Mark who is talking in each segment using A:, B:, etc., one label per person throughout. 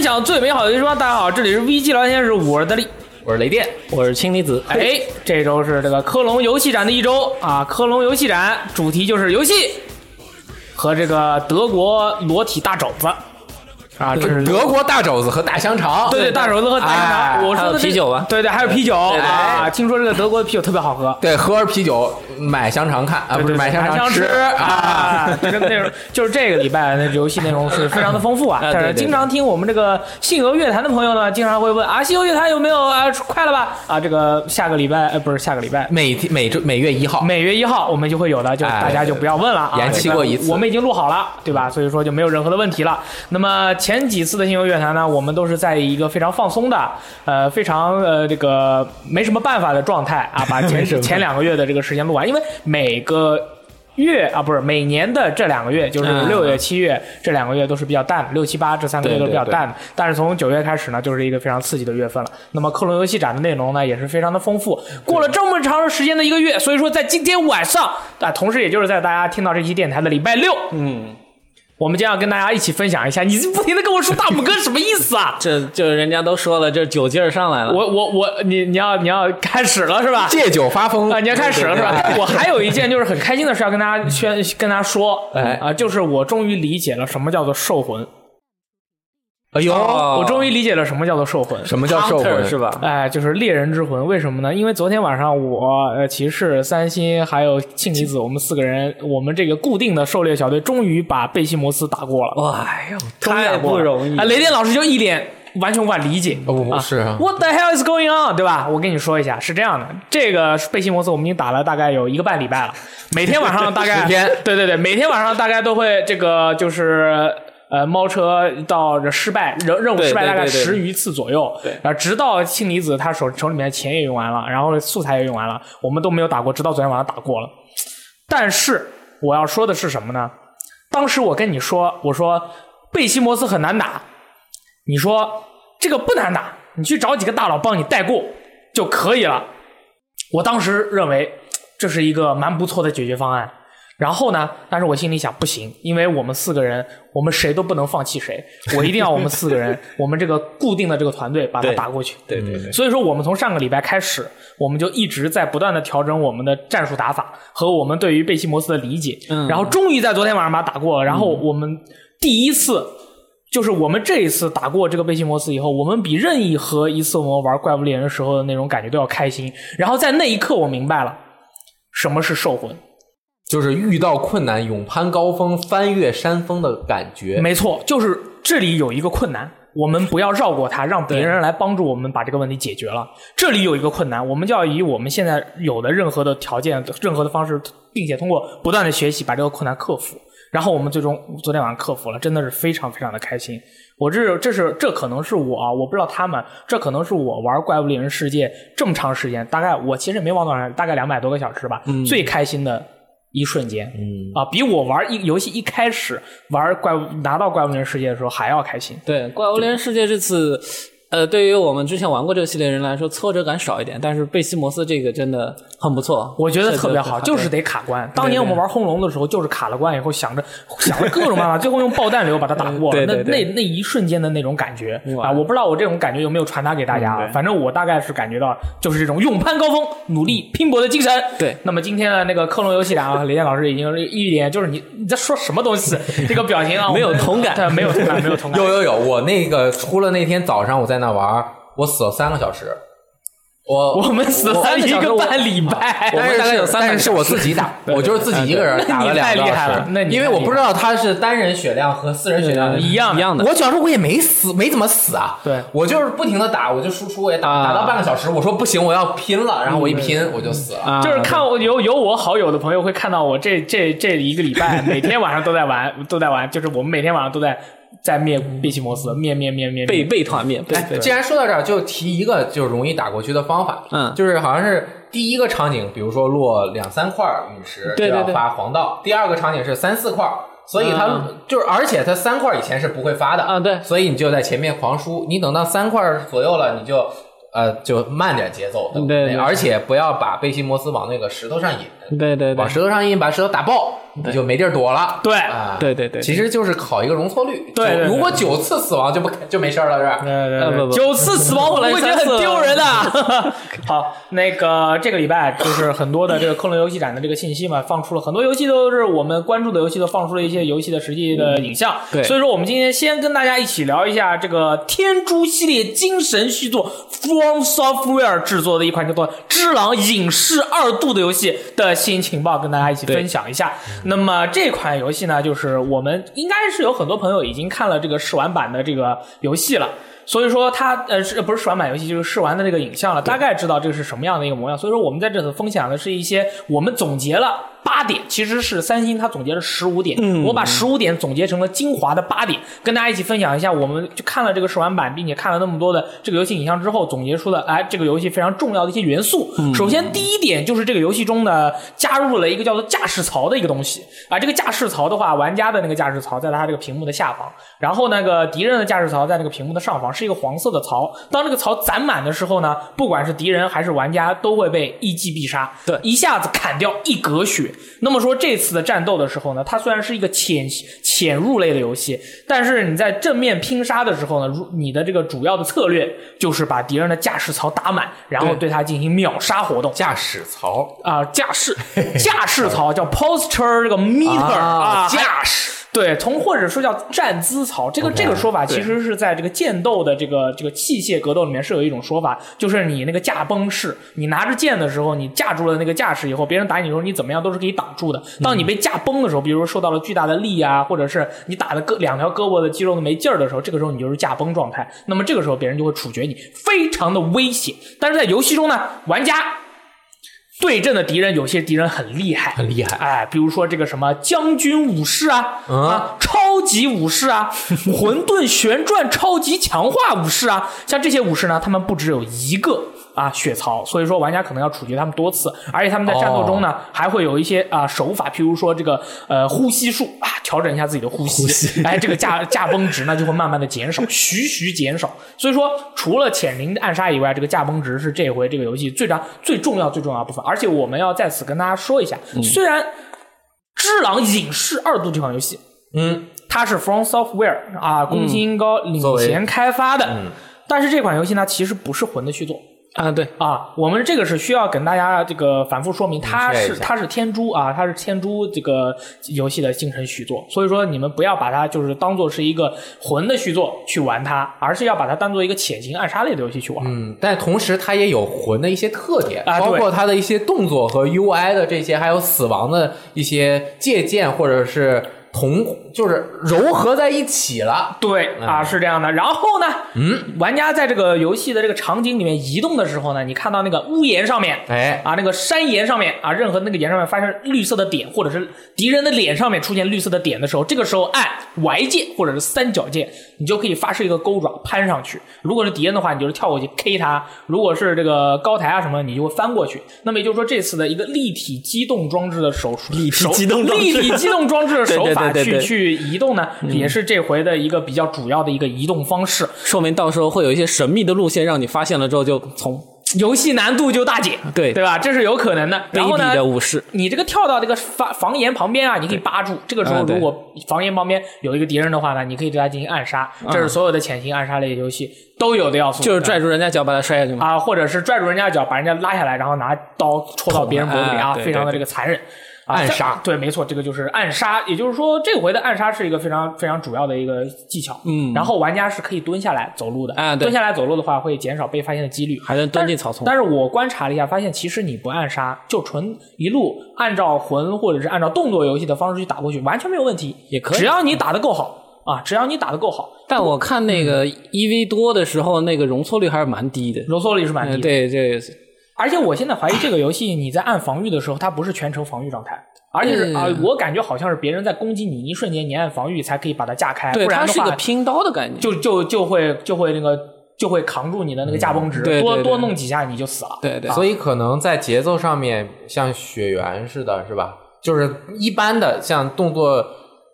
A: 享最美好的一句话，大家好，这里是 VG 聊天室，我是德力。
B: 我是雷电，
C: 我是氢离子，
A: 哎，这周是这个科隆游戏展的一周啊！科隆游戏展主题就是游戏和这个德国裸体大肘子啊，这是
B: 德国大肘子和大香肠，
A: 对对大肘子和大香肠。
B: 哎
A: 我说的
C: 还有
A: 这
C: 啤酒吧
A: 对对，还有啤酒
B: 对对
A: 啊！听说这个德国的啤酒特别好喝，
B: 对，喝点啤酒，买香肠看啊，
A: 对
B: 不是
A: 对
B: 买香
A: 香
B: 肠
A: 吃
B: 啊。
A: 啊！这个内容 就是这个礼拜的游戏内容是非常的丰富啊
C: 啊！对
A: 但是经常听我们这个信鹅乐坛的朋友呢，经常会问啊，信鹅乐坛有没有啊？快了吧？啊，这个下个礼拜呃不是下个礼拜，
B: 每天每周每月一号，
A: 每月一号我们就会有的，就
B: 哎
A: 大家就不要问了啊。
B: 延期
A: 这个
B: 过一次
A: 我们已经录好了，对吧？所以说就没有任何的问题了。那么前几次的星游乐坛呢，我们都是在一个非常放松的，呃，非常呃这个没什么办法的状态啊，把前
B: 没什么
A: 前两个月的这个时间录完，因为每个。月啊，不是每年的这两个月，就是
C: 嗯
A: 六月、七月这两个月都是比较淡，六七八这三个月
B: 对
A: 都是比较
B: 对对
A: 淡的。但是从九月开始呢，就是一个非常刺激的月份了。那么克隆游戏展的内容呢，也是非常的丰富。过了这么长时间的一个月，所以说在今天晚上啊，同时也就是在大家听到这期电台的礼拜六，嗯，我们将要跟大家一起分享一下。你不停的跟我说大拇哥什么意思啊？
C: 这就人家都说了，这酒劲儿上来了。
A: 我我我，你你要你要开始了是吧？
B: 借酒发疯
A: 啊，你要开始了是吧？
B: 对对
A: 但我还有一件就是很开心的事要跟大家宣跟大家说，
B: 哎
A: 啊，就是我终于理解了什么叫做兽魂，
B: 哎呦，
C: 哦
A: 我终于理解了什么叫做兽魂。
B: 什么叫兽
C: Hunter
B: 魂
C: 是？吧？
A: 哎，就是猎人之魂，为什么呢？因为昨天晚上我、呃、骑士、三星还有庆离子，我们四个人，我们这个固定的狩猎小队终于把贝西摩斯打过了，
C: 哇哎呦，
A: 终于打
C: 太
A: 过
C: 不
A: 了
C: 容易
A: 啊！
C: 了！
A: 雷电老师就一脸完全无法理解，
B: 哦不是啊
A: What the hell is going on？对吧？我跟你说一下，是这样的，这个贝西摩斯我们已经打了大概有一个半礼拜了，每天晚上大概
B: 十天，
A: 对对对，每天晚上大概都会这个就是。呃，猫车到这失败任任务
C: 对
A: 失败
C: 对
A: 大概
C: 对对
A: 十余次左右，
C: 对
A: 然后直到氢离子他手手里面的钱也用完了，然后素材也用完了，我们都没有打过，直到昨天晚上打过了。但是我要说的是什么呢？当时我跟你说，我说贝西摩斯很难打，你说这个不难打，你去找几个大佬帮你带过就可以了。我当时认为这是一个蛮不错的解决方案。然后呢？但是我心里想，不行，因为我们四个人，我们谁都不能放弃谁，我一定要我们四个人，我们这个固定的这个团队把它
C: 对
A: 打过去。
C: 对对对，
A: 所以说，我们从上个礼拜开始，我们就一直在不断的调整我们的战术打法和我们对于贝西摩斯的理解。
C: 嗯
A: 然后终于在昨天晚上把它打过了。然后我们第一次，就是我们这一次打过这个贝西摩斯以后，我们比任意和一次我们玩怪物猎人时候的那种感觉都要开心。然后在那一刻，我明白了什么是兽魂。
B: 就是遇到困难勇攀高峰、翻越山峰的感觉。
A: 没错，就是这里有一个困难，我们不要绕过它，让别人来帮助我们把这个问题解决了。这里有一个困难，我们就要以我们现在有的任何的条件、任何的方式，并且通过不断的学习把这个困难克服。然后我们最终昨天晚上克服了，真的是非常非常的开心。我这这是这可能是我啊，我不知道他们，这可能是我玩《怪物猎人世界》这么长时间，大概我其实没玩多长，大概两百多个小时吧，最开心的一瞬间。
B: 嗯，
A: 啊，比我玩一游戏一开始玩怪物拿到怪物猎人世界的时候还要开心。
C: 对《怪物猎人世界》这次，呃，对于我们之前玩过这个系列人来说，挫折感少一点，但是贝西摩斯这个真的很不错，
A: 我觉得特别好，
C: 这
A: 就
C: 个
A: 是得卡关。当年我
C: 对
A: 们玩轰龙的时候，就是卡了关以后，想着想着各种办法，最后用爆弹流把它打过了。
C: 对
A: 那
C: 对
A: 那
C: 对
A: 那一瞬间的那种感觉
C: 哇
A: 啊，我不知道我这种感觉有没有传达给大家啊。
C: 嗯对
A: 反正我大概是感觉到，就是这种勇攀高峰、努力拼搏的精神。
C: 对
A: 那么今天的那个克隆游戏展啊，雷电老师已经一脸就是你你在说什么东西，这个表情啊，
C: 没有
A: 我们
C: 同 感
A: 对没有同感，没有同 感
B: 有。有有，我那个出了那天早上我在那玩，我死了三个小时。我
A: 我们死了
B: 三
A: 一个半礼拜，
B: 我
C: 但
B: 们
C: 是
B: 大概有
C: 是
B: 三，但是是我自己打，我就是自己一个人打了两
A: 那
B: 个
A: 你太厉害
B: 小
A: 了
B: 时。
A: 那你
B: 因为
A: 太厉害
B: 我不知道他是单人血量和四人血量
A: 一样
C: 一样的
B: 我小时候我也没死，没怎么死啊。
A: 对
B: 我就是不停的打，我就输出，我也打，
C: 啊
B: 打到半个小时，我说不行，我要拼了，然后
A: 嗯
B: 我一拼我就死了。
C: 啊，
A: 就是看我有有我好友的朋友会看到我这这这一个礼 拜每天晚上都在玩都在玩，就是我们每天晚上都在在灭
B: 嗯
A: 贝西摩斯，灭灭灭灭
C: 被
A: 灭。
C: 被团灭，被
B: 哎，
C: 被
B: 既然说到这儿，就提一个就是容易打过去的方法，
C: 嗯
B: 就是好像是第一个场景，比如说落两三块陨石
C: 对
B: 就要
C: 对对
B: 发黄道，第二个场景是三四块，所以它、
C: 嗯
B: 就是而且它三块以前是不会发的
C: 啊对
B: 所以你就在前面狂输，你等到三块左右了，你就。呃，就慢点节奏的，
C: 对对
B: 而且不要把贝西摩斯往那个石头上引，
C: 对对对
B: 往石头上引，把石头打爆，你就没地儿躲了。
A: 对
B: 啊，
C: 对对对
B: 其实就是考一个容错率。
A: 对
B: 九
A: 对对
B: 如果九次死亡就不 就没事儿了，是吧？
A: 对
C: 呃
A: 对
C: 不
A: 对，
C: 不
A: 九次死亡我来
C: 我已经
A: 三次
C: 很丢人
A: 了。好，那个这个礼拜就是很多的这个科伦游戏展的这个信息嘛，放出了很多游戏都是我们关注的游戏都放出了一些游戏的实际的影像。
C: 对
A: 所以说我们今天先跟大家一起聊一下这个天珠系列精神续作 From Software 制作的一款叫做《只狼影视二度》的游戏的新情报，跟大家一起分享一下。那么这款游戏呢，就是我们应该是有很多朋友已经看了这个试玩版的这个游戏了。所以说它呃是不是试玩版游戏就是试玩的这个影像了，大概知道这是什么样的一个模样。所以说我们在这次分享的是一些我们总结了八点，其实是三星它总结了十五点，我把十五点总结成了精华的八点，跟大家一起分享一下。我们就看了这个试玩版，并且看了那么多的这个游戏影像之后，总结出了哎这个游戏非常重要的一些元素。首先第一点就是这个游戏中呢加入了一个叫做驾驶槽的一个东西啊，这个驾驶槽的话，玩家的那个驾驶槽在它这个屏幕的下方，然后那个敌人的驾驶槽在那个屏幕的上方，是一个黄色的槽。当这个槽攒满的时候呢，不管是敌人还是玩家，都会被一击必杀，
C: 对
A: 一下子砍掉一格血。那么说这次的战斗的时候呢，它虽然是一个潜潜入类的游戏，但是你在正面拼杀的时候呢，如你的这个主要的策略就是把敌人的驾驶槽打满，然后对它进行秒杀活动。
B: 驾驶槽
A: 啊、架势架势槽叫 posture 这个 meter 啊，还
B: 驾驶
A: 对，从或者说叫站姿槽，这个
B: OK，
A: 这个说法
B: 对
A: 其实是在这个剑斗的这个这个器械格斗里面是有一种说法，就是你那个架崩式，你拿着剑的时候，你架住了那个架势以后，别人打你的时候，你怎么样都是可以挡住的。当
B: 嗯
A: 你被架崩的时候，比如说受到了巨大的力啊，或者是你打的胳两条胳膊的肌肉都没劲儿的时候，这个时候你就是架崩状态。那么这个时候别人就会处决你，非常的危险。但是在游戏中呢，玩家对阵的敌人，有些敌人很厉害，
B: 很厉害嗯
A: 哎，比如说这个什么将军武士啊，啊，超级武士 啊，混沌旋转超级强化武士啊，像这些武士呢，他们不只有一个。啊，血槽，所以说玩家可能要处决他们多次，而且他们在战斗中呢，还会有一些啊、手法，譬如说这个呃呼吸术啊，调整一下自己的呼吸， 哎，这个驾驾崩值呢就会慢慢的减少，徐徐减少。所以说，除了潜灵暗杀以外，这个驾崩值是这回这个游戏最长最重要最重要的部分，而且我们要在此跟大家说一下，虽然《只狼影视二度》这款游戏，
B: 嗯，
A: 它是 From Software 啊，宫崎英高领
B: 作为
A: 衔开发的，但是这款游戏呢，其实不是魂的续作，
C: 啊，对，
A: 啊，我们这个是需要跟大家这个反复说明，它
B: 确一
A: 是
B: 下
A: 它是天珠啊，它是天珠这个游戏的精神续作，所以说你们不要把它就是当做是一个魂的续作去玩它，而是要把它当做一个潜行暗杀类的游戏去玩。
B: 嗯，但同时它也有魂的一些特点，
A: 啊对
B: 包括它的一些动作和 UI 的这些，还有死亡的一些借鉴或者是同，就是糅合在一起了。
A: 对啊，是这样的。然后呢，
B: 嗯，
A: 玩家在这个游戏的这个场景里面移动的时候呢，你看到那个屋檐上面，
B: 哎，
A: 啊，那个山岩上面啊，任何那个岩上面发生绿色的点，或者是敌人的脸上面出现绿色的点的时候，这个时候按 Y 键或者是三角键，你就可以发射一个钩爪攀上去。如果是敌人的话，你就是跳过去 K 他；如果是这个高台啊什么，你就会翻过去。那么也就是说，这次的一个立体机动装置的手立
C: 体机动装置
A: 立体机动装置的手法
C: 对对对嗯对
A: 去
C: 对
A: 去移动呢，也是这回的一个比较主要的一个移动方式。
C: 说明到时候会有一些神秘的路线，让你发现了之后就从
A: 游戏难度就大减，
C: 对
A: 对吧？这是有可能的。
C: 卑
A: 然后呢
C: 鄙，的武士，
A: 你这个跳到这个房房檐旁边啊，你可以扒住。这个时候，
C: 啊对
A: 如果房檐旁边有一个敌人的话呢，你可以对他进行暗杀。这是所有的潜行暗杀类游戏都有的要素，
C: 啊就是拽住人家脚把他摔下去嘛。
A: 啊，或者是拽住人家的脚，把人家拉下来，然后拿刀戳到别人脖子里啊，
C: 捅啊对
A: 非常的
C: 对
A: 这个残忍。啊
B: 暗
A: 这
B: 杀
A: 对，没错，这个就是暗杀，也就是说，这回的暗杀是一个非常非常主要的一个技巧。嗯，然后玩家是可以蹲下来走路的，
C: 啊对
A: 蹲下来走路的话会减少被发现的几率，
C: 还能蹲进草丛
A: 但是我观察了一下，发现其实你不暗杀，就纯一路按照魂或者是按照动作游戏的方式去打过去，完全没有问题，
C: 也可以
A: 只要你打得够好啊，只要你打得够好，
C: 但我看那个
A: 嗯
C: EV 多的时候，那个容错率还是蛮低的。
A: 揉缩率是蛮低
C: 嗯，
A: 的。
C: 对对，
A: 而且我现在怀疑这个游戏，你在按防御的时候，它不是全程防御状态，而且是啊、
C: 嗯
A: 我感觉好像是别人在攻击你一瞬间，你按防御才可以把它架开，
C: 对，
A: 不然
C: 它
A: 的
C: 是个
A: 话
C: 拼刀哎的概念。
A: 就就就会就会那个就会扛住你的那个驾崩值，
C: 嗯对
A: 多
C: 对对
A: 多弄几下你就死了。
C: 对对，
B: 所以可能在节奏上面像雪原似的，是吧？就是一般的像动作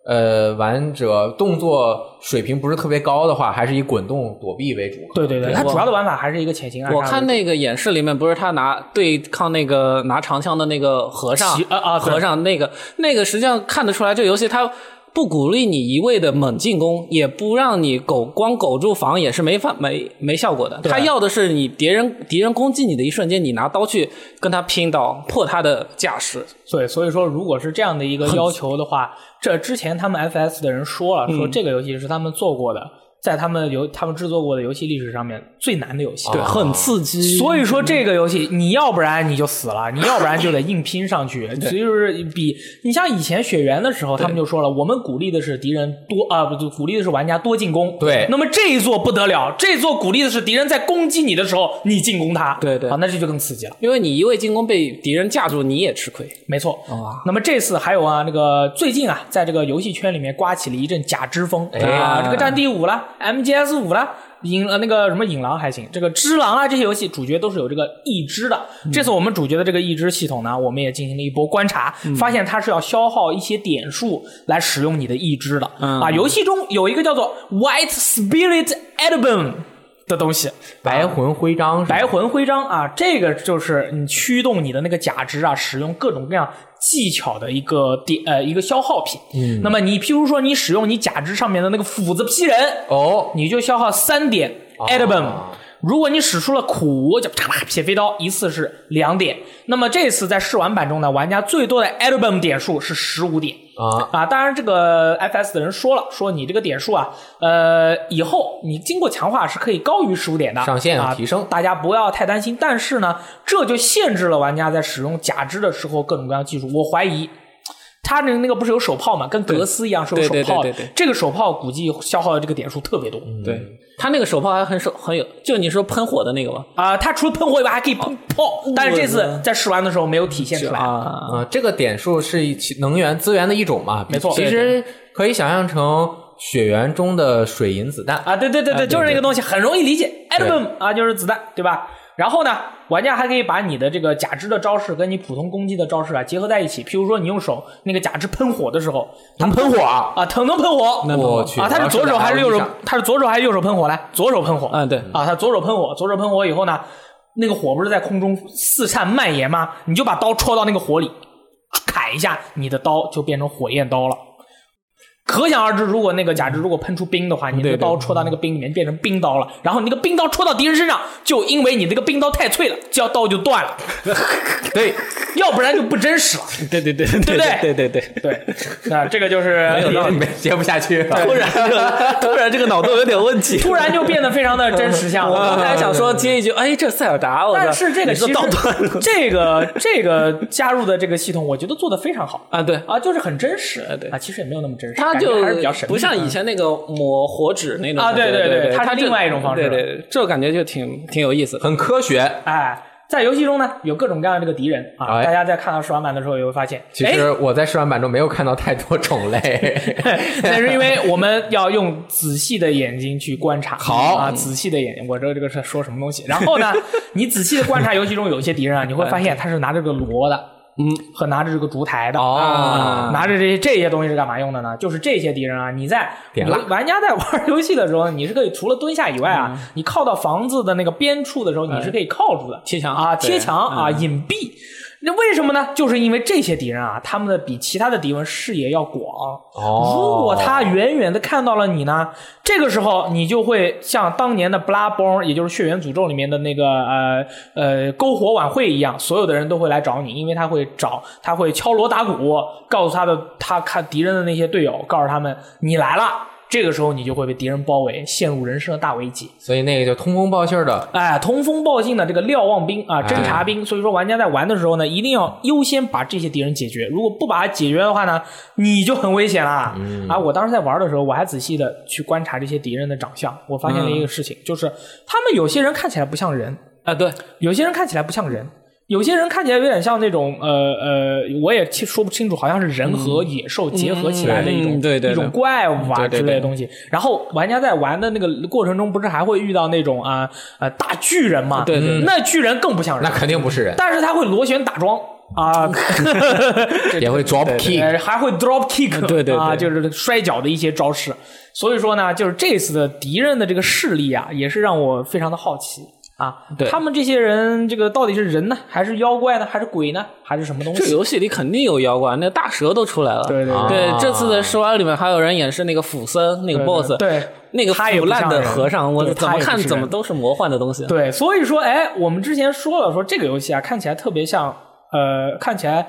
B: 呃玩者动作水平不是特别高的话，还是以滚动躲避为主。
A: 对对对，它
C: 我
A: 主要的玩法还是一个潜行暗杀。
C: 我看那个演示里面，不是他拿对抗那个拿长枪的那个和尚
A: 骑啊啊对
C: 和尚那个那个，实际上看得出来，这游戏它不鼓励你一味的猛进攻，也不让你苟光苟住防，也是没法没没效果的。
A: 对
C: 他要的是你敌人敌人攻击你的一瞬间，你拿刀去跟他拼刀，破他的架势。
A: 对，所以说如果是这样的一个要求的话，这之前他们 FS 的人说了，
B: 嗯
A: 说这个游戏是他们做过的，在他们游他们制作过的游戏历史上面最难的游戏。
B: 对啊很嗯
C: 刺激
A: 所以说这个游戏，你要不然你就死了，你要不然就得硬拼上 去。所以就是比你像以前血缘的时候，他们就说了，我们鼓励的是敌人多啊，不、鼓励的是玩家多进攻。
B: 对
A: 那么这一座不得了，这一座鼓励的是敌人在攻击你的时候，你进攻他。
C: 对对
A: 啊，那这就更刺激了。
C: 因为你一味进攻被敌人架住，你也吃亏。
A: 没错。那么这次还有啊，那个最近啊，在这个游戏圈里面刮起了一阵假之风、
B: 哎
A: 啊，这个《战地五》啦，《MGS 五》啦。引呃那个什么引狼还行，这个只狼啊这些游戏主角都是有这个义肢的。这次我们主角的这个义肢系统呢，我们也进行了一波观察，发现它是要消耗一些点数来使用你的义肢的、
C: 嗯
A: 啊。游戏中有一个叫做 White Spirit Album 的东西，
B: 白魂徽章是吧，
A: 白魂徽章啊，这个就是你驱动你的那个假肢啊，使用各种各样技巧的一个点呃一个消耗品。嗯，那么你譬如说你使用你假肢上面的那个斧子劈人，
B: 哦，
A: 你就消耗三点 Adbum。如果你使出了苦，就啪啪撇飞刀，一次是两点。那么这次在试玩版中呢，玩家最多的 Adbum 点数是十五点。
B: 啊
A: 啊，当然这个 FS 的人说了，说你这个点数啊，呃，以后你经过强化是可以高于十五点的
B: 上限
A: 啊
B: 提升
A: 大家不要太担心。但是呢，这就限制了玩家在使用假肢的时候各种各样的技术。我怀疑。他那那个不是有手炮嘛，跟格斯一样是有手
C: 对对
A: 炮的。
C: 对对对
A: 这个手炮估计消耗的这个点数特别多
C: 对他那个手炮还很手很有，就你说喷火的那个吧，
A: 啊、它除了喷火以外还可以喷炮，但是这
C: 我
A: 次
C: 的
A: 在试玩的时候没有体现出来。
C: 啊，
B: 啊，这个点数是一其能源资源的一种嘛，没
A: 错
B: 其实可以想象成血缘中的水银子弹。
A: 啊，对对对对，
B: 对
A: 就是那个
B: 哎对
A: 东西，很容易理解。Atom 啊，就是子弹，对吧？然后呢，玩家还可以把你的这个假肢的招式跟你普通攻击的招式啊结合在一起。譬如说，你用手那个假肢喷火的时候，
B: 能喷火啊！
A: 啊，疼能喷火，
B: 能喷火我去
A: 啊，他是左手还是右手？他是左手还是右手喷火？来，左手喷
B: 哎
A: 火，
C: 嗯对
A: 啊，他左手喷火，左手喷火以后呢，那个火不是在空中四散蔓延吗？你就把刀戳到那个火里，砍一下，你的刀就变成火焰刀了。可想而知，如果那个假肢如果喷出冰的话，你那个
C: 对对
A: 刀戳到那个冰里面变成冰刀了，然后你那个冰刀戳到敌人身上，就因为你那个冰刀太脆了，这刀就断了，
B: 对，
A: 要不然就不真实了。
C: 对对对对
A: 对对
C: 对对对，
A: 对，那这个就是
B: 没有道理，接不下去了。
C: 突然突然这个 脑洞有点 问题。
A: 突然就变得非常的真实
B: 啊
A: 像
C: 我
A: 了。
C: 刚才想说接一句，哎，这塞尔达，我
A: 但是这个
C: 你说
A: 其实
C: 倒断 了
A: 这个这个加入的这个系统，我觉得做的非常好
C: 啊，对，
A: 啊，就是很真实
C: 对
A: 啊，其实也没有那么真实，
C: 它
A: 感
C: 就
A: 觉还是比较神秘嗯
C: 不像以前那个抹火纸那种
A: 啊
C: 对
A: 对对
C: 对
A: 对它是
C: 就
A: 另外一种方式
C: 对对，对这感觉就挺挺有意思的。
B: 很科学。
A: 哎。在游戏中呢，有各种各样的这个敌人啊，
B: 哎
A: 大家在看到试玩版的时候也会发现，
B: 其实我在试玩版中没有看到太多 种类。
A: 哎那是因为我们要用仔细的眼睛去观察，
B: 好
A: 啊，仔细的眼睛，我这这个是说什么东西？然后呢，你仔细的观察游戏中有一些敌人啊，你会发现他是拿着个锣的，
C: 嗯，
A: 和拿着这个烛台的啊
B: 哦
A: 拿着这这些东西是干嘛用的呢？就是这些敌人啊，你在
B: 点蜡
A: 玩家在玩游戏的时候，你是可以除了蹲下以外啊，
B: 嗯
A: 你靠到房子的那个边处的时
B: 哎
A: 候，你是可以靠住的，
C: 贴墙
A: 啊，
C: 对
A: 贴墙啊，
B: 嗯
A: 隐蔽。那为什么呢？就是因为这些敌人啊，他们的比其他的敌人视野要广。
B: 哦
A: 如果他远远的看到了你呢，这个时候你就会像当年的《布拉崩》，也就是《血缘诅咒》里面的那个呃呃篝火晚会一样，所有的人都会来找你，因为他会找，他会敲锣打鼓，告诉他的他看敌人的那些队友，告诉他们你来了。这个时候你就会被敌人包围，陷入人生的大危机。
B: 所以那个就通风报信儿的，
A: 哎，通风报信的这个瞭望兵啊，侦察兵，所以说玩家在玩的时候呢，一定要优先把这些敌人解决。如果不把它解决的话呢，你就很危险啦。啊，我当时在玩的时候，我还仔细的去观察这些敌人的长相，我发现了一个事情，就是他们有些人看起来不像人，
C: 啊，对，
A: 有些人看起来不像人，有些人看起来有点像那种呃呃，我也其说不清楚，好像是人和野兽结合起来的一种、
C: 嗯对对对
A: 一种怪物啊
C: 对对
A: 之类的东西。然后玩家在玩的那个过程中，不是还会遇到那种啊呃大巨人嘛？
C: 对对对
A: 那巨人更不像人，
B: 那肯定不是人。
A: 但是他会螺旋打桩。 啊，
C: 嗯
B: 也会 drop kick，
A: 呃，还会 drop kick，
C: 对对
A: 啊，
C: 对
A: 就是摔跤的一些招式。所以说呢，就是这次的敌人的这个势力啊，也是让我非常的好奇啊。
C: 对
A: 他们这些人，这个到底是人呢，还是妖怪呢，还是鬼呢，还是什么东
C: 这
A: 西？啊
C: 游戏里肯定有妖怪，那大蛇都出来了。
A: 对对对
C: 对
B: 啊
C: 这次的《说里面还有人演示那个斧森那个 boss，
A: 对
C: 那个
A: 他也
C: 腐
A: 不像
C: 烂的
A: 人
C: 和尚，我
A: 对
C: 怎
A: 他
C: 么
A: 也不
C: 看
A: 是
C: 怎么
A: 人
C: 都是魔幻的东西。
A: 对，所以说，哎，我们之前说了，说这个游戏啊，看起来特别像，呃，看起来，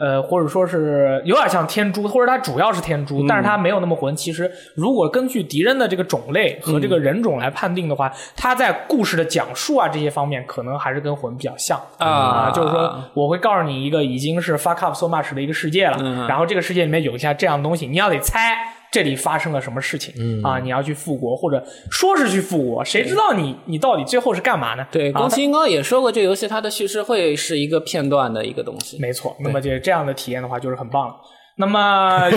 A: 呃，或者说是有点像天珠，或者它主要是天
C: 嗯
A: 珠，但是它没有那么混。其实，如果根据敌人的这个种类和这个人种来判定的话，它在故事的讲述啊这些方面，可能还是跟魂比较像嗯
C: 啊
A: 就是说，我会告诉你一个已经是 fuck up so much 的一个世界了，
C: 嗯
A: 然后这个世界里面有一些这样的东西，你要得猜。这里发生了什么事情、
B: 嗯
A: 啊？你要去复国，或者说是去复国，谁知道你你到底最后是干嘛呢？
C: 对，
A: 啊
C: 宫崎英高也说过，这游戏它的叙事会是一个片段的一个东西。
A: 没错，那么就是这样的体验的话，就是很棒了。那 么，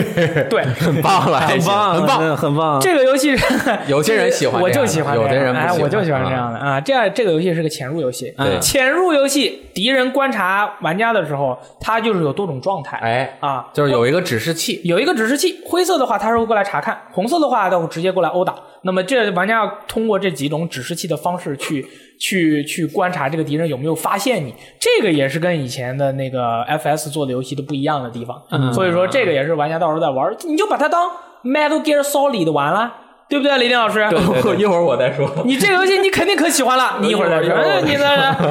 A: 对，
B: 很棒了，还行很棒。
C: 棒，很棒。
A: 这个游戏
B: 有些人喜欢这样的
A: 我就喜欢这样的，
B: 有的人不喜
A: 哎，
B: 欢
A: 我就喜欢这样的啊。这样这个游戏是个潜入游戏，
B: 对
A: 潜入游戏，敌人观察玩家的时候，他就是有多种状态，
B: 哎，
A: 啊，
B: 就是有一个指示器，
A: 有一个指示器，灰色的话他是会过来查看，红色的话他会直接过来殴打。那么这玩家要通过这几种指示器的方式去去去观察这个敌人有没有发现你，这个也是跟以前的那个 FS 做的游戏的不一样的地方。所以说这个也是玩家到时候在玩儿，你就把它当 Metal Gear Solid 的玩了，对不对，雷电老师？
B: 一会儿我再说。
A: 你这个游戏你肯定可喜欢了，你一 会儿再
B: 一会儿一会
A: 说，
B: 儿
A: 你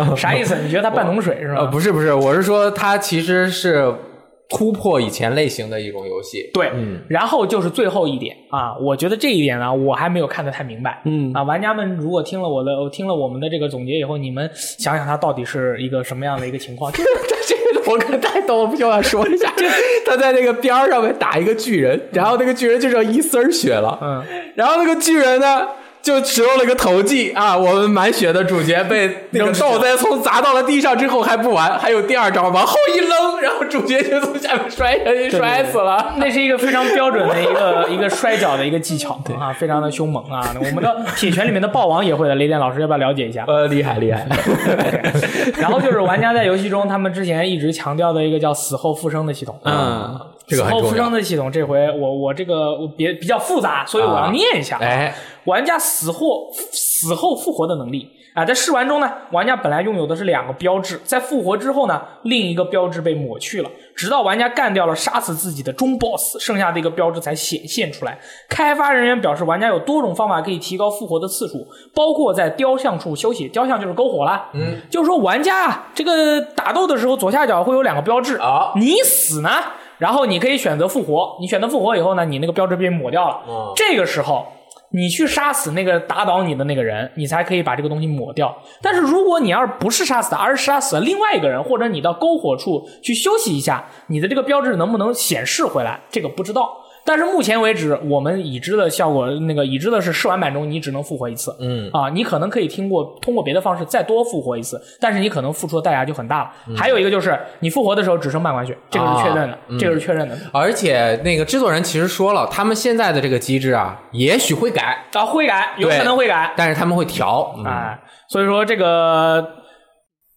A: 那啥意思？你觉得它半桶水是吧？
B: 呃，不是不是，我是说它其实是突破以前类型的一种游戏。
A: 对，然后就是最后一点啊，我觉得这一点呢，我还没有看得太明白。
C: 嗯
A: 啊，玩家们如果听了我的，听了我们的这个总结以后，你们想想它到底是一个什么样的一个情况？ 就是
B: 这个我可太逗，我不行，我要说一下，他在那个边儿上面打一个巨人，然后那个巨人就剩一丝儿血了，
A: 嗯，
B: 然后那个巨人呢就使用了个投技啊，我们满血的主角被那个倒栽葱砸到了地上之后还不完，还有第二招往后一扔，然后主角就从下面摔下去，摔死了。
A: 那是一个非常标准的一个一个摔跤的一个技巧啊，非常的凶猛啊。我们的铁拳里面的豹王也会的，雷电老师要不要了解一下？
B: 呃，厉害厉害，
A: 然后就是玩家在游戏中，他们之前一直强调的一个叫死后复生的系统。 啊
B: 嗯，这
A: 死
B: 个很
A: 后
B: 重
A: 复生
B: 要。
A: 的系统，这回我我这个我别比较复杂，所以我要
B: 啊
A: 念一下。
B: 哎，
A: 玩家死后死后复活的能力啊，在试玩中呢，玩家本来拥有的是两个标志，在复活之后呢，另一个标志被抹去了，直到玩家干掉了杀死自己的中 boss，剩下的一个标志才显现出来。开发人员表示，玩家有多种方法可以提高复活的次数，包括在雕像处休息，雕像就是篝火啦。嗯，就是说玩家啊，这个打斗的时候左下角会有两个标志
B: 啊
A: 你死呢，然后你可以选择复活，你选择复活以后呢，你那个标志被抹掉了。
B: 哦
A: 这个时候你去杀死那个打倒你的那个人，你才可以把这个东西抹掉。但是如果你要是不是杀死他，而是杀死了另外一个人，或者你到篝火处去休息一下，你的这个标志能不能显示回来，这个不知道。但是目前为止，我们已知的效果，那个已知的是试玩版中你只能复活一次，
B: 嗯
A: 啊，你可能可以听过通过别的方式再多复活一次，但是你可能付出的代价就很大了。
B: 嗯
A: 还有一个就是你复活的时候只剩半管血，这个是确认的，
B: 啊嗯
A: 这个是确认的。
B: 而且那个制作人其实说了，他们现在的这个机制啊，也许会改，
A: 啊，会改，有
B: 对
A: 可能会改，
B: 但是他们会调。嗯
A: 哎，所以说这个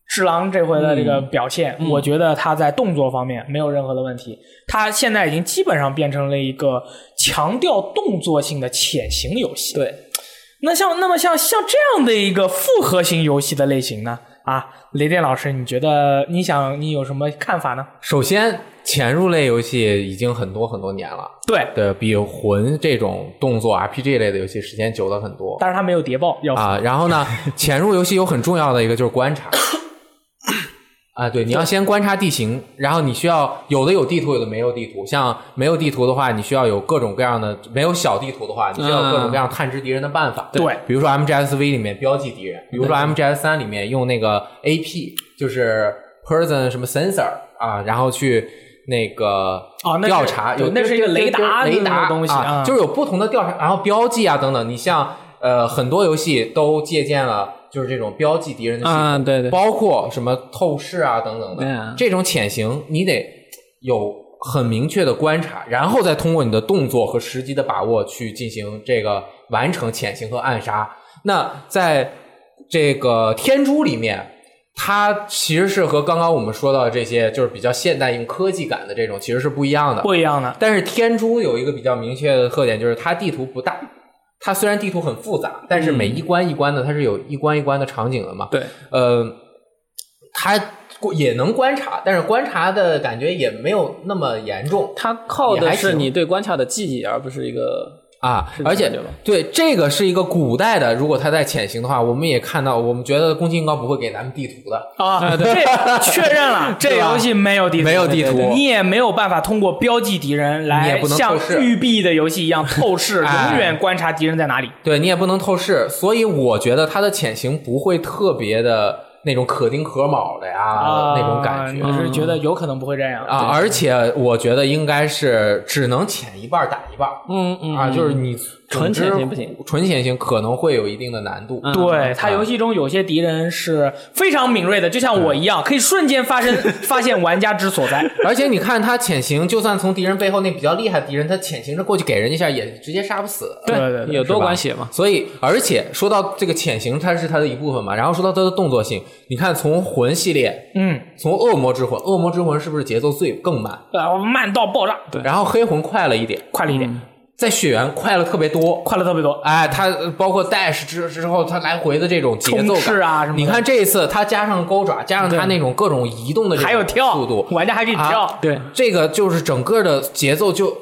A: 智狼这回的这个表现，我觉得他在动作方面没有任何的问题。他现在已经基本上变成了一个强调动作性的潜行游戏。
C: 对，
A: 那像那么像像这样的一个复合型游戏的类型呢？啊，雷电老师，你觉得你想你有什么看法呢？
B: 首先，潜入类游戏已经很多很多年了，
A: 对，
B: 对比魂这种动作 RPG 类的游戏时间久了很多
A: 但是他没有谍报，要、
B: 啊。然后 呢，潜入游戏有很重要的一个就是观察。啊，对，你要先观察地形，然后你需要有的有地图，有的没有地图。像没有地图的话，你需要有各种各样的；没有小地图的话，你需要有各种各样探知敌人的办法。
A: 对
B: 比如说 MGSV 里面标记敌人，比如说 MGS 三里面用那个 AP，就是 person 什么 sensor 啊，然后去那个
A: 哦那是
B: 调查，
A: 对
B: 有
A: 那是一个雷达
B: 雷达
A: 那种东西
B: 啊
A: 啊，
B: 就是有不同的调查，然后标记啊等等。你像呃很多游戏都借鉴了就是这种标记敌人的系统，
C: 啊，对对，
B: 包括什么透视啊等等的、
C: 对啊
B: 这种潜行，你得有很明确的观察，然后再通过你的动作和时机的把握去进行这个完成潜行和暗杀。那在这个天珠里面，它其实是和刚刚我们说到的这些就是比较现代用科技感的这种其实是不一样的。
A: 不一样的。
B: 但是天珠有一个比较明确的特点，就是它地图不大。它虽然地图很复杂，但是每一关一关的，它是有一关一关的场景的嘛。
C: 对，
B: 呃，它也能观察，但是观察的感觉也没有那么严重
C: 它靠
B: 也
C: 的
B: 还
C: 是
B: 行
C: 你对关卡的记忆，而不是一个
B: 啊
C: 是。这
B: 而且
C: 样对吧
B: 对这个是一个古代的，如果它在潜行的话，我们也看到，我们觉得宫崎英高不会给咱们地图的。
A: 啊，这确认了，这
B: 对吧
A: 游戏没有地图，
B: 没有地图
A: 对对对你也没有办法通过标记敌人
B: 你也
A: 来
B: 不能
A: 像
B: 透视
A: 育碧的游戏一样透视，
B: 哎
A: 永远观察敌人在哪里。
B: 对你也不能透视，所以我觉得它的潜行不会特别的那种可丁可卯的呀、啊那种感觉
A: 啊
B: 嗯
A: 我是觉得有可能不会这样
B: 啊。而且我觉得应该是只能潜一半儿打一半儿。
C: 嗯嗯
B: 啊，就是你
C: 纯
B: 总之
C: 潜行不行，
B: 纯潜行可能会有一定的难度。
C: 嗯
A: 对它游戏中有些敌人是非常敏锐的，就像我一样，可以瞬间发生 发现玩家之所在。
B: 而且你看他潜行，就算从敌人背后那比较厉害的敌人，他潜行着过去给人家一下，也直接杀不死。
A: 对对对
C: 有多
B: 是吧
C: 管血嘛？
B: 所以，而且说到这个潜行，它是它的一部分嘛。然后说到它的动作性，你看从魂系列，
A: 嗯，
B: 从恶魔之魂，恶魔之魂是不是节奏最更慢？
A: 呃，慢到爆炸，对，
B: 然后黑魂快了一点，
A: 快了一点，
B: 在血缘快了特别多，
A: 快了特别多。
B: 哎，它包括 dash 之之后，它来回的这种节奏
A: 冲刺
B: 感
A: 啊什么的
B: 你看这一次，它加上钩爪，加上它那种各种移动的这种
A: 还有跳
B: 速度，
A: 玩家还可以
B: 啊
A: 跳，
C: 对，
B: 这个就是整个的节奏就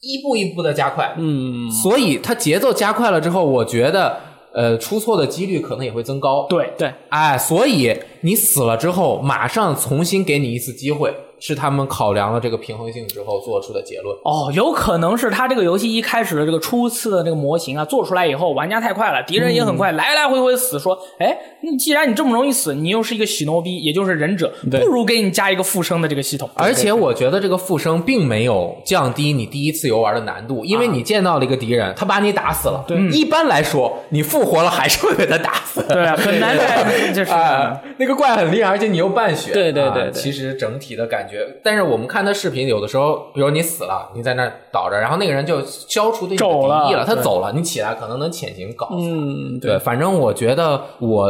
B: 一步一步的加快。
C: 嗯，
B: 所以它节奏加快了之后，我觉得呃出错的几率可能也会增高。，
A: 对
C: 对，
B: 哎，所以你死了之后，马上重新给你一次机会，是他们考量了这个平衡性之后做出的结论。
A: 哦，有可能是他这个游戏一开始的这个初次的这个模型啊，做出来以后，玩家太快了，敌人也很快，来来回回死，说，哎，你既然你这么容易死，你又是一个喜诺逼，也就是忍者，
C: 对
A: 不如给你加一个附身的这个系统。
B: 而且我觉得这个复生并没有降低你第一次游玩的难度，因为你见到了一个敌人，他把你打死了。
A: 嗯
B: 对，一般来说，你复活了还是会被他打死。
A: 对啊，很难在就是 嗯
B: 啊，那个怪很厉害，而且你又半血。
C: 对对对
B: 啊
C: 对
B: 其实整体的感觉，但是我们看他视频，有的时候，比如你死了，你在那儿倒着，然后那个人就消除对你的
A: 走了
B: 敌意了，他
A: 对
B: 走了，你起来可能能潜行搞死。
C: 嗯，
B: 对，反正我觉得我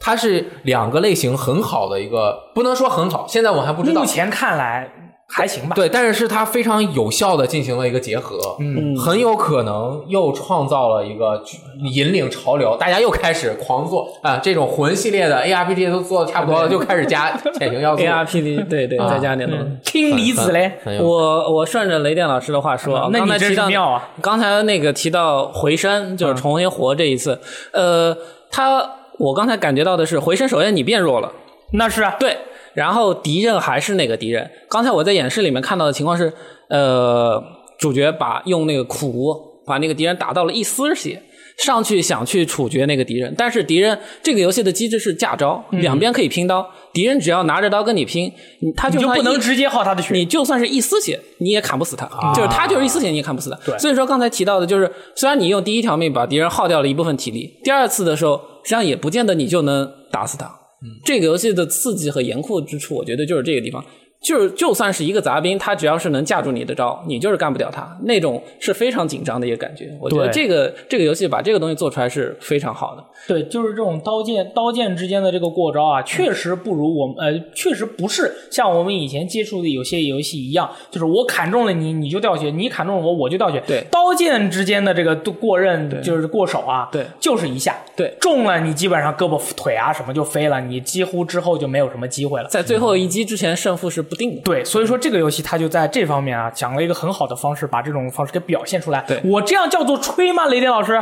B: 它是两个类型很好的一个，不能说很好，现在我还不知道
A: 目。前看来还行吧。
B: 对，但是是它非常有效的进行了一个结合，
A: 嗯
B: 很有可能又创造了一个引领潮流，大家又开始狂做啊，这种魂系列的 ARPG 都做的差不多了，就开 始加潜行要素
C: A R P D，对对，再加点东西。
A: 氢离嗯子嘞，
B: 很有
C: 我我顺着雷电老师的话说啊，
A: 那
C: 刚
A: 你
C: 才
A: 真
C: 提
A: 是
C: 到
A: 妙啊！
C: 刚才那个提到回声，就是重新活这一次，呃，他我刚才感觉到的是回声，首先你变弱了，
A: 那是啊，
C: 对，然后敌人还是那个敌人。刚才我在演示里面看到的情况是，呃，主角把用那个苦把那个敌人打到了一丝血，上去想去处决那个敌人，但是敌人这个游戏的机制是架招，
A: 嗯
C: 两边可以拼刀，敌人只要拿着刀跟你拼，你他
A: 你
C: 就
A: 就
C: 算
A: 不
C: 一
A: 能直接耗他的血。
C: 你就算是啊一丝血，你也砍不死他，就是他就是一丝血，你也砍不死他。所以说刚才提到的，就是虽然你用第一条命把敌人耗掉了一部分体力，第二次的时候，实际上也不见得你就能打死他。这个游戏的刺激和严酷之处，我觉得就是这个地方。就是就算是一个杂兵，他只要是能架住你的招，你就是干不掉他。那种是非常紧张的一个感觉。我觉得
A: 对
C: 这个这个游戏把这个东西做出来是非常好的。
A: 对，就是这种刀剑刀剑之间的这个过招啊，确实不如我们呃，确实不是像我们以前接触的有些游戏一样，就是我砍中了你，你就掉血；你砍中了我，我就掉血。
C: 对
A: 刀剑之间的这个过刃就是过手啊，
C: 对
A: 就是一下，
C: 对
A: 中了你基本上胳膊腿啊什么就飞了，你几乎之后就没有什么机会了。
C: 在最后一击之前，胜负是不定的。
A: 对，所以说这个游戏它就在这方面啊，讲了一个很好的方式，把这种方式给表现出来。
C: 对
A: 我这样叫做吹吗，雷电老师？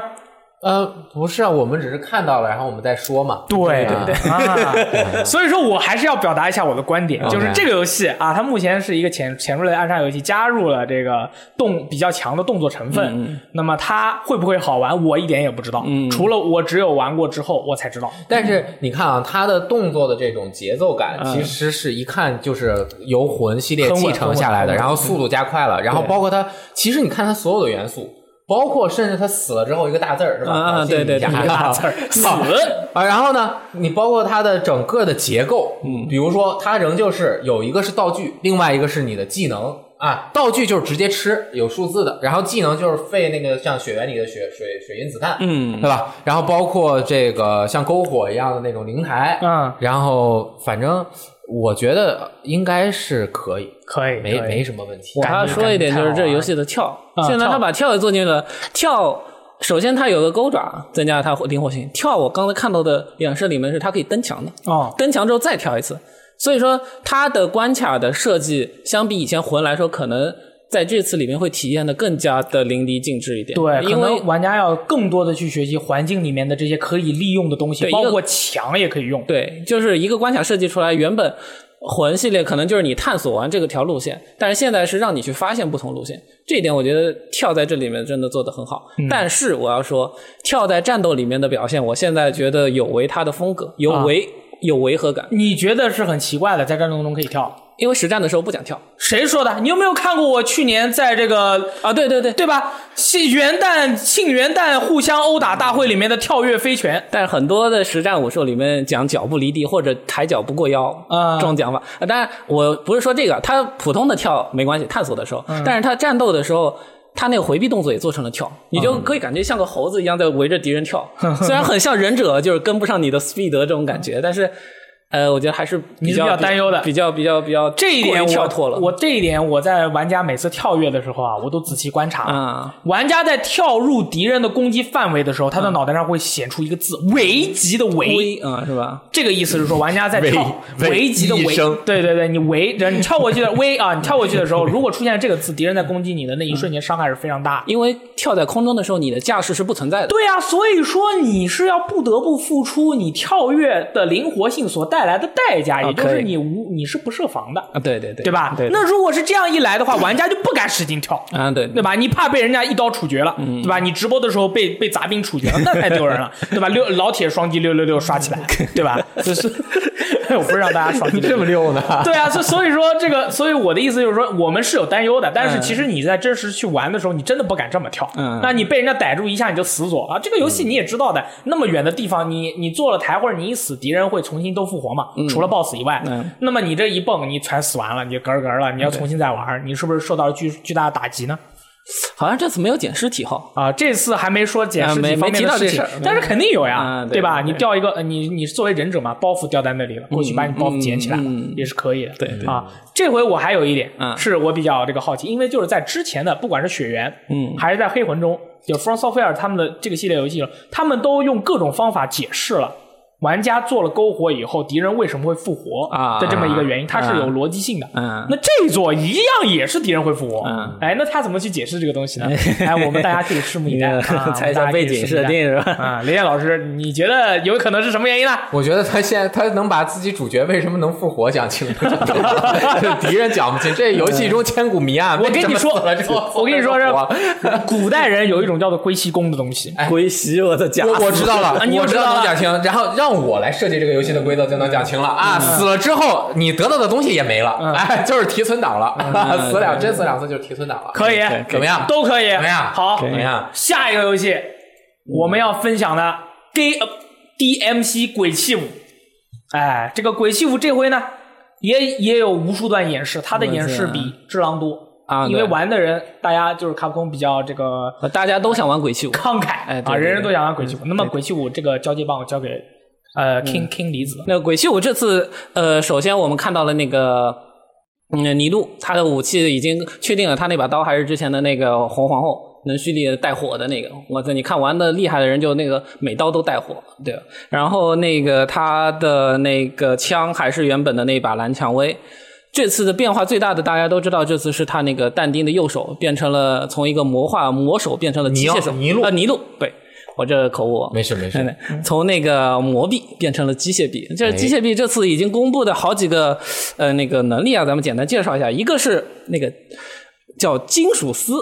B: 呃，不是啊，我们只是看到了，然后我们再说嘛。
A: 对对对啊！所以说我还是要表达一下我的观点，就是这个游戏啊，它目前是一个潜潜入类暗杀游戏，加入了这个动比较强的动作成分。那么它会不会好玩，我一点也不知道。除了我只有玩过之后，我才知道。
B: 但是你看啊，他的动作的这种节奏感，其实是一看就是由魂系列
A: 嗯很稳
B: 继承下来
A: 很
B: 的，
A: 稳
B: 然后速度加快了，然后包括他，其实你看他所有的元素，包括甚至他死了之后一个大
A: 嗯
B: 字儿是吧？
C: 啊 啊
B: 好记
C: 对对
B: 一 下
C: 对一个
A: 大字儿
B: 死啊，然后呢，你包括它的整个的结构，嗯，比如说它仍旧是有一个是道具，另外一个是你的技能。啊，道具就是直接吃，有数字的，然后技能就是费那个像雪原里的雪水水银子弹，
C: 嗯，
B: 对吧？然后包括这个像篝火一样的那种灵台，啊
A: 嗯，
B: 然后反正我觉得应该是可以，
A: 可以，
B: 没
A: 可以
B: 没什么问题。
C: 我还要说一点，就是这游戏的跳，
A: 啊
C: 现在
A: 跳
C: 他把跳也做进去了。跳，首先它有个钩爪，增加了它灵活性。跳，我刚才看到的演示里面是它可以蹬墙的，
A: 哦，
C: 蹬墙之后再跳一次。所以说，它的关卡的设计相比以前魂来说，可能在这次里面会体验的更加的淋漓尽致一点。
A: 对，可
C: 因为
A: 能玩家要更多的去学习环境里面的这些可以利用的东西，
C: 对一个
A: 包括墙也可以用。
C: 对，就是一个关卡设计出来，原本魂系列可能就是你探索完这个条路线，但是现在是让你去发现不同路线，这一点我觉得跳在这里面真的做得很好。但是我要说，跳在战斗里面的表现，我现在觉得有违它的风格，有违、有违和感，
A: 你觉得是很奇怪的，在战斗中可以跳？
C: 因为实战的时候不想跳
A: 谁说的？你有没有看过我去年在这个
C: 啊。对对对，
A: 对吧？庆元旦庆元旦互相殴打大会里面的跳跃飞拳，
C: 但是很多的实战武术里面讲脚不离地或者抬脚不过腰
A: 啊
C: 这种讲法。呃当然，我不是说这个，他普通的跳没关系，探索的时候，
A: 嗯
C: 但是他战斗的时候。他那个回避动作也做成了跳，你就可以感觉像个猴子一样在围着敌 人跳，虽然很像忍者，就是跟不上你的 speed 这种感觉，但是，呃，我觉得还是
A: 嗯你
C: 比
A: 是
C: 较
A: 比较担忧的
C: 比较比较比较
A: 这一点
C: 过于跳
A: 我
C: 脱了
A: 我这一点我在玩家每次跳跃的时候啊，我都仔细观察。
C: 啊，
A: 玩家在跳入敌人的攻击范围的时候，
C: 嗯
A: 他的脑袋上会显出一个字“危急”的“危”，
C: 微啊是吧？
A: 这个意思是说，玩家在跳
B: 危
A: 危急的
B: 危
A: 危
B: 一声，
A: 对对对，你危，你跳过去的 危啊，你跳过去的时候，如果出现这个字，敌人在攻击你的那一瞬间，伤害是非常大的。
C: 因为跳在空中的时候，你的架势是不存在的，
A: 对啊，所以说你是要不得不付出你跳跃的灵活性所带来的代价，也就是
C: 啊可以
A: 你无你是不设防的，
C: 啊，对对对，
A: 对吧？
C: 对，
A: 那如果是这样一来的话，玩家就不敢使劲跳。
C: 啊对
A: 对吧？你怕被人家一刀处决了，
B: 嗯
A: 对吧？你直播的时候被被砸兵处决了，那太丢人了，对吧？六老铁双击六六六刷起来，对吧？就是 我不是让大家双击六
B: 这
A: 六
B: 么
A: 六。
B: 溜呢？
A: 对啊，所所以说这个，所以我的意思就是说，我们是有担忧的，但
B: 嗯
A: 是其实你在真实去玩的时候，你真的不敢这么跳。
C: 嗯
A: 那你被人家逮住一下你就死左了。这个游
B: 嗯
A: 戏你也知道的，那么远的地方，你你做了台或者你一死，敌人会重新都复活嘛？除了 BOSS 以外，
C: 嗯
A: 那么你这一蹦，你全死完了，你就咯咯了，你要重新再玩，你是不是受到了巨巨大的打击呢？
C: 好像这次没有捡尸体哈，
A: 啊，这次还没说解
C: 啊
A: 释
C: 没
A: 方
C: 没
A: 面
C: 提
A: 的
C: 到
A: 事
C: 这
A: 情
C: 事儿，
A: 但是肯定有呀
C: 啊，对
A: 对吧？
C: 对
A: 你掉一个，呃你你作为忍者嘛，包袱掉在那里了，过去把你包袱捡起来了
C: 嗯嗯
A: 也是可以的。
C: 对对
A: 啊，这回我还有一点
C: 嗯
A: 是我比较这个好奇，因为就是在之前的，不管是血缘，
C: 嗯
A: 还是在黑魂中，就 From Software 他们的这个系列游戏，他们都用各种方法解释了。玩家做了篝火以后，敌人为什么会复活
C: 啊
A: 的这么一个原因，它是
C: 啊
A: 有逻辑性的。
C: 嗯
A: 那这一座一样也是敌人会复活，
C: 嗯
A: 哎，那他怎么去解释这个东西呢？哎，我们大家可以拭目以待，啊
C: 猜一下背景设。定
A: 我
C: 是
A: 们大家可以拭目以待
C: 吧？
A: 啊，雷燕老师，你觉得有可能是什么原因呢？
B: 我觉得他现在他能把自己主角为什么能复活讲清楚，这敌人讲不清。这游戏中千古谜案。
A: 我跟你说
B: 为什么死了之后，
A: 我跟你 说啊
B: 复活
A: 古代人有一种叫做龟息功的东西，
C: 归西，我的假
B: 我我知道了，
A: 啊你又
B: 我
A: 知
B: 知
A: 道
B: 道
A: 了
B: 能讲清，然后让我来设计这个游戏的规则就能讲清了啊！死了之后，你得到的东西也没了，
A: 嗯
B: 哎，就是提存档了，啊死两真死两次就是提存档了，
A: 可以，
B: 以怎么样
A: 都可以，
B: 怎么样
A: 好，
B: 怎么样？
A: 啊下一个游戏我们要分享的 G D M C 鬼泣五，哎，这个鬼泣五这回呢，也也有无数段演示，它的演示比《只狼》多
C: 啊对
A: 因为玩的人大家就是卡普空比较这个
C: 大家都想玩鬼泣五，
A: 慷慨，
C: 哎对
A: 啊，
C: 对
A: 人人
C: 对嗯
A: 都想玩鬼泣五。那么鬼泣五这个交接棒我交给呃 King King 离子，
C: 那鬼泣五这次，呃，首先我们看到了那个，嗯，尼禄他的武器已经确定了，他那把刀还是之前的那个红皇后。能蓄力带火的那个，我操！你看玩的厉害的人，就那个每刀都带火，对吧。然后那个他的那个枪还是原本的那把蓝蔷薇。这次的变化最大的，大家都知道，这次是他那个但丁的右手变成了从一个魔化魔手变成了机械手，
B: 尼奥尼禄
C: 啊，尼禄，对我这口误，
B: 没事没
A: 哎
C: 对
B: 事，
C: 对，哎从那个魔币变成了机械币。这机
A: 哎
C: 械币这次已经公布的好几个呃那个能力啊，咱们简单介绍一下。一个是那个叫金属丝，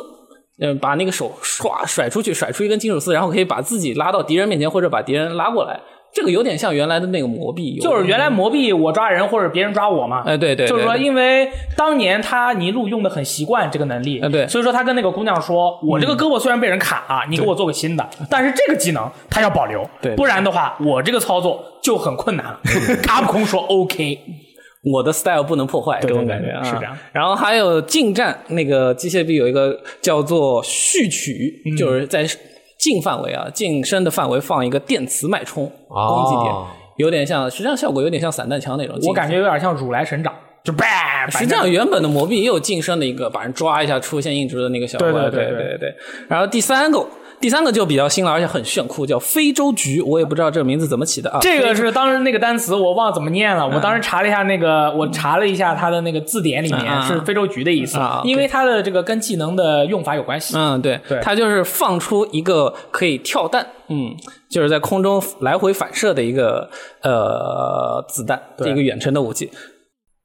C: 嗯，把那个手唰甩出去，甩出一根金属丝，然后可以把自己拉到敌人面前，或者把敌人拉过来。这个有点像原来的那个魔币，有
A: 就是原来魔币我抓人或者别人抓我嘛。
C: 嗯哎对对，对
A: 就是说，
C: 对
A: 因为当年他尼禄用的很习惯这个能力，
C: 哎对嗯
A: 所以说他跟那个姑娘说：“我这个胳膊虽然被人卡啊，你给我做个新 的，但是这个技能他要保留，
C: 对对
A: 不然的话，我这个操作就很困难了。”卡普空说：“OK。”
C: 我的 style 不能破坏，
A: 对
C: 这种
A: 对
C: 感觉
A: 对
C: 啊
A: 是这样。
C: 然后还有近战那个机械臂有一个叫做序曲，
A: 嗯
C: 就是在近范围啊、近身的范围放一个电磁脉冲攻击点，
B: 哦
C: 有点像，实际上效果有点像散弹枪那种。
A: 我感觉有点像如来神掌，就 bang，
C: 实际上，原本的魔币也有近身的一个，把人抓一下出现硬直的那个效果。
A: 对对
C: 对
A: 对
C: 对对。然后第三个，第三个就比较新了，而且很炫酷，叫非洲菊。我也不知道这个名字怎么起的啊。
A: 这个是当时那个单词我忘了怎么念
C: 嗯
A: 了，我当时查了一下那个，我查了一下它的那个字典里面
C: 嗯
A: 是非洲菊的意思
C: 啊，
A: 因为它的这个跟技能的用法有关系。
C: 嗯，对，
A: 对
C: 它就是放出一个可以跳弹，嗯，就是在空中来回反射的一个呃子弹，
A: 对
C: 一个远程的武器。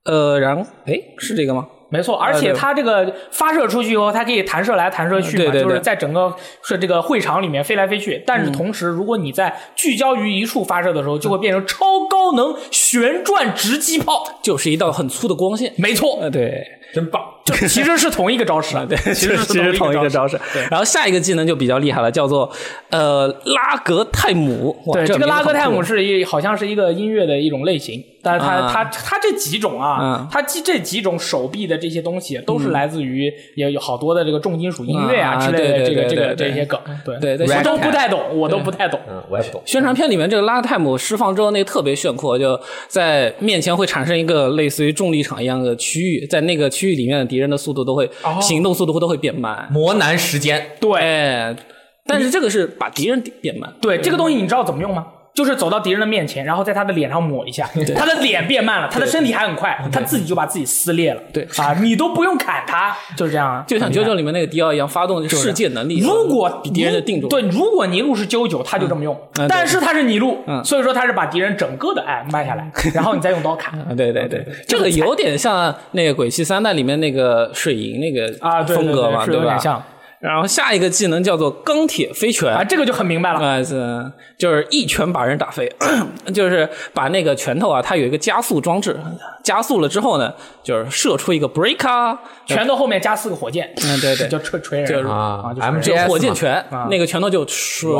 C: 呃，然后哎，是这个吗？
A: 没错，而且
C: 哎对
A: 它这个发射出去以后，它可以弹射来弹射去嘛，
C: 对嗯对
A: 就
C: 对
A: 是在整个是这个会场里面飞来飞去。但是同时，如果你在聚焦于一处发射的时候，就会变成 超高能旋转直击炮。
C: 就是一道很粗的光线。
A: 没错，
C: 呃，对，
A: 真棒！就其实是同一个招式啊，对， 其实
C: 其实
A: 是
C: 同一
A: 一
C: 个
A: 个
C: 招
A: 式
C: 式。然后下一个技能就比较厉害了，叫做呃拉格泰姆。哇
A: 对，这个
C: 名字
A: 拉
C: 好
A: 格泰
C: 酷
A: 姆是一好像是一个音乐的一种类型，但是它、
C: 啊
A: 它它这几种啊
C: 啊，
A: 它这这几种手臂的这些东西都是来自于也有好多的这个重金属音乐啊
C: 嗯啊
A: 之类的
C: 对
A: 这个
C: 对
A: 这个
C: 对对
A: 这些梗，对
C: 对对
A: 我都
B: Ragtime
A: 不太懂，我都不太懂。
B: 嗯，我也不懂。
C: 宣传片里面这个拉泰姆释放之后，那个特别炫酷，就在面前会产生一个类似于重力场一样的区域，在那个区域里面的敌人的速度都会、行动速度都会变慢。
B: 磨难时间，
A: 哦对
C: 哎，但是这个是把敌人变慢。
A: 对，这个
C: 嗯
A: 东西你知道怎么用吗？就是走到敌人的面前，然后在他的脸上抹一下，他的脸变慢了，他的身体还很快，他自己就把自己撕裂了。
C: 对
A: 啊，你都不用砍他，就是这样啊。
C: 就像《九九》里面那个迪奥一样，发动世界能力，
A: 如果
C: 比敌人的定住，
A: 对，如果尼禄是啾啾，他就这么用，
C: 嗯
A: 但是他是尼禄，
C: 嗯
A: 所以说他是把敌人整个的哎慢下来，然后你再用刀砍。
C: 啊，对对对，这个有点像那个《鬼泣三代》里面那个水银那个
A: 啊，对对
C: 风
A: 对
C: 格嘛，
A: 是有
C: 吧
A: 点？像
C: 然后下一个技能叫做钢铁飞拳
A: 啊，这个就很明白了。
C: 啊、是就是一拳把人打飞， 就是把那个拳头啊，它有一个加速装置，加速了之后呢，就是射出一个 break 啊，
A: 拳头后面加四个火箭，
C: 嗯对对
A: 就锤锤
C: 就
A: 人
C: 是
A: 啊
B: 啊，
A: 就是
C: 就
B: MJF
C: 火箭拳，那个拳头就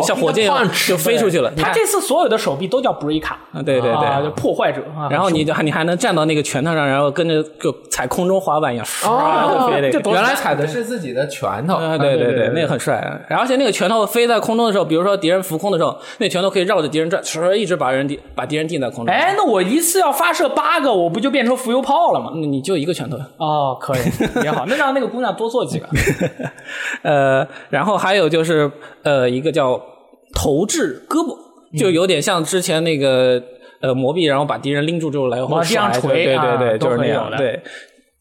C: 像火啊箭一样
B: punch，
C: 就飞出去了。你
A: 他
C: 看
A: 这次所有的手臂都叫 breaker，
C: 啊嗯对对对
A: 啊就破坏者啊。
C: 然后你就你还能站到那个拳头上，然后跟着就踩空中滑板一样，
A: 啊
C: 唰就飞那个。
B: 哦原来踩的是自己的拳头，
A: 嗯
C: 啊，对对对，那个很帅。啊然后而且那个拳头飞在空中的时候，比如说敌人浮空的时候，那拳头可以绕着敌人转，唰一直把人定把敌人定在空中。，
A: 哎，那我一次要发射八个，我不就变成浮游炮了吗？
C: 你就一个拳头。
A: 哦，可以，也好，那让那个姑娘多做几 个。
C: 呃，然后还有就是呃，一个叫投掷胳膊，就有点像之前那个呃魔臂，然后把敌人拎住之后来回
A: 往地上
C: 甩
A: 捶
C: 对
A: 啊
C: 对对，
A: 都
C: 就是那
A: 很有
C: 样
A: 的
C: 对。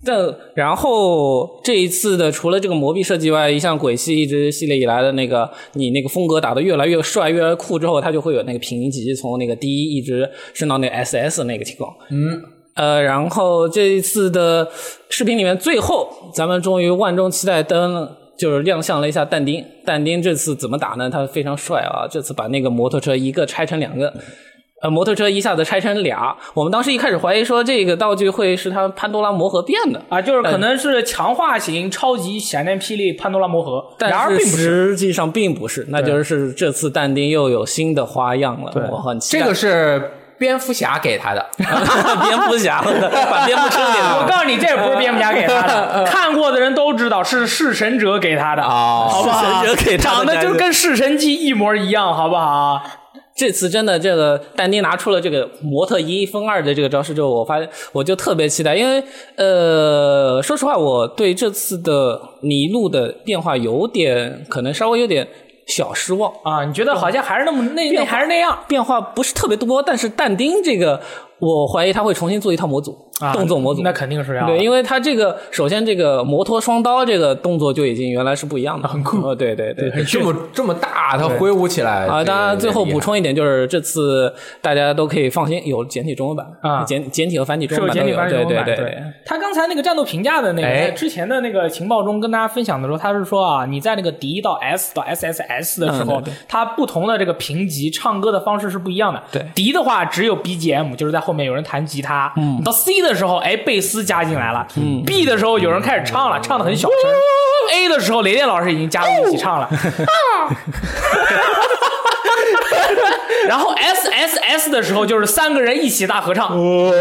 C: 但然后这一次的除了这个魔臂设计外，像鬼泣一直系列以来的那个，你那个风格打得越来越帅、越来越酷之后，它就会有那个评级从那个第一一直升到那个 SS 那个情况。呃，然后这一次的视频里面，最后咱们终于万众期待登了，就是亮相了一下但丁。但丁这次怎么打呢？他非常帅啊！这次把那个摩托车一个拆成两个，呃，摩托车一下子拆成俩。我们当时一开始怀疑说这个道具会是他潘多拉魔盒变的，
A: 啊，就是可能是强化型超级闪电霹雳潘多拉魔盒，然而
C: 但
A: 并
C: 是
A: 不是。
C: 实际上并不是，那就是这次但丁又有新的花样了，我很期
B: 这
C: 待。
B: 个是蝙蝠侠给他的，
C: 蝙蝠侠把蝙蝠车给
A: 我告诉你，这也不是蝙蝠侠给他 的，看过的人都知道是弑神者给他的，
B: 哦
A: 好不好？
C: 弑神者给他的
A: 长得啊就跟弑神记一模一样，好不好？
C: 这次真的，这个但丁拿出了这个模特一分二的这个招式之后，我发现我就特别期待，因为呃，说实话，我对这次的尼禄的变化有点，可能稍微有点小失望，
A: 啊，你觉得好像还是那么那那
C: 变化
A: 还是那样
C: 变化不是特别多，但是但丁这个，我怀疑他会重新做一套模组，
A: 啊
C: 动作模组，
A: 那肯定是要
C: 对，因为他这个首先这个摩托双刀这个动作就已经原来是不一样的，很酷，呃、对对对，
B: 这么这么大，他挥舞起来
C: 啊，
B: 这个
C: 当然最后
B: 有点厉害
C: 补充一点，就是这次大家都可以放心，有简体中文版
A: 啊
C: 简简体和繁体中
A: 是有
C: 文版
A: 简体
C: 都有，
A: 版
C: 对
A: 中文
C: 对
A: 版
C: 对
A: 对。他刚才那个战斗评价的那个，
B: 哎
A: 在之前的那个情报中跟大家分享的时候，他是说啊，你在那个 D 到 S 到 SSS 的时候，
C: 嗯对
A: 它不同的这个评级唱歌的方式是不一样的。
C: 对
A: D 的话只有 BGM，就是在后面有人弹吉他。嗯，到 C 的时候，哎，贝斯加进来了。嗯，B 的时候有人开始唱了，唱的很小声。A 的时候，雷电老师已经加入一起唱了。然后 S S S 的时候就是三个人一起大合唱，哦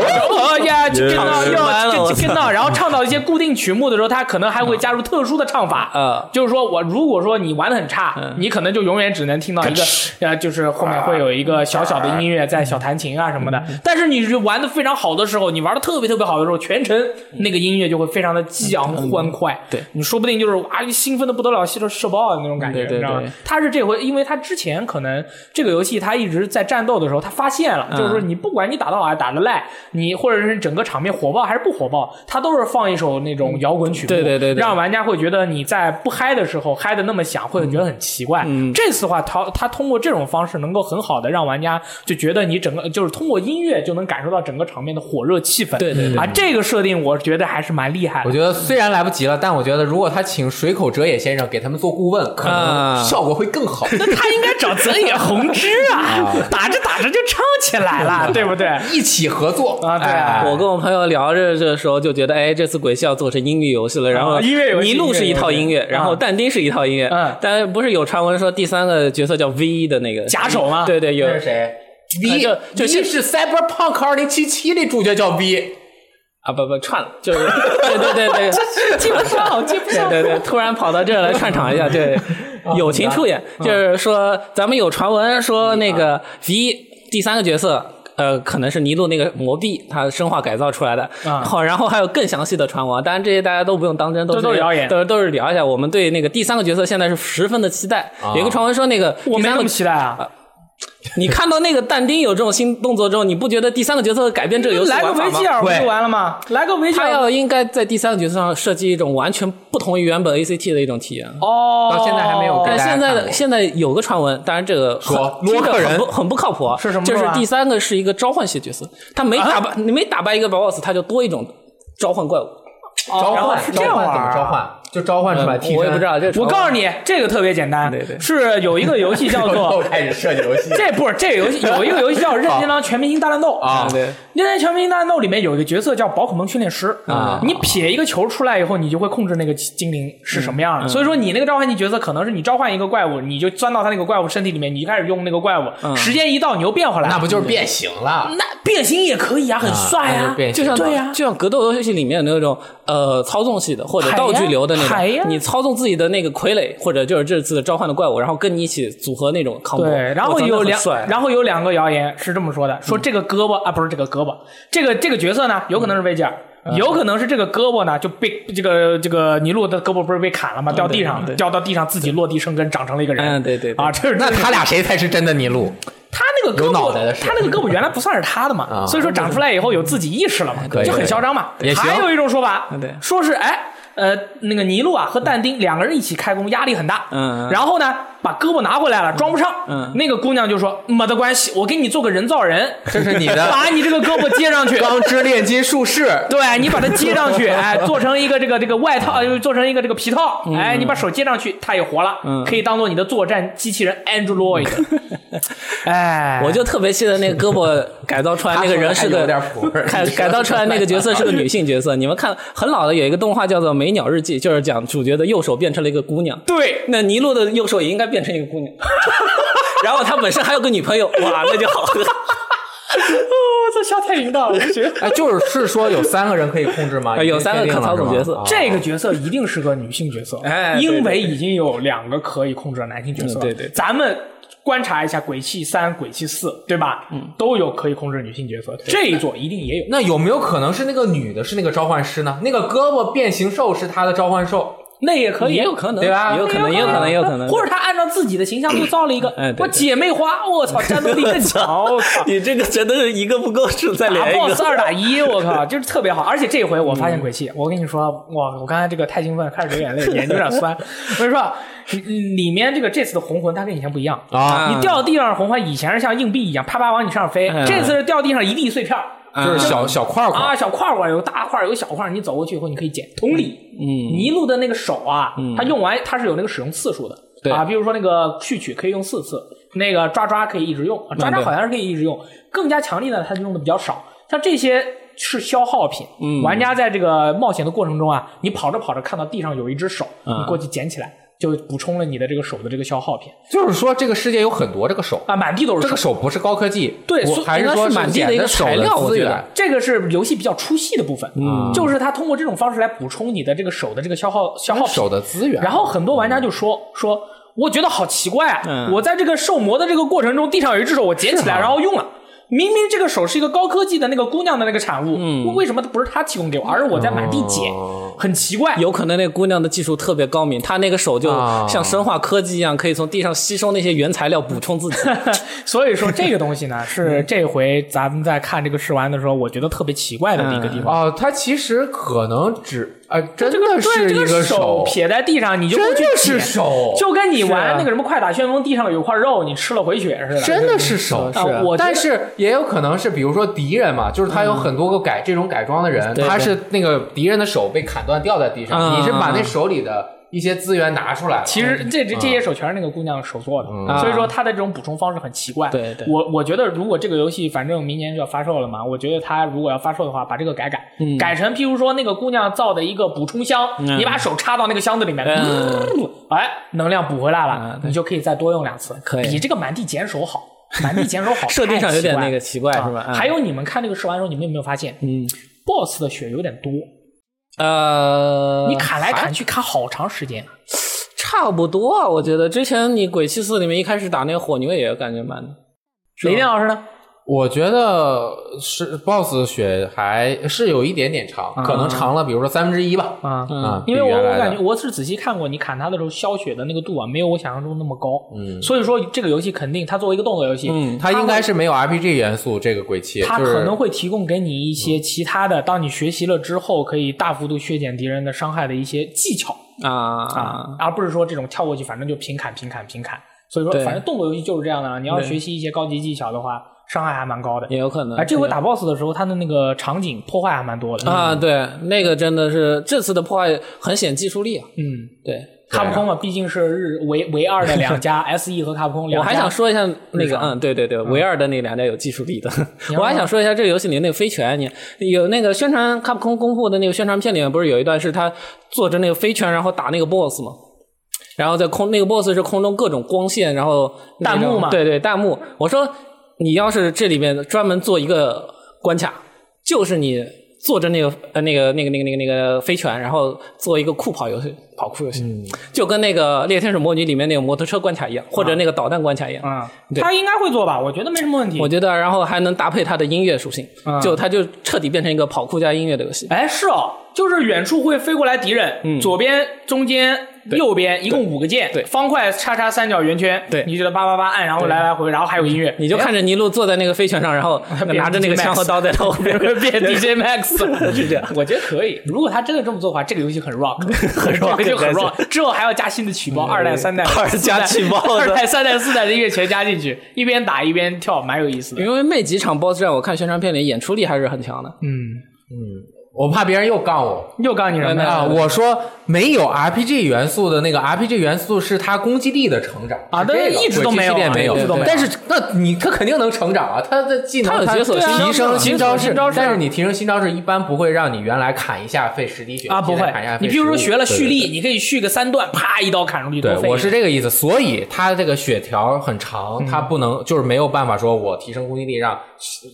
A: 呀，就跟到
C: 也
A: 要就
C: 我
A: 就
C: 操
A: 跟到，然后唱到一些固定曲目的时候，他可能还会加入特殊的唱法，
C: 呃，
A: 就是说我如果说你玩的很差，
C: 嗯
A: 你可能就永远只能听到一个呃，就是后面会有一个小小的音乐在小弹琴啊什么的。
C: 嗯
A: 但是你玩的非常好的时候，你玩的特别特别好的时候，全程那个音乐就会非常的激昂欢快。
C: 嗯对
A: 你说不定就是哇兴奋的不得了，气都射爆啊的那种感觉，
C: 对对
A: 你知道
C: 对
A: 吗？他是这回，因为他之前可能这个游戏他一直在战斗的时候，他发现了，
C: 嗯
A: 就是说你不管你打得好还是打得赖，你或者是整个场面火爆还是不火爆，他都是放一首那种摇滚曲目，
C: 嗯对对对对
A: 让玩家会觉得你在不嗨的时候嗨的那么响，会觉得很奇怪。
C: 嗯
A: 这次的话，他他通过这种方式能够很好的让玩家就觉得你整个就是通过音乐就能感受到整个场面的火热气氛。
C: 对对对
A: 啊，这个设定我觉得还是蛮厉害的
B: 我。觉得虽然来不及了，但我觉得如果他请水口哲也先生给他们做顾问，可能
C: 啊
B: 效果会更 好。
A: 他应该找泽野弘之啊，打着打着就唱起来了，对不对？
B: 一起合作
A: 啊对啊
B: 哎
C: 我跟我朋友聊着这时候就觉得，哎，这次鬼泣要做成啊音乐游戏了。然后
A: 音乐游戏
C: 尼禄是一套音
A: 音乐
C: 乐
A: 游，
C: 啊
A: 戏
C: 然后但丁是一套音乐，
A: 嗯
C: 但不是有传闻说第三个角色叫 V 的那个
A: 假手吗
C: 对对，有
B: 那是谁
C: 哎
B: ？V
C: 就就
B: V
C: 是
B: 是 Cyberpunk 二零七七那主角叫 V，
C: 啊不不串了，就是对对对对，
A: 记不上，记不嗯上。
C: 对对对，突然跑到这儿来串场一下， 对，友情出演，就是说咱们有传闻
A: 嗯
C: 说那
A: 啊
C: 个 V 第三个角色。呃，可能是尼禄那个魔币，他生化改造出来的。
A: 啊
C: 好，然后还有更详细的传闻，当然这些大家都不用当真，都
A: 这
C: 是
A: 都是谣言
C: 都是都是聊一下。我们对那个第三个角色现在是十分的期待。有一个传闻说，那个
A: 啊我
C: 第
A: 没
C: 三
A: 那
C: 个
A: 么期待啊，
C: 你看到那个但丁有这种新动作之后，你不觉得第三个角色会改变这个游戏
A: 来个啊维
C: 玩法吗
A: 吉？尔不
B: 对
A: 就完了吗？来个维吉
C: 他
A: 尔。
C: 要应该在第三个角色上设计一种完全不同于原本 ACT 的一种体验。
A: 哦，
B: 到现在还没有给大
C: 但
B: 家
C: 现在
B: 看过
C: 的现在有个传闻，当然这个很
B: 说
C: 听着
B: 洛克人
C: 很不很不靠谱啊，
A: 是什么啊
C: 就
A: 路
C: 是
A: 啊
C: 第三个是一个召唤系角色，他每打败、你每打败一个 BOSS，他就多一种召唤怪物。
B: 召
A: 然后
B: 唤
A: 哦是这
B: 召
A: 样
B: 唤
A: 玩
B: 怎么
A: 啊
B: 召唤？就召唤出来替身。
C: 嗯我也不 知道这个传
A: 我
C: 闻。
A: 告诉你，这个特别简单，
C: 对对
A: 是有一个游戏叫
B: 又
A: 做
B: 开始设计游戏。
A: 这不是这个游戏有一个游戏叫《任天堂全明星大乱斗》嗯
B: 啊
C: 啊，对，
A: 任天堂全明星大乱斗里面有一个角色叫宝可梦训练师嗯
B: 啊
A: 你撇一个球出来以后，你就会控制那个精灵是什么
B: 嗯
A: 样的。所以说你那个召唤系角色可能是你召唤一个怪物，你就钻到他那个怪物身体里面，你就开始用那个怪物，时间一到你又变回来，
B: 嗯那不就是变形
C: 嗯
B: 了？
A: 那变形也可以啊，很
C: 哎
A: 帅
B: 那
A: 啊
B: 就，变
C: 就
B: 形
C: 像
A: 对呀
C: 就像格斗游戏里面那种呃操纵系的或者
A: 海呀
C: 道具流的那
A: 海呀
C: 种，你操纵自己的那个傀儡或者就是这次的召唤的怪物，然后跟你一起组合那种 combo，
A: 对，然后
C: 我操那
A: 有
C: 很
A: 两
C: 帅，啊嗯
A: 然后有两个谣言是这么说的，说这个胳膊、啊，不是这个胳膊，这个这个角色呢，有可
C: 嗯
A: 能是维吉尔。有可能是这个胳膊呢就被这个这个尼禄的胳膊不是被砍了吗？掉地上，
C: 嗯对对
A: 掉到地上自己落地生根，长成了一个人。
C: 嗯对对对
A: 啊，这是
B: 那他俩谁才是真的尼禄？
A: 他那个胳
B: 有脑
A: 膊
B: 袋的，是
A: 他那个胳膊原来不算是他的
B: 啊
A: 嘛，所以说长出来以后有自己意识了嘛
B: 可以，
A: 就很嚣张嘛。
B: 可以也行
A: 还有一种说法
C: 嗯对，
A: 说是哎呃那个尼禄啊和但丁两个人一起开工，压力很大，
C: 嗯嗯
A: 然后呢把胳膊拿回来了，装不上，
C: 嗯
A: 那个姑娘就说没得关系，我给你做个人造 人，
B: 这是你的
A: 把你这个胳膊接上去。
B: 钢之炼金术士。
A: 对你把它接上去， 哎，做成一个这个这个外套，呃做成一个这个皮套，哎，你把手接上去，它也活了，
C: 嗯
A: 可以当做你的作战机器人 Android。哎，
C: 我就特别记得那个胳膊改造出来那个人是
B: 他说的还有
C: 个
B: 点谱儿
C: 改
B: 你说的
C: 改造出来那个角色是个女性角色。你们看很老的有一个动画叫做《美鸟日记》，就是讲主角的右手变成了一个姑娘，
A: 对，
C: 那尼禄的右手也应该变成一个姑娘。 然后他本身还有个女朋友，哇，那就好喝。哦
A: 我操，瞎太淫荡了，我觉得。
B: 哎，就是是说有三个人可以控制吗？
C: 哎有三个
B: 已经确定了
C: 可操纵
B: 是吗
C: 角色
B: 啊
A: 这个角色一定是个女性角色，
C: 哎对
A: 因为已经有两个可以控制的男性角色了。
C: 嗯对对对
A: 咱们观察一下《鬼泣三》《鬼泣四》，对吧？嗯，都有可以控制女性角色，这一座一定也有。
B: 那有没有可能是那个女的是那个召唤师呢？那个胳膊变形兽是他的召唤兽，
A: 那也可以，啊
C: 也有可能，
B: 对吧
C: 也有可能，也有可能，也有可能。
A: 或者他 按照自己的形象又造了一个，
C: 哎对对。
A: 我姐妹花，我操，战斗力更强，我靠
C: 你这个真的是一个不够，是再
A: 打
C: 连一
A: BOSS
C: 个。
A: 二打一，我靠，就是特别好。而且这回我发现鬼泣，我跟你说，哇，我刚才这个太兴奋，开始流眼泪，眼睛有点酸。我跟你说，里里面这个这次的红魂它跟以前不一样
B: 啊
A: 你掉地上的红魂以前是像硬币一样啪啪往你身上飞，
C: 嗯
A: 这次是掉地上一地碎片儿
B: 就是小小块块。
A: 啊，小块儿块儿有大块儿有小块儿，你走过去以后你可以捡。同理，嗯，尼禄的那个手啊，他用完它是有那个使用次数的，
C: 对
A: 啊，比如说那个序曲可以用四次，那个抓抓可以一直用，啊抓抓
C: 对
A: 好像是可以一直用，更加强力呢，它就用的比较少。像这些是消耗品，玩家在这个冒险的过程中啊，你跑着跑着看到地上有一只手，你过去捡起来。就补充了你的这个手的这个消耗品
B: 就是说这个世界有很多这个手，
A: 啊，满地都是
B: 这
A: 手
B: 个手不是高科技，
A: 对
B: 我
A: 所以
B: 还
C: 应该
B: 说
C: 是满地的一个
B: 手
C: 材料我
B: 资
C: 觉得
B: 源。嗯
A: 这个是游戏比较出戏的部分，就是它通过这种方式来补充你的这个手的这个消耗消耗品
B: 手的资源，嗯
A: 然后很多玩家就说说，我觉得好奇怪啊！
C: 嗯
A: 我在这个受魔的这个过程中，地上有一只手，我捡起来然后用了。明明这个手是一个高科技的那个姑娘的那个产物，
B: 嗯
A: 为什么不是她提供给我，而是我在满地捡？
B: 哦
A: 很奇怪。
C: 有可能那个姑娘的技术特别高明，她那个手就
B: 啊
C: 像生化科技一样，可以从地上吸收那些原材料补充自己。
A: 所以说这个东西 呢，是这回咱们在看这个试玩的时候，我觉得特别奇怪的一个地方。
B: 哦，它其实可能只啊，真的
A: 对
B: 是
A: 这
B: 一
A: 个
B: 手，
A: 撇在地上，你就不
B: 真
A: 去
B: 的
A: 捡
B: 是手，
A: 就跟你
B: 是啊
A: 玩那个什么快打旋风，地上有一块肉，你吃了回血似的。
B: 真的是手。
A: 啊我觉得嗯
B: 但是也有可能是，比如说敌人嘛，就是他有很多个改、这种改装的人，
C: 对
B: 他是那个敌人的手被砍断掉在地上，
C: 嗯
B: 你是把那手里的一些资源拿出来了。
A: 其实这
C: 嗯
A: 这这些手全是那个姑娘手做的，所以说她的这种补充方式很奇怪。
C: 对对
A: 我我觉得如果这个游戏反正明年就要发售了嘛，我觉得它如果要发售的话，把这个改改，
C: 嗯
A: 改成譬如说那个姑娘造的一个补充箱，你把手插到那个箱子里面，
C: 嗯
A: 哎，能量补回来了
C: 嗯，
A: 你就可以再多用两次，
C: 可以
A: 比这个满地捡手好。满地捡手好，
C: 设定上有点
A: 太
C: 那
A: 奇怪
C: 个
A: 了
C: 奇怪是
A: 啊
C: 吧？嗯
A: 还有你们看这个试玩的时候，你们有没有发现
C: 嗯
A: ，BOSS 的血有点多，
C: 呃，
A: 你砍来砍去砍好长时间。
C: 差不多啊，我觉得之前你鬼泣四里面一开始打那个火牛也感觉蛮，
A: 雷电老师呢？
B: 我觉得是 BOSS 血还是有一点点长，可能长了，比如说三分之一吧。
A: 啊，
B: 啊，
A: 嗯因为
B: 比
A: 我
B: 原来
A: 我
B: 的
A: 感觉我是仔细看过，你砍他的时候消血的那个度啊，没有我想象中那么高。嗯，所以说这个游戏肯定它作为一个动作游戏，
C: 嗯
B: 它应该是没有 RPG 元素，这个鬼泣
A: 它
B: 就是
A: 可能会提供给你一些其他
C: 嗯
A: 的，当你学习了之后，可以大幅度削减敌人的伤害的一些技巧
C: 啊啊，
A: 而不是说这种跳过去，反正就平砍平砍平砍。所以说，
C: 对
A: 反正动作游戏就是这样的，你要
C: 对
A: 学习一些高级技巧的话，伤害还蛮高的。
C: 也有可能。
A: 而啊哎这回
C: 对
A: 打 BOSS 的时候，它的那个场景破坏还蛮多的。
C: 啊，对，那个真的是这次的破坏很显技术力啊。
A: 嗯，
C: 对，啊
A: 卡普空嘛，毕竟是日唯唯二的两 家 SE 和卡普空两
C: 我
A: 家，
C: 还想说一下那
A: 日
C: 个，
A: 常
C: 嗯，对对对，唯二的那两家有技术 力的。
A: 要
C: 我还想说一下这个游戏里那个飞拳，你有那个宣传卡普空公布的那个宣传片里面，不是有一段是他做着那个飞拳，然后打那个 BOSS 吗？然后在空那个 BOSS 是空中各种光线，然后那种
A: 弹幕嘛
C: 对对，弹幕。我说你要是这里面专门做一个关卡，就是你坐着那个呃那个那个那个那个那个飞拳，然后做一个酷跑游戏，跑酷游戏，
A: 嗯
C: 就跟那个《猎天使魔女》里面那个摩托车关卡一样，或者那个导弹关卡一样。
A: 啊，
C: 对
A: 他应该会做吧？我觉得没什么问题
C: 我。觉得，然后还能搭配它的音乐属性，
A: 嗯
C: 就它就彻底变成一个跑酷加音乐的游戏。
A: 哎，是哦，就是远处会飞过来敌人，左边、中间、右边，一共五个键，
C: 嗯对
A: 方块、叉叉、三角、圆圈，
C: 对
A: 你就得叭叭叭按，然后来来回，然后还有音乐，哎
C: 你就看着尼禄坐在那个飞拳上，然后拿着那个枪 和刀在他后面
A: 变 DJ Max
C: 是这样。
A: 我觉得可以。如果他真的这么做的话，这个游戏很 rock，很
C: rock，
A: 就很
C: 对对
A: rock。之后还要加新的曲包，二代、三代、
C: 二
A: 四
C: 加
A: 代
C: 曲包
A: 二
C: 的
A: 代、三代、四代的音乐全加进去，一边打一边跳，蛮有意思的。
C: 因为那几场 BOSS 战，我看宣传片里演出力还是很强的。
A: 嗯，
B: 我怕别人又杠我
A: 又告诉你什么
B: 啊！
A: 呀？
B: 我说没有 RPG 元素的那个 RPG 元素是他攻击力的成长
A: 啊
B: 是这
A: 但
B: 个
A: 是一直都没有
B: 鬼泣系列没有，
A: 一直都没有
B: 但是那你他肯定能成长啊，他的技能
C: 他有解锁
B: 他
C: 新
B: 提升新招式
A: 啊新招式，
B: 但是你提升新招式一般不会让你原来砍一下费十滴血
A: 啊，不
B: 现在
A: 会
B: 砍一下，费
A: 你比如说
B: 15
A: 学了蓄
B: 对对
A: 力，
B: 对
A: 你可以蓄个三段，啪一刀砍出去，多
B: 对，
A: 费一嗯
B: 我是
A: 点
B: 这个意思，所以它这个血条很长，它不能就是没有办法说我提升攻击力让，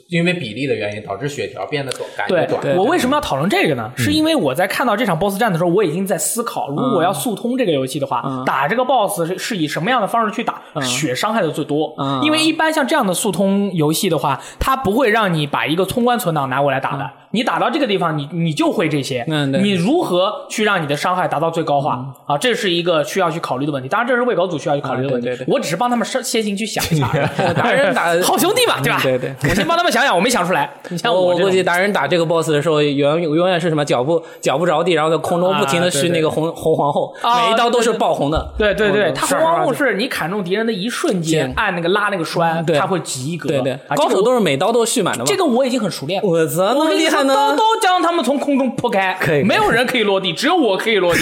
B: 因为比例的原因导致血条变得短，感觉
A: 对
B: 短。
A: 我为什么要讨论这个呢？是因
C: 嗯
A: 为我在看到这场 BOSS 战的时候，我已经在思考，如果要速通这个游戏的话，
C: 嗯
A: 打这个 BOSS 是是以什么样的方式去打，血伤害的最多。
C: 嗯
A: 因为一般像这样的速通游戏的话，它不会让你把一个通关存档拿过来打的。你打到这个地方，你你就会这些。
C: 嗯对嗯
A: 你如何去让你的伤害达到最高化啊？这是一个需要去考虑的问题。当然，这是喂狗组需要去考虑的问题
C: 啊对对。
A: 我只是帮他们先先行去想一 下而已，
C: 达人打
A: 好兄弟嘛，对吧？
C: 嗯对对
A: 我先帮他们想想，我没想出来。你像
C: 我
A: 我
C: 我
A: 这
C: 估
A: 种
C: 计达人打这个 boss 的时候，永永远是什么脚不脚不着地，然后在空中不停的
A: 啊对
C: 续那个红红皇后，
A: 啊
C: 每一刀都是
A: 对对对
C: 爆红的。
A: 对对对，
C: 嗯
A: 他
C: 是
A: 红光
C: 是
A: 幕是你砍中敌人的一瞬间，按那个拉那个栓，
C: 嗯对
A: 他会急一格。
C: 对对
A: 啊，
C: 高手
A: 这个
C: 都是每刀都是续满的嘛。
A: 这个我已经很熟练了。
C: 我操，那么厉害
A: 我跟你说
C: 呢
A: 刀！刀将他们从空中扑开，
C: 可以
A: 没有人可以落地，只有我可以落 地。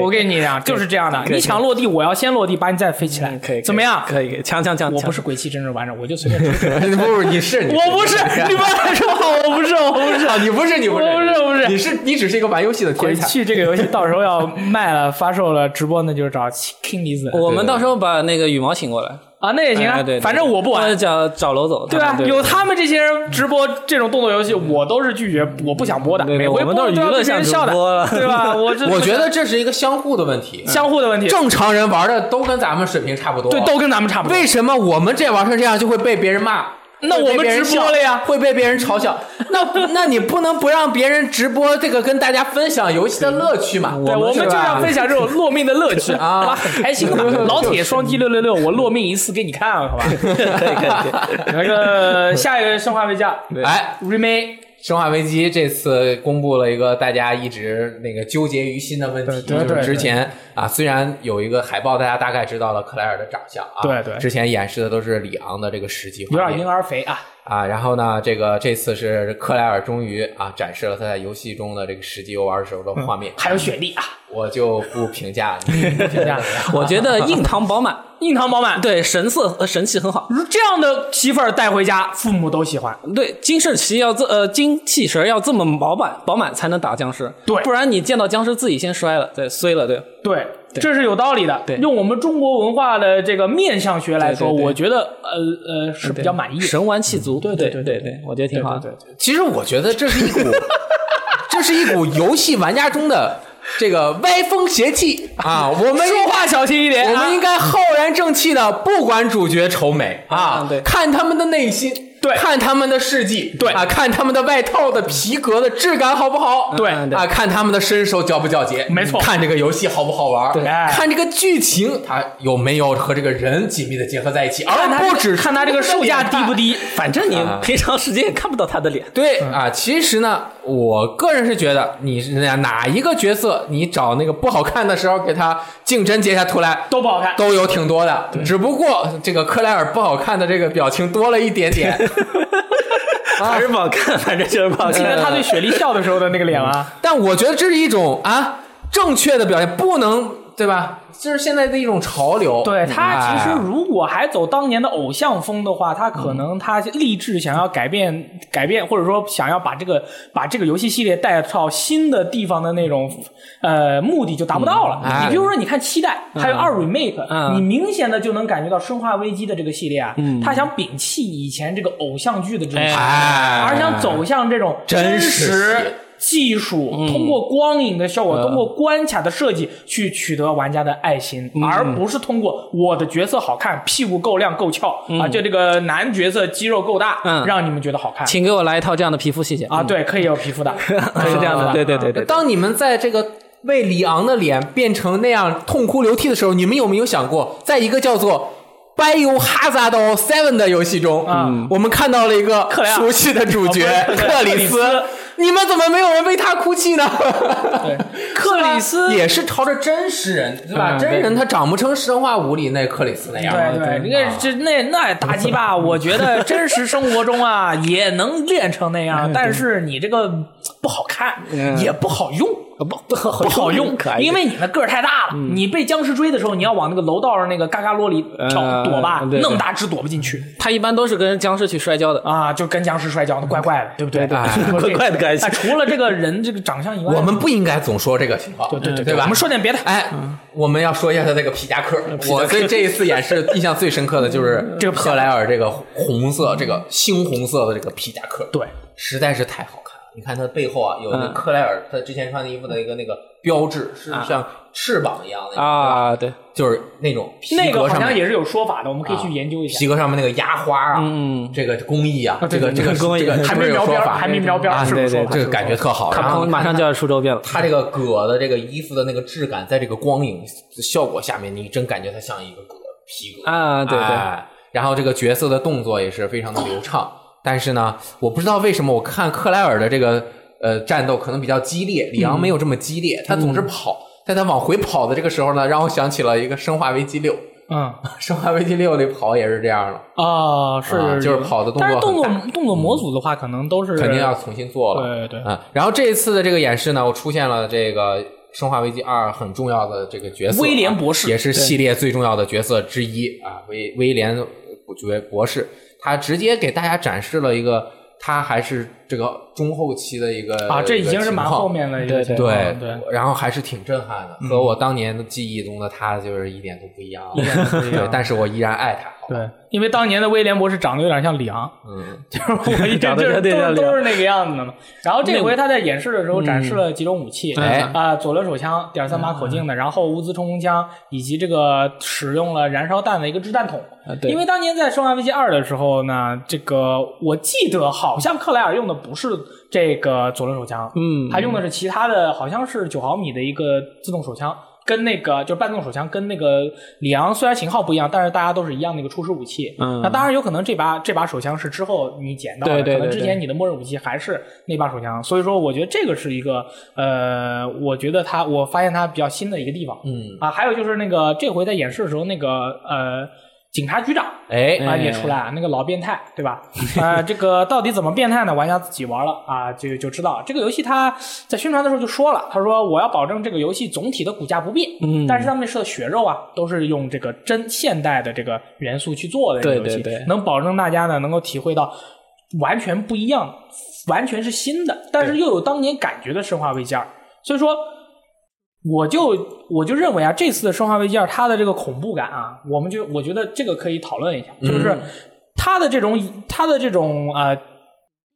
A: 我跟你讲，就是这样的。
C: 以
A: 你想落地，我要先落地，把你再飞起来
C: 嗯，可以，可以
A: 怎么样？
C: 可以，可以强强强！
A: 我
C: 强
A: 不 是鬼泣真正玩者，我就随便吹吹。
B: 不是你是你，
A: 我不是，你不要说我不是，我不是，
B: 啊，你不是，你不是，
A: 我不是我不是
B: 你是你只是一个玩游戏的
A: 回
B: 天才。
A: 去这个游戏到时候要卖了、发售了、直播，那就是找 King 离子
C: 我们到时候把那个羽毛请过来，
A: 啊，那也行啊
C: 哎对，，
A: 反正我不玩
C: 或者，找找楼总，
A: 对吧？
C: 对
A: 有他们这些人直播这种动作游戏，我都是拒绝，我不想播的。
C: 对
A: 每
C: 我
A: 回
C: 们
A: 播
C: 都是
A: 都要
C: 娱乐
A: 被别人笑
C: 向
A: 的
C: 主播了，
A: 对吧？我这
B: 我觉得这是一个相互的问题。嗯
A: 相互的问题，
B: 正常人玩的都跟咱们水平差不多，
A: 对，都跟咱们差不多
B: 为。什么我们这玩成这样就会被别人骂？
A: 那我们
B: 会被别人
A: 直播
B: 笑
A: 了呀
B: 会被别人嘲笑。那那你不能不让别人直播这个跟大家分享游戏的乐趣嘛？
A: 对，我们
B: 是
A: 就
B: 吧
A: 要分享这种落命的乐趣
B: 啊
A: 好吧？很开心嘛。老铁双击六六六，我落命一次给你看，好吧？可以可以。那个下一个《生化危机二
B: 哎，》
A: remake，
B: 《生化危机》这次公布了一个大家一直那个纠结于心的问题，
A: 对对
B: 就是
A: 对
B: 之前啊，虽然有一个海报，大家大概知道了克莱尔的长相啊，
A: 对对
B: 之前演示的都是里昂的这个实际
A: 有
B: 画
A: 点婴
B: 面
A: 儿肥啊。
B: 啊，然后呢，这个这次是克莱尔终于啊展示了他在游戏中的这个实际游玩时候的画面，
A: 还有雪莉啊，
B: 我就不评价 了，你不评
A: 这
B: 价
A: 样
C: 我觉得硬糖饱满，
A: 硬糖饱满，
C: 对神色和神气很好。
A: 如这样的媳妇儿带回家，父母都喜欢。
C: 对，精神气要这呃精气神要这么饱满饱满才能打僵尸，
A: 对
C: 不然你见到僵尸自己先摔了，对，衰了，对，
A: 对，这是有道理的。
C: 对
A: 用我们中国文化的这个面相学来说，
C: 对对对
A: 我觉得呃呃是比较满意的。
C: 神完气嗯足，对
A: 对对
C: 对对
A: 对
C: 对，我觉得挺好的。
A: 对对
B: 其实我觉得这是一股，这是一股游戏玩家中的这个歪风邪气啊！我们
A: 说话小心一点
B: 我
A: 啊
B: 们！应该浩然正气的，不管主角丑美啊
C: 嗯，对
B: 看他们的内心。
A: 对
B: 看他们的事迹，
A: 对
B: 啊，看他们的外套的皮革的质感好不好？
A: 对
B: 嗯啊，看他们的身手矫不矫洁，
A: 没错
B: 看这个游戏好不好玩，
A: 对
B: 看这个剧情它有没有和这个人紧密的结合在一起，而
A: 看他这个
B: 不只是
A: 看他这个售价低不嗯低，
C: 反正你
B: 啊
C: 平常时间也看不到他的脸，
B: 对啊，其实呢，我个人是觉得，你是哪哪一个角色，你找那个不好看的时候给他竞争截下图来，
A: 都不好看。
B: 都有挺多的。只不过这个克莱尔不好看的这个表情多了一 点点，
C: 还是不好看， 反正就是不好
A: 记得
C: 看。啊
A: 他对雪莉笑的时候的那个脸啊，
B: 但我觉得这是一种啊正确的表现，不能对吧？这是现在的一种潮流。
A: 对他其实
B: 哎
A: 如果还走当年的偶像风的话，他可能他立志想要改变改变，或者说想要把这个把这个游戏系列带到新的地方的那种呃目的就达不到了。
B: 哎
A: 你比如说，你看七代还有二 remake，、
C: 嗯
A: 你明显的就能感觉到《生化危机》的这个系列啊，他想摒弃以前这个偶像剧的这种形式，
B: 嗯哎
A: 而想走向这种
B: 真实
A: 实技术，
C: 嗯
A: 通过光影的效
C: 呃
A: 果，通过关卡的设计去取得玩家的爱心，
C: 嗯
A: 而不是通过我的角色好看，屁股够亮够翘、啊，就这个男角色肌肉够大，
C: 嗯
A: 让你们觉得好看
C: 请给我来一套这样的皮肤，谢谢
A: 啊。，对，可以有皮肤的，啊
C: 嗯
A: 是
C: 是这样的，对对对对。
B: 当你们在这个为里昂的脸变成那样痛哭流涕的时候，你们有没有想过，在一个叫做《Biohazard Seven》的游戏中，
A: 嗯
B: 我们看到了一个
A: 克莱尔
B: 熟悉的主角
A: 哦不是克莱
B: 克
A: 尔
B: 里
A: 克里
B: 斯
A: 斯，
B: 你们怎么没有人为他哭泣呢？
A: 对，克里斯。
B: 也是朝着真实人，对吧？
C: 嗯
B: 真
C: 对
B: 人他长不成神话五里那克里斯那样。
C: 啊
A: 对对，你看这那那大鸡巴， 我觉得真实生活中啊也能练成那 样，但是你这个不好看，
C: 嗯
A: 也不好用。
C: 不不
A: 不好用
C: 可爱，一点
A: 因为你的个儿太大了。
B: 嗯
A: 你被僵尸追的时候，你要往那个楼道那个嘎嘎窝里跳
C: 呃
A: 躲吧，
C: 对对
A: 那么大只躲不进去
C: 他一般都是跟僵尸去摔跤的。
A: 啊，就跟僵尸摔跤，那怪怪的，对不对？
B: 对
A: 哎
C: 怪怪的感觉
A: 哎除了这个人这个长相以外，
B: 我们不应该总说这个情况，
A: 对对对
B: 对吧？
A: 我们说点别的。
B: 哎，
A: 嗯
B: 我们要说一下他这个皮夹克。我对这一次演示印象最深刻的就是
A: 这个皮夹克
B: 克莱尔这个红色、这个猩红色的这个皮夹克，
A: 对，
B: 实在是太好看了。你看它背后啊，有那
C: 嗯
B: 克莱尔他之前穿的衣服的一个那个标志，是
A: 啊
B: 像翅膀一样的，
C: 啊，对，
B: 就是那种皮
A: 那个
B: 革
A: 好
B: 上
A: 像
B: 面。啊
A: 也是有说法的，我们可以去研究一下。
B: 皮革上面那个压花啊，
C: 嗯
B: 这个工艺啊，这
A: 对
B: 个这
A: 对
B: 个
C: 对工艺
B: 这个
A: 还
B: 是不
A: 没
B: 是有
A: 描
B: 说
A: 边儿，
B: 法
A: 还？没描边儿，
C: 啊
A: 是不是
C: 对对
A: 说法？
B: 这
A: 是
B: 个
A: 不是
B: 感觉
A: 说
B: 特好，
C: 卡
B: 然后
C: 普空马上就要出周边了。
B: 它这个革的这个衣服的那个质感，在这个光影效果下面，你真感觉它像一个革皮革
C: 啊对对
B: 哎然后这个角色的动作也是非常的流畅，但是呢，我不知道为什么我看克莱尔的这个呃战斗可能比较激烈，里昂没有这么激烈，他总是跑，在他往回跑的这个时候呢，让我想起了一个《生化危机六》， 《
A: 嗯
B: 生化危机六》里跑也是这样的，
A: 啊，
B: 啊
A: 是
B: 就是跑的动
A: 但是动
B: 作
A: 作
B: 很大。
A: 动作模组的话，可能都是
B: 肯定要重新做了，
A: 对对对
B: 啊、然后这一次的这个演示呢，我出现了这个《生化危机二》很重要的这个角色啊，
A: 威廉博士
B: 也是系列最重要的角色之一啊，威威廉呃主角博士，他直接给大家展示了一个他还是这个中后期的一个
A: 啊，这已经是
B: 情
A: 蛮
B: 况
A: 后面的一个情况了
B: 对
A: 对，嗯
B: 然后还是挺震撼的，和我当年的记忆中的他就是一点都不一样，
A: 一点都不一样
B: 对，但是我依然爱他。
A: 对，
C: 啊
A: 因为当年的威廉博士长得有点像里昂，
B: 嗯，
A: 就是我一直
C: 长
A: 就
C: 得
A: 是
C: 有点像
A: 都
C: 里昂
A: 都是那个样子的嘛。然后这回他在演示的时候展示了几种武器，
B: 哎
A: 啊，左轮手枪、点三八口径的，然后无兹冲锋枪，以及这个使用了燃烧弹的一个掷弹筒。
C: 对
A: 因为当年在《生化危机二》的时候呢，这个我记得好像克莱尔用的不是这个左轮手枪，
C: 嗯
A: 他用的是其他的，好像是九毫米的一个自动手枪，跟那个就是半自动手枪，跟那个里昂虽然型号不一样，但是大家都是一样的一个初始武器。
C: 嗯
A: 那当然有可能这把这把手枪是之后你捡到的，
C: 对对
A: 可能
C: 对
A: 之前你的默认武器还是那把手枪，所以说我觉得这个是一个呃，我觉得它我发现它比较新的一个地方。
B: 嗯
A: 啊，还有就是那个这回在演示的时候，那个呃警察局长。
B: 哎，
A: 啊，也出来了，那个老变态，对吧？ 啊，这个到底怎么变态呢？玩家自己玩了啊，就就知道。这个游戏它在宣传的时候就说了，他说我要保证这个游戏总体的骨架不变，
C: 嗯
A: 但是他们吃的血肉啊，都是用这个真现代的这个元素去做的一个
C: 对
A: 游戏，
C: 对对
A: 能保证大家呢能够体会到完全不一样、完全是新的，但是又有当年感觉的《生化危机二》，所以说。我就我就认为啊，这次的《生化危机二》它的这个恐怖感啊，我们就我觉得这个可以讨论一下，就是它的这种它的这种呃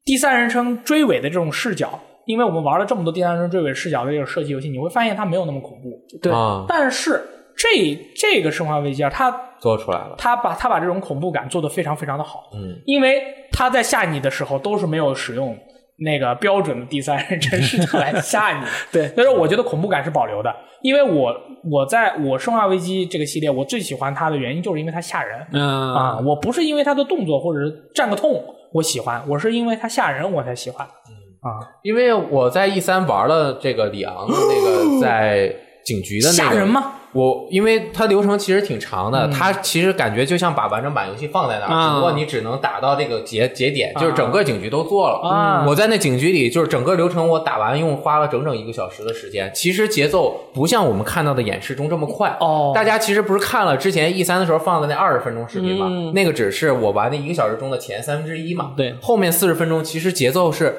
A: 第三人称追尾的这种视角，因为我们玩了这么多第三人称追尾视角的这种射击游戏，你会发现它没有那么恐怖。
C: 对
B: 啊，
A: 但是这这个《生化危机二》，它
B: 做出来了，
A: 它把它把这种恐怖感做得非常非常的好，
B: 嗯，
A: 因为它在吓你的时候都是没有使用。那个标准的第三人称视角来吓你，
C: 对
A: 所以说我觉得恐怖感是保留的，因为我我在我生化危机这个系列，我最喜欢它的原因就是因为它吓人，
C: 嗯
A: 啊，我不是因为他的动作或者是占个痛我喜欢，我是因为他吓人我才喜欢。啊，
B: 因为我在 E 三玩了这个里昂的那 个在警局的那个
A: 吓人吗？嗯
B: 我因为它流程其实挺长的，它其实感觉就像把完整版游戏放在那儿，
C: 啊
B: 只不过你只能打到这个节节点，就是整个警局都做了。
A: 啊
B: 我在那警局里，就是整个流程我打完，一共花了整整一个小时的时间。其实节奏不像我们看到的演示中这么快。
A: 哦
B: 大家其实不是看了之前 E 三的时候放的那二十分钟视频嘛，
C: 嗯
B: 那个只是我玩的一个小时中的前三分之一嘛。
C: 对
B: 后面四十分钟其实节奏是。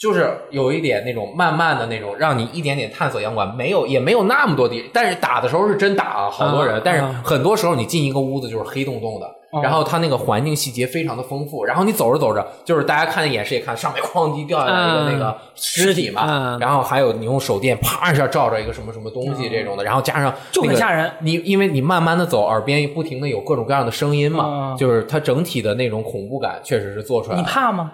B: 就是有一点那种慢慢的那种，让你一点点探索洋馆，没有也没有那么多敌人，但是打的时候是真打啊，好多人，
C: 啊
B: 但是
C: 啊哦
B: 很多时候你进一个屋子就是黑洞洞的，然后它那个环境细节非常的丰富，然后你走着走着，就是大家看演示也看，上面哐叽掉下来一个
C: 嗯
B: 那个尸体嘛，
C: 嗯
B: 然后还有你用手电啪一下照着一个什么什么东西这种的，然后加上
A: 就很
B: 那个
A: 吓人
B: 你因为你慢慢的走，耳边不停的有各种各样的声音嘛，
A: 嗯
B: 就是它整体的那种恐怖感确实是做出来了。
A: 你怕吗？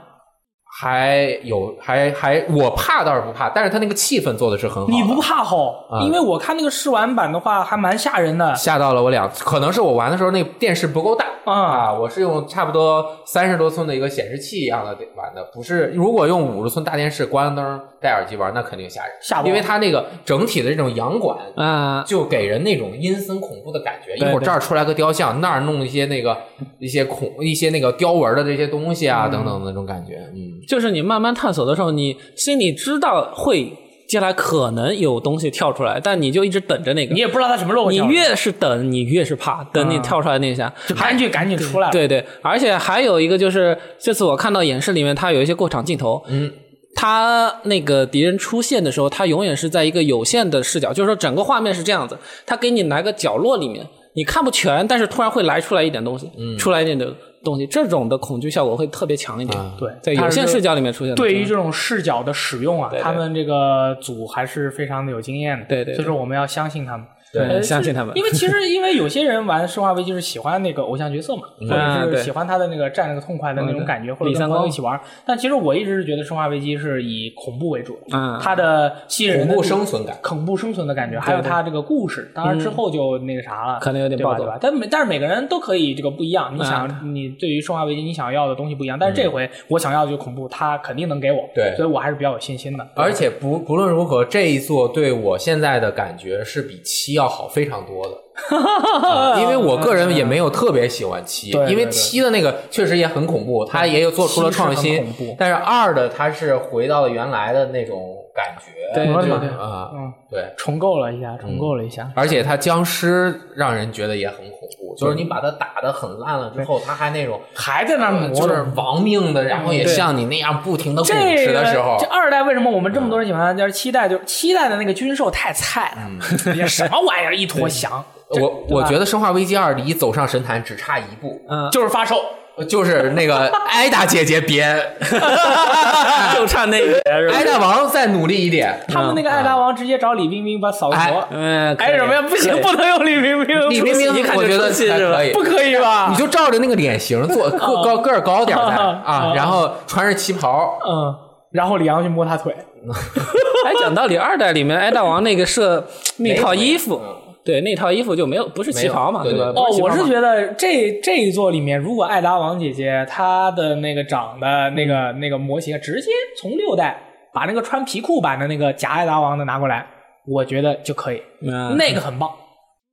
B: 还有还还我怕倒是不怕，但是他那个气氛做的是很好的。
A: 你不怕吼？
B: 啊
A: 因为我看那个试玩版的话，还蛮吓人的。
B: 吓到了我两，可能是我玩的时候那电视不够大
A: 啊
B: 我是用差不多三十多寸的一个显示器一样的玩的，不是如果用五十寸大电视关灯戴耳机玩，那肯定吓人，
A: 吓爆
B: 因为它那个整体的这种洋馆。
C: 啊，
B: 就给人那种阴森恐怖的感觉，一
C: 对
B: 会儿这
C: 对
B: 儿出来个雕像，那儿弄一些那个一些恐一些那个雕纹的这些东西啊，等等的那种感觉，嗯，
C: 就是你慢慢探索的时候，你心里知道会接下来可能有东西跳出来，但你就一直等着那个
A: 你。也不知道他什么时候会
C: 嗯你
A: 跳出来
C: 越是等，你越是怕，等你
A: 啊
C: 跳出来那一下，
A: 就赶紧赶紧出来了。
C: 对对，而且还有一个就是，这次我看到演示里面，它有一些过场镜头，
B: 嗯，
C: 它那个敌人出现的时候，它永远是在一个有限的视角，就是说整个画面是这样子，它给你来个角落里面，你看不全，但是突然会来出来一点东西，嗯、出来一点的东西，这种的恐惧效果会特别强一点，
B: 啊
A: 对
C: 在
A: 它
C: 有
A: 是
C: 限视角里面出现的。
A: 对于这种视角的使用啊，
C: 对对
A: 他们这个组还是非常的有经验的。
C: 对对对
A: 所以说我们要相信他们。
B: 对
A: 呃
C: 相信他们
A: 因为其实因为有些人玩《生化危机》是喜欢那个偶像角色嘛，或
C: 啊
A: 者
C: 对
A: 是喜欢他的那个站那个痛快的那
C: 嗯
A: 种
C: 对
A: 感觉，或者
C: 李
A: 跟
C: 三
A: 朋友
C: 光
A: 一起玩。但其实我一直是觉得《生化危机》是以恐怖为主，
C: 嗯
A: 它的吸引人
B: 恐
A: 的
B: 怖
A: 地
B: 生存感，
A: 恐怖生存的感觉，还有它这个故事。当然之后就那个啥了，
C: 可能有点
A: 对吧
C: 暴走
A: 对吧？但每但是每个人都可以这个不一样。你想，
C: 嗯
A: 你对于《生化危机》你想要的东西不一样，但是这回我想要的就恐怖，它肯定能给我。
B: 对
A: 所以我还是比较有信心的。
B: 而且不不论如何，这一座对我现在的感觉是比七要好非常多 的，啊因为我个人也没有特别喜欢七
A: 嗯对，对
B: 因为
A: 对
B: 七的那个确实也很恐怖，它也有做出了创
A: 七是
B: 新
A: 很恐怖，
B: 但是二的它是回到了原来的那种感觉，
C: 对
A: 对
B: 就是
A: 对
B: 啊，
A: 嗯，
B: 对，
A: 重构了一下，重构了一下。
B: 而且它僵尸让人觉得也很恐怖，就是你把它打得很烂了之后，它还那种
A: 还在那儿
B: 就
A: 磨
B: 是
A: 着。
B: 亡命的，然后也
C: 对
B: 像你那样不停的
A: 这
B: 拱哧的时
A: 个，
B: 候
A: 这二代为什么我们这么多人喜欢？就是七代，就是七代的那个军售太菜了， 也什么玩意儿一坨翔，
B: 我我觉得《生化危机二》离走上神坛只差一步，
C: 嗯，
A: 就是发售。
B: 就是那 个艾达姐姐别，
C: 就差那 个是吧
B: 艾？达王再努力一点。
A: 他们那个艾达王直接找李冰冰把扫
B: 哎
A: 活，
C: 嗯，可以
A: 哎什么呀？不行，不能用李冰冰，
B: 李冰冰
C: 一，看就
B: 我觉得
C: 出戏
B: 还
C: 是吧嗯
B: 可以
A: 不。可以吧？
B: 你就照着那个脸型 做，个高个儿高点儿再啊，
A: 啊
B: 然后穿着旗袍，
A: 嗯，然后李阳去摸他腿，
C: 哎，讲道理，二代里面艾大王那个设那套衣服
B: 没有，嗯
C: 对，那套衣服就没有，不是旗袍嘛，
B: 没有
C: 吧？
B: 对
A: 哦
C: 不，旗袍
A: 我
C: 嘛
A: 是觉得这这一座里面，如果艾达王姐姐她的那个长的那个那个模型，直接从六代把那个穿皮裤版的那个假艾达王的拿过来，我觉得就可以，
C: 嗯
A: 那个很棒。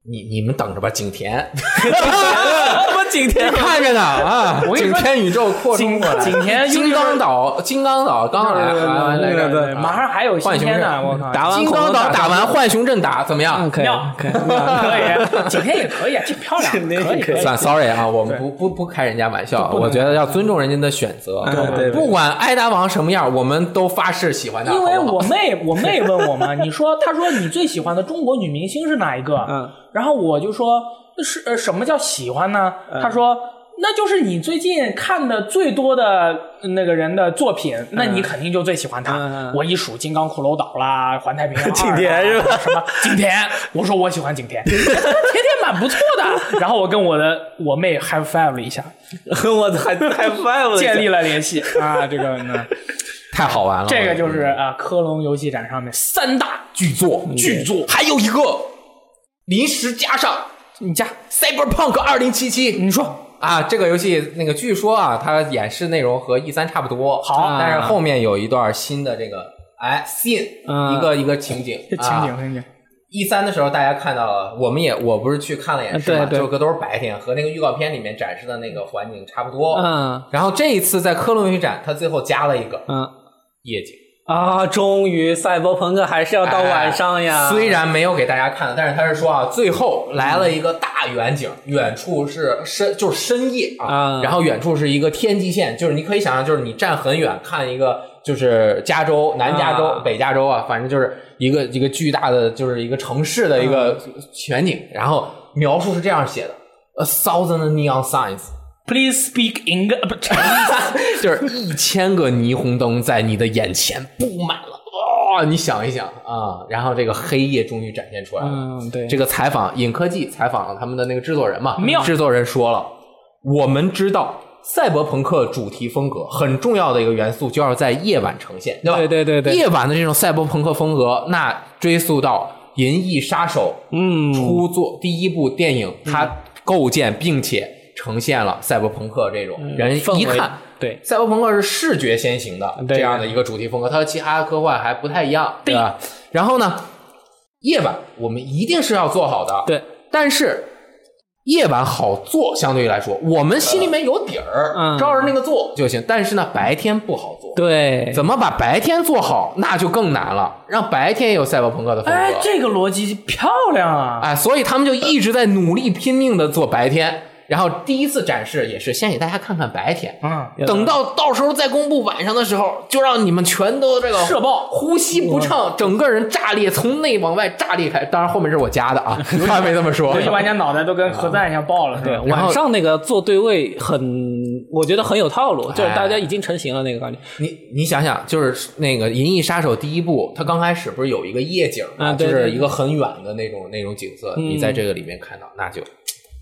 B: 你你们等着吧，景 甜，
C: 我景天
B: 看着呢啊，
A: 我跟你
B: 景
A: 说
B: 天宇宙扩充过来，
A: 景景甜
B: 金刚岛，金刚岛刚来，
C: 对对对
B: 来
A: 嗯
B: 完来
C: 对对对
B: 来来
A: 马上还有新
B: 浣熊
A: 天呢，
B: 镇
A: 我靠，
C: 打完
B: 金
C: 恐
B: 刚
C: 龙
B: 岛打
C: 打
B: 完浣熊镇打怎么样？
C: 可以
A: 妙，
C: 可以，
A: 可以，景甜也可以， 挺漂亮，
C: 那
A: 的，
C: 个
A: 可以
C: 可
A: 可
C: 以
A: 以。
B: 算 sorry 啊，我们不不不开人家玩笑，
A: 不能嗯
B: 我觉得要尊重人家的选择。
C: 对对对
B: 不管艾达王什么样，我们都发誓喜 欢他。
A: 因为
B: 好不好
A: 我妹我妹问我嘛，你说她说你最喜欢的中国女明星是哪一个？
C: 嗯，
A: 然后我就说是呃什么叫喜欢呢？
C: 嗯
A: 她说那就是你最近看的最多的那个人的作品，那你肯定就最喜欢
C: 嗯嗯
A: 他
C: 嗯。
A: 我一数《金刚骷髅岛》啦，《环太平洋二啦》啊
C: 景甜是吧
A: 什么景甜？我说我喜欢景甜，景甜蛮不错 的。然后我跟我的我妹 high five 了一下，
C: 我太太 five 了，
A: 建立了联系啊，这个呢。
B: 太 好玩了，
A: 这个就是啊，科隆游戏展上面三大
B: 巨作，
A: 嗯
B: 巨作，还有一个临时加上
A: 你加，
B: Cyberpunk 二零七七，
A: 你说
B: 啊，这个游戏那个据说啊，它演示内容和 E 三差不多，啊
A: 好
B: 但是后面有一段新的这个哎 scene，、
C: 嗯
B: 一个一个情景，
A: 这情景
B: 啊。
A: 情景，
B: E 三的时候大家看到了，我们也我不是去看了演示嘛，
C: 对对
B: 就都是白天，和那个预告片里面展示的那个环境差不多。
C: 嗯
B: 然后这一次在科隆游戏展，它最后加了一个
C: 嗯
B: 夜景，
C: 啊，终于赛博朋克还是要到晚上呀，
B: 哎虽然没有给大家看，但是他是说啊，最后来了一个大远景，远处是深，就是深夜啊，
C: 嗯啊
B: 然后远处是一个天际线，就是你可以想象，就是你站很远看一个，就是加州、南加州、
C: 啊
B: 北加州啊，反正就是一个一个巨大的，就是一个城市的一个
C: 嗯
B: 全景。然后描述是这样写的：A thousand neon signs。
A: Please speak 啊 English，不
B: 就是一千个霓虹灯在你的眼前布满了，哇、你想一想啊，然后这个黑夜终于展现出来了。
C: 嗯对
B: 这个采访影科技采访了他们的那个制作人嘛
A: 妙，
B: 制作人说了，我们知道赛博朋克主题风格很重要的一个元素就要在夜晚呈现，对吧？
C: 对对对对
B: 夜晚的这种赛博朋克风格，那追溯到《银翼杀手》
C: 嗯
B: 初作第一部电影，它构建并且呈现了赛博朋克这种人
C: 嗯氛围
B: 一看。
C: 对
B: 赛博朋克是视觉先行的
C: 对
B: 这样的一个主题风格，它和其他科幻还不太一样，
A: 对
B: 对吧？然后呢，夜晚我们一定是要做好的，。
C: 对
B: 但是夜晚好做，相对于来说，我们心里面有底儿，
C: 嗯
B: 照着那个做就行。但是呢，白天不好做，
C: 对，
B: 怎么把白天做好，那就更难了。让白天也有赛博朋克的 风格，
A: 哎，这个逻辑漂亮啊！
B: 哎，所以他们就一直在努力拼命的做白天。然后第一次展示也是先给大家看看白天，
A: 嗯，
B: 等到到时候再公布晚上的时候，就让你们全都这个
A: 社爆
B: 呼吸不畅，整个人炸裂，从内往外炸裂开。当然后面是我加的啊，他没这么说
A: 游。戏玩家脑袋都跟核弹一样爆了，是吧？
B: 然后
C: 晚上那个做对位很，我觉得很有套路，就是
B: 哎
C: 大家已经成型了那个感觉。
B: 你你想想，就是那个《银翼杀手》第一部，它刚开始不是有一个夜景嘛，
C: 啊对
B: 就是
C: 对
B: 一个很远的那种那种景色，
A: 嗯
B: 你在这个里面看到，那就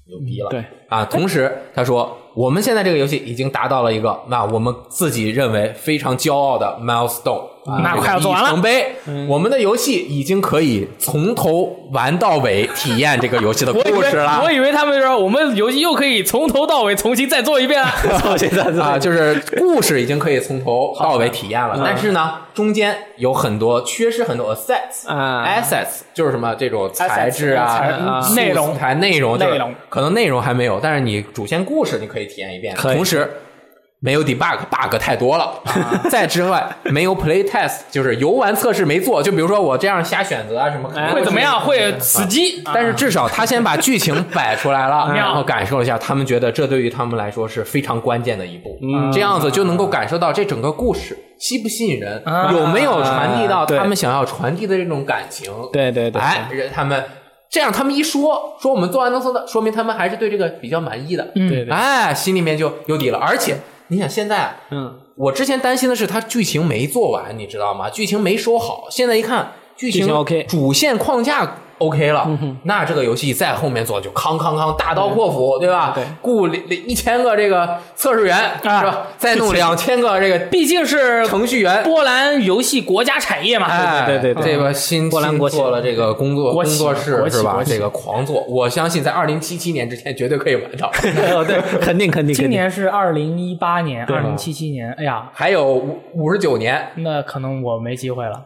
B: 牛逼了。
C: 对
B: 啊，同时他说，我们现在这个游戏已经达到了一个那我们自己认为非常骄傲的 milestone，啊
A: 那快要做完了嗯
B: 这个里程碑。我们的游戏已经可以从头玩到尾，体验这个游戏的
A: 我以
B: 故事
A: 为
B: 了。
A: 我以为他们说我们游戏又可以从头到尾重新再做一 遍了，
C: 到现在
B: 啊，就是故事已经可以从头到尾体验了，但是呢，中间有很多缺失很多 assets
C: 啊
B: assets 就是什么这种材质啊、
A: 材质
B: 啊
A: 嗯内容
B: 素材内容，就是
A: 内容
B: 可能内容还没有，但是你主线故事你可以体验一遍，
C: 可以
B: 同时。没有 debug，bug 太多了。
A: 啊
B: 再之外， 没有 play test，就是游玩测试没做。就比如说我这样瞎选择啊什么，
A: 哎会怎么 样？会死机？
C: 啊
B: 但是至少他先把剧情摆出来 了，
A: 嗯
B: 然后感受一下，他们觉得这对于他们来说是非常关键的一步。
C: 嗯
B: 这样子就能够感受到这整个故事吸不吸引人，
A: 啊
B: 有没有传递到
C: 对
B: 他们想要传递的这种感情。
C: 对对对，
B: 哎，人他们这样，他们一说说我们做完能做到，说明他们还是对这个比较满意的。嗯
A: 对对
B: 哎，心里面就有底了。而且你想，现在啊
C: 嗯，
B: 我之前担心的是他剧情没做完，你知道吗？剧情没收好，现在一看剧情
C: 剧情 OK 嗯
B: 主线框架 OK 了，那这个游戏在后面做就康康康大刀阔斧，对吧？
C: 嗯对，啊
B: 雇里里一千个这个测试员、是吧？再弄两千个这个
A: 毕竟是
B: 程序员。
A: 波兰游戏国家产业嘛，
B: 哎，
C: 对对对对
B: 这个新
C: 波兰
B: 新
C: 国企
B: 做了这个工作
A: 国
B: 工
A: 企
B: 作室
A: 国企
B: 是吧
A: 国？企
B: 这个狂做，我相信在二零七七年之前绝对可以 完到。
C: 哦对，肯定肯定
A: 今
C: 肯定。
A: 年是二零一八年，
C: 对
A: 二零七七年，哎呀，
B: 还有五五十九年，
A: 那可能我没机会 了。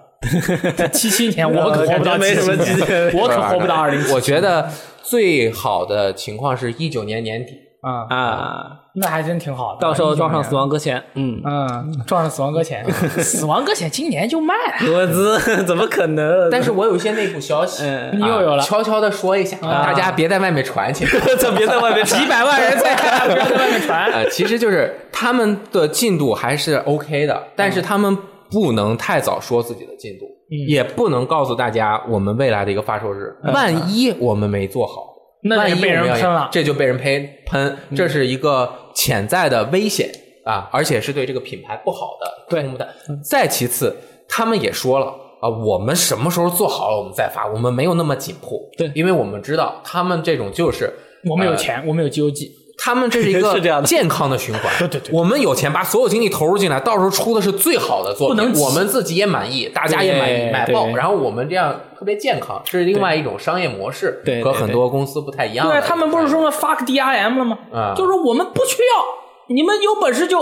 A: 七七年我可活不到
C: 感觉没什么
A: 77
C: 机
A: 年，
C: 会
A: 我可活不到二零
B: 我觉得最好的情况是一九年年底，
A: 啊，
C: 啊，
A: 那还真挺好的。
C: 到时候撞上死
A: 亡，
C: 亡搁浅，嗯，
A: 嗯，撞上死亡搁浅， 死亡搁浅今年就卖了，
C: 罗兹 怎么可能？
B: 但是我有一些内部消息，
C: 嗯
A: 你又有了啊
B: 啊悄悄的说一下，大家别在外面 传去。
C: 这别在外 面
A: 几百万哎人在不要在外面传。
B: 呃，其实就是他们的进度还是 OK 的，但是他们不能太早说自己的进度，
A: 嗯
B: 也不能告诉大家我们未来的一个发售日。万一我们没做好，
A: 那
B: 万一
A: 就被人
B: 我们要
A: 喷了嗯
B: 这就被人喷喷，这是一个潜在的危险啊，而且是对这个品牌不好的。
A: 对嗯
B: 不的。再其次，他们也说了。啊，我们什么时候做好了，我们再发。我们没有那么紧迫，
C: 对
B: 因为我们知道他们这种就是
A: 我们有
C: 嗯
B: 呃
A: 钱，我们有 GOG，
B: 他们这是一
C: 是这样
B: 个
C: 的
B: 健康的循环。
A: 对对对
B: 我们有钱把所有精力投入进来，到时候出的是最好的作品，
A: 不能急
B: 我们自己也满意，大家也满意，
C: 对
B: 买爆。
C: 对
B: 然后我们这样特别健康，这是另外一种商业模式，
C: 对对
B: 和
C: 对
B: 很多公司不太一样的。
A: 对啊他们不是说了 fuck DRM 了吗？
C: 嗯
B: 啊
A: 就是我们不需要，你们有本事就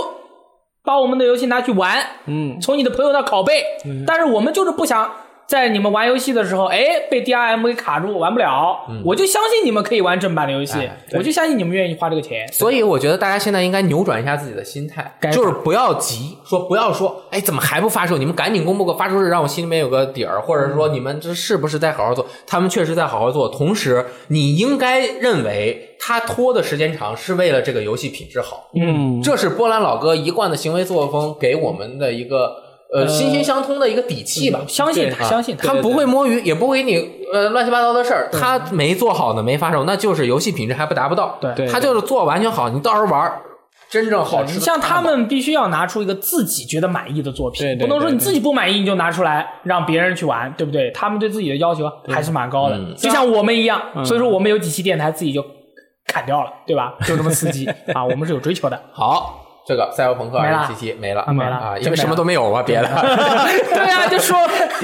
A: 把我们的游戏拿去玩，
C: 嗯，
A: 从你的朋友那拷贝。但是我们就是不想在你们玩游戏的时候，哎，被 DRM 给卡住，玩不了。
C: 嗯
A: 我就相信你们可以玩正版的游戏
B: 哎，
A: 我就相信你们愿意花这个钱。
B: 所以我觉得大家现在应该扭转一下自己的心态
A: 该，
B: 就是不要急，说不要说，哎，怎么还不发售？你们赶紧公布个发售日，让我心里面有个底儿，或者说你们这是不是在好好做？他们确实在好好做，同时你应该认为他拖的时间长是为了这个游戏品质好，
C: 嗯，
B: 这是波兰老哥一贯的行为作风给我们的一个呃心心相通的一个底气吧。
A: 嗯相信他，
B: 啊
A: 相信
B: 他们不会摸鱼，也不会给你呃乱七八糟的事儿。他没做好呢，没发售，那就是游戏品质还不达不到。
A: 对
C: 对
B: 他就是做完就好，你到时候玩儿真正好吃
A: 你
B: 的
A: 像他
B: 看吧
A: 们必须要拿出一个自己觉得满意的作品，
C: 对对
A: 不能说
C: 对
A: 你自己不满意你就拿出来让别人去玩，对不对？他们对自己的要求还是蛮高的，
C: 嗯
A: 就像我们一样。所以说我们有几期电台自己就砍掉了，对吧？就这么刺 激啊，我们是有追求的。
B: 好。这个《赛博朋克
A: 没了
B: 2077》没了
A: 啊没了
B: 啊，
A: 真
B: 因为
A: 没
B: 什么
A: 了
B: 都没有嘛，别 的
A: 对啊，就说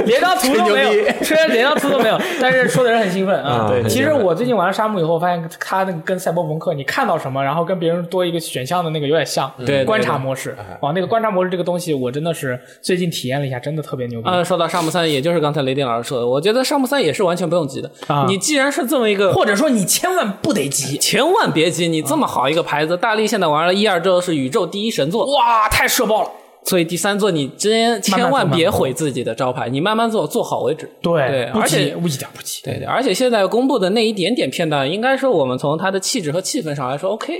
A: 连张图都没
B: 吹牛
A: 有，虽然连张图都没有，但是说的人很兴奋啊
B: 啊。
A: 其
B: 对很
A: 实
B: 兴奋
A: 我最近玩了沙漠以后，发现它那个跟赛博朋克，你看到什么，然后跟别人多一个选项的那个有点像，
C: 对对
A: 观察模式啊，那个观察模式这个东西，我真的是最近体验了一下，真的特别牛逼。
C: 啊，说到沙姆三，也就是刚才雷电老师说的，我觉得沙姆三也是完全不用急的。
A: 啊
C: 你既然是这么一个，
A: 或者说你千万不得急，
C: 千万别急，你这么好一个牌子，大力现在玩了一二周是宇宙第一神作，
A: 哇，太社爆了。
C: 所以第三座你真
A: 慢慢做
C: 千万别毁自己的招牌，你慢慢做，做好为止。对
A: 不
C: 而且
A: 急，我一点不急。
C: 对对，而且现在公布的那一点点片段，应该说我们从它的气质和气氛上来说，OK，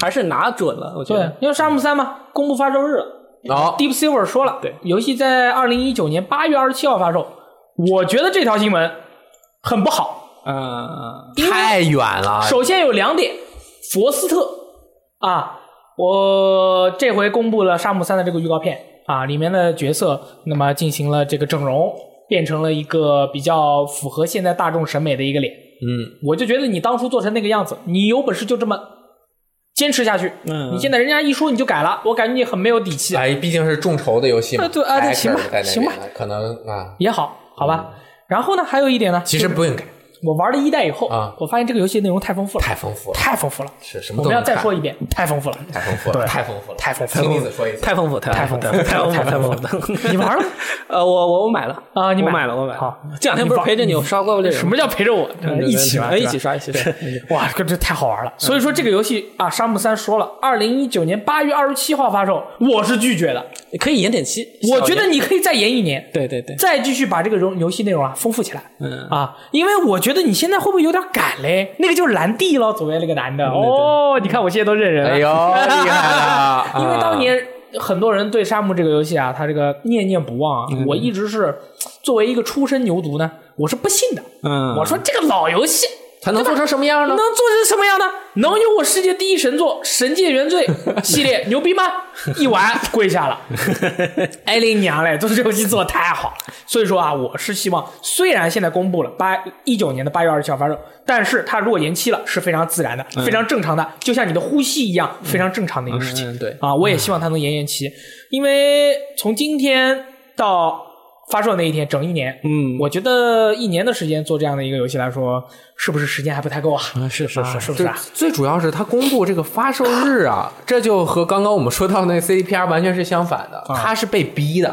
C: 还是拿准了，我觉
A: 对
C: 得。，
A: 因为沙漠三嘛，公布发售日了。
B: 好，
A: Deep Silver 说了，
C: 对，
A: 游戏在二零一九年八月二十七号发售。我觉得这条新闻很不好。
C: 嗯，
A: 因为
B: 太远了。啊
A: 首先有两点，佛斯特啊，我这回公布了《沙漠三》的这个预告片啊，里面的角色那么进行了这个整容，变成了一个比较符合现在大众审美的一个脸。
B: 嗯，
A: 我就觉得你当初做成那个样子，你有本事就这么坚持下去。
C: 嗯
A: 你现在人家一说你就改了，我感觉你很没有底气。
B: 哎，毕竟是众筹的游戏嘛，
A: 啊对啊对
B: Hacker
A: 行吧
B: 在那
A: 行吧
B: 边，可能啊，
A: 也好，好吧。然后呢，还有一点呢，
B: 其实不应该，
A: 我玩了一代以后
B: 啊
A: 我发现这个游戏内容太丰富了，
B: 太丰富了，
A: 太丰富了。
B: 是什么
A: 我
B: 都
A: 们
B: 能
A: 要再
B: 看
A: 说一遍，太丰富了，
B: 太丰富了，
A: 对
B: 太丰富了，
A: 太丰富
B: 听
A: 了
B: 栗子说一次，
C: 太丰富，太丰富，太丰富，太丰富 了。
A: 你玩了？
C: 呃，我我我买了
A: 啊你
C: 我
A: 买
C: 买了，我买了。
A: 好
C: 这两天不是陪着你我刷怪物猎人
A: 什
C: 吗？
A: 么叫陪着我？呃
C: 对
A: 一起
C: 对
A: 玩，
C: 对
A: 对吧
C: 一起刷，一起刷。
A: 哇，这这太好玩了！所以说这个游戏啊，沙漠三说了，二零一九年八月二十七号发售，我是拒绝的。
C: 你可以延点期，
A: 我
C: 小
A: 觉得
C: 延
A: 你可以再延一年，
C: 对对对，
A: 再继续把这个游游戏内容啊丰富起来。
C: 嗯
A: 啊，因为我觉得你现在会不会有点赶嘞？那个就是蓝帝了，左边那个男的。哦，你看我现在都认人了。
B: 哎呦，厉害了
A: ！因为当
B: 啊
A: 年很多人对沙漠这个游戏啊，他这个念念不忘啊，
B: 嗯
A: 我一直是作为一个初生牛犊呢，我是不信的。
C: 嗯
A: 我说这个老游戏。
B: 它能做成什么样呢
A: 能？做成什么样呢？能有我世界第一神作《神界原罪》 系列牛逼吗？一 玩跪下了，哎林娘嘞，这游戏做得太好了。所以说啊，我是希望，虽然现在公布了八一九年的八月二十七号发售，但是它如果延期了，是非常自然的，非常正常的，就像你的呼吸一样，非常正常的一个事情。
C: 嗯嗯对
A: 啊，我也希望它能延延期，因为从今天到发售那一天，整一年，
C: 嗯
A: 我觉得一年的时间做这样的一个游戏来说，是不是时间还不太够啊？
C: 啊是是
A: 啊，是不是
B: 最
A: 啊？
B: 最主要是它公布这个发售日啊，这就和刚刚我们说到那 CDPR 完全是相反的，
A: 啊
B: 它是被逼的，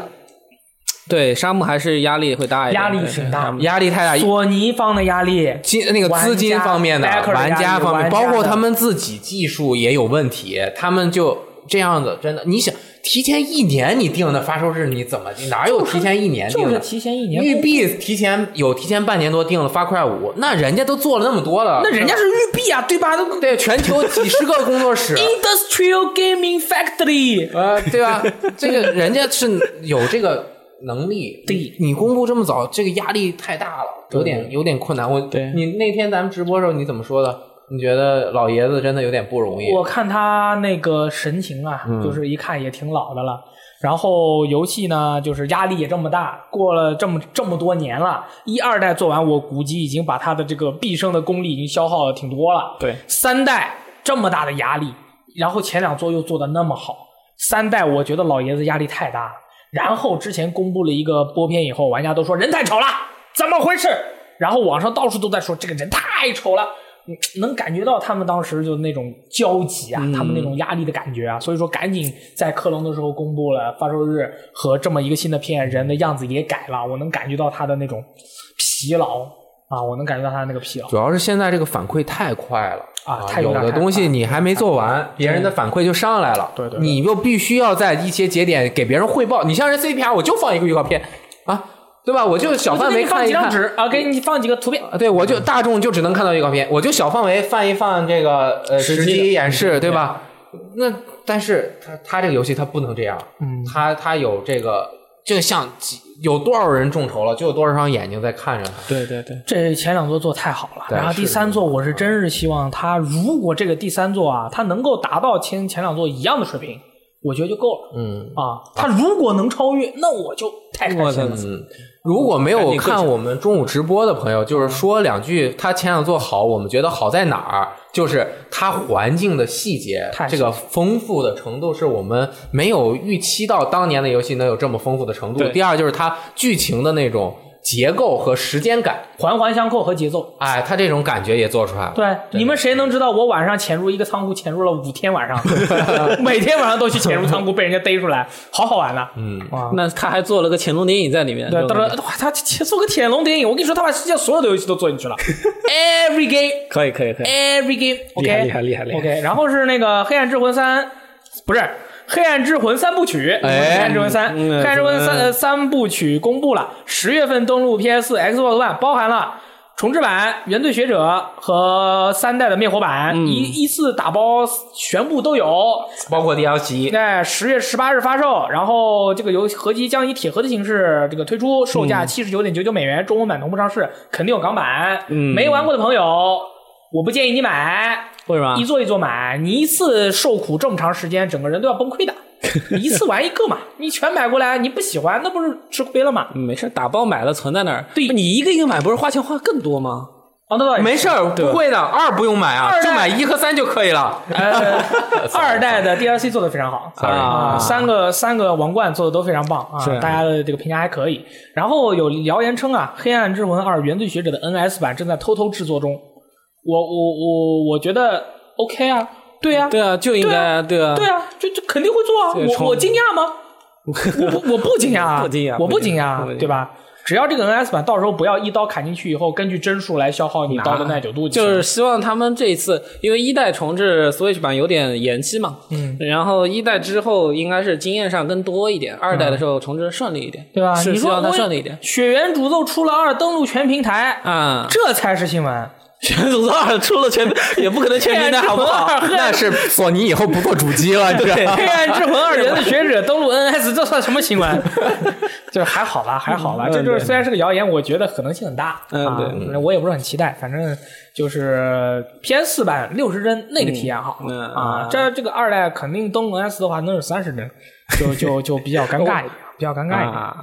C: 对沙漠还是压力会大一点，
A: 压力
C: 对
A: 挺大
C: 对
B: 压力
C: 哎
B: 太大，
A: 索尼方的压力，
B: 金那个资金方面的
A: 玩家
B: 玩家方面，
A: backer 的压力
B: 包括他们自己技术也有问题，他们就这样子，真的，你想提前一年你定的发售日，你怎么你哪有提前一年
A: 就
B: 定
A: 是
B: 的？
A: 提前一
B: 育
A: 年。
B: 碧提前有提前半年多定了发快五，那人家都做了那么多了，
A: 那人家是育碧啊，对吧？都
B: 对全球几十个工 作室
A: Industrial Gaming Factory，
B: 呃，对吧？这个人家是有这个能 力，
A: 对
B: 你公布这么早，这个压力太大了，有点有点困难。我
C: 对
B: 你那天咱们直播的时候你怎么说的？你觉得老爷子真的有点不容易？
A: 我看他那个神情啊，就是一看也挺老的了。然后游戏呢，就是压力也这么大，过了这么这么多年了，一二代做完，我估计已经把他的这个毕生的功力已经消耗的挺多了。
C: 对
A: 三代这么大的压力，然后前两座又做的那么好，三代我觉得老爷子压力太大了。然后之前公布了一个播片以后，玩家都说人太丑了，怎么回事？然后网上到处都在说这个人太丑了。嗯能感觉到他们当时就那种焦急啊，他们那种压力的感觉啊，所以说赶紧在克隆的时候公布了发售日和这么一个新的片，人的样子也改了，我能感觉到他的那种疲劳啊，我能感觉到他的那个疲劳。
B: 主要是现在这个反馈太快了
A: 啊太有
B: 有
A: 点
B: 的
A: 太
B: 东西
A: 快
B: 你还没做完，别人的反馈就上来了，
A: 对对对
B: 你就必须要在一些节点给别人汇报。你像人 CPR，我就放一个预告片啊，对吧？我就小
A: 我就
B: 范
A: 给
B: 围
A: 你放
B: 看一
A: 几张
B: 看。
A: 纸啊，给你放几个图片，
B: 啊，对，我就大众就只能看到预告片，我就小范围放一放这个呃
C: 实际
B: 实
C: 的
B: 机演示，对吧？那但是它它这个游戏它不能这样，
A: 嗯
B: 它它有这个这个像几有多少人众筹了，就有多少双眼睛在看着它。
C: 对对对，
A: 这前两座做太好了，
B: 对
A: 然后第三座我是真是希望它，如果这个第三座啊，它能够达到前前两座一样的水平，我觉得就够了
B: 嗯
A: 啊。它如果能超越，那我就太开
C: 我
A: 心
C: 的
A: 了。
B: 嗯，如果没有看我们中午直播的朋友，就是说两句，它前两座好，我们觉得好在哪儿？就是它环境的细节
A: 太，
B: 这个丰富的程度是我们没有预期到当年的游戏能有这么丰富的程度。
C: 对
B: 第二就是它剧情的那种结构和时间感，
A: 环环相扣和节奏。
B: 哎，它这种感觉也做出来了。
A: 对，你们谁能知道我晚上潜入一个仓库，潜入了五天晚 上，每天晚上都去潜入仓库，被人家逮出来，好好玩呐。嗯啊，
C: 那他还做了个潜龙谍影在里面，
A: 对，
C: 就
A: 到了哇，他做个潜龙谍影，我跟你说，他把世界所有的游戏都做进 去了，every game。
C: 可以可以可以，
A: Every game，
C: 厉
A: OK，
C: 害厉害厉害厉害
A: OK，然后是那个《黑暗之魂三》，不是《黑暗之魂三部曲》黑
B: 哎
A: 暗之魂三》
C: 嗯嗯
A: 黑暗之魂三》呃三部曲公布了，十月份登陆 PS、Xbox One，包含了。重置版《原罪学者》和三代的灭火版，
C: 嗯
A: 一一次打包全部都有。
B: 包括 DLC，
A: 在十月十八日发售，然后这个游戏合集将以铁盒的形式这个推出，售价七十九点九九美元，中文版同步上市，肯定有港版。嗯，没玩过的朋友，我不建议你买，
C: 为什么
A: 哎一？座一座买，你一次受苦这么长时间，整个人都要崩溃的。你一次玩一个嘛，你全买过来，你不喜欢，那不是吃亏了吗？
C: 没事，打包买了存在那儿。对你一个一个买，不是花钱花更多吗？
A: 哦，那倒也是
B: 没事儿，
A: 对
B: 不会的，二不用买啊，
A: 二代
B: 就买一和三就可以 了。
A: 呃， 二代的 DLC 做的非常好
B: Sorry
A: 啊，三个三个王冠做的都非常棒啊
C: 是，
A: 大家的这个评价还可以。然后有谣言称啊，《黑暗之魂二：原罪学者》的 NS 版正在偷偷制作中。我我我我觉得 OK 啊，对啊，
C: 对啊，就应该啊对啊，
A: 对啊，就就肯定会做啊，
C: 这个冲
A: 我我惊讶 吗？我不我不惊讶啊，
C: 不惊讶
A: 我
C: 不
A: 不
C: 惊
A: 惊
C: 讶
A: 讶
C: 不
A: 啊
C: 惊讶，
A: 对吧？只要这个 NS 版到时候不要一刀砍进去以后，根据帧数来消耗你刀的耐久度
C: 就
A: 行
C: 是希望他们这一次，因为一代重置 Switch 版有点延期嘛，嗯，然后一代之后应该是经验上更多一点，二代的时候重置顺利一点，
A: 嗯对吧？
C: 是
A: 你
C: 希
A: 说
C: 望它
A: 我
C: 顺利一点
A: 《血缘诅咒》出了二，登陆全平台，
C: 啊。
A: 这才是新闻。
C: 全组二出了全，也不可能全平台好不好？
B: 那是索尼以后不做主机了，你知道吗？
A: 黑暗之魂二元的学者登陆 NS，这算什么新闻？ 就是还好吧，还好吧。
C: 嗯
A: 这就是
C: 对
A: 虽然是个谣言，我觉得可能性很大。
C: 嗯
A: 啊
C: 对
A: 我也不是很期待。反正就是 PS 四版六十帧那个体验好
C: 嗯
A: 啊，这这个二代肯定登陆 NS 的话，能有三十帧，就就就比较尴尬 一点，比较尴尬一点。
C: 哦啊，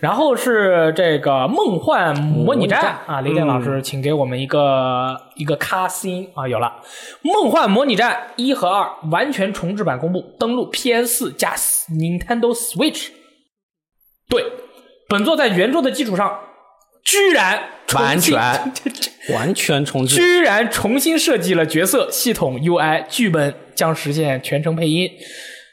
A: 然后是这个《梦幻模拟战
C: 模拟战》
A: 啊，雷电老
B: 嗯
A: 师，请给我们一个、一个卡音啊，有了，《梦幻模拟战》一和二完全重置版公布，登陆 PS 四加 Nintendo Switch。对，本作在原作的基础上，居然重
B: 完
A: 新
B: 全
C: 完全重置，
A: 居然重新设计了角色、系统、UI、剧本，将实现全程配音。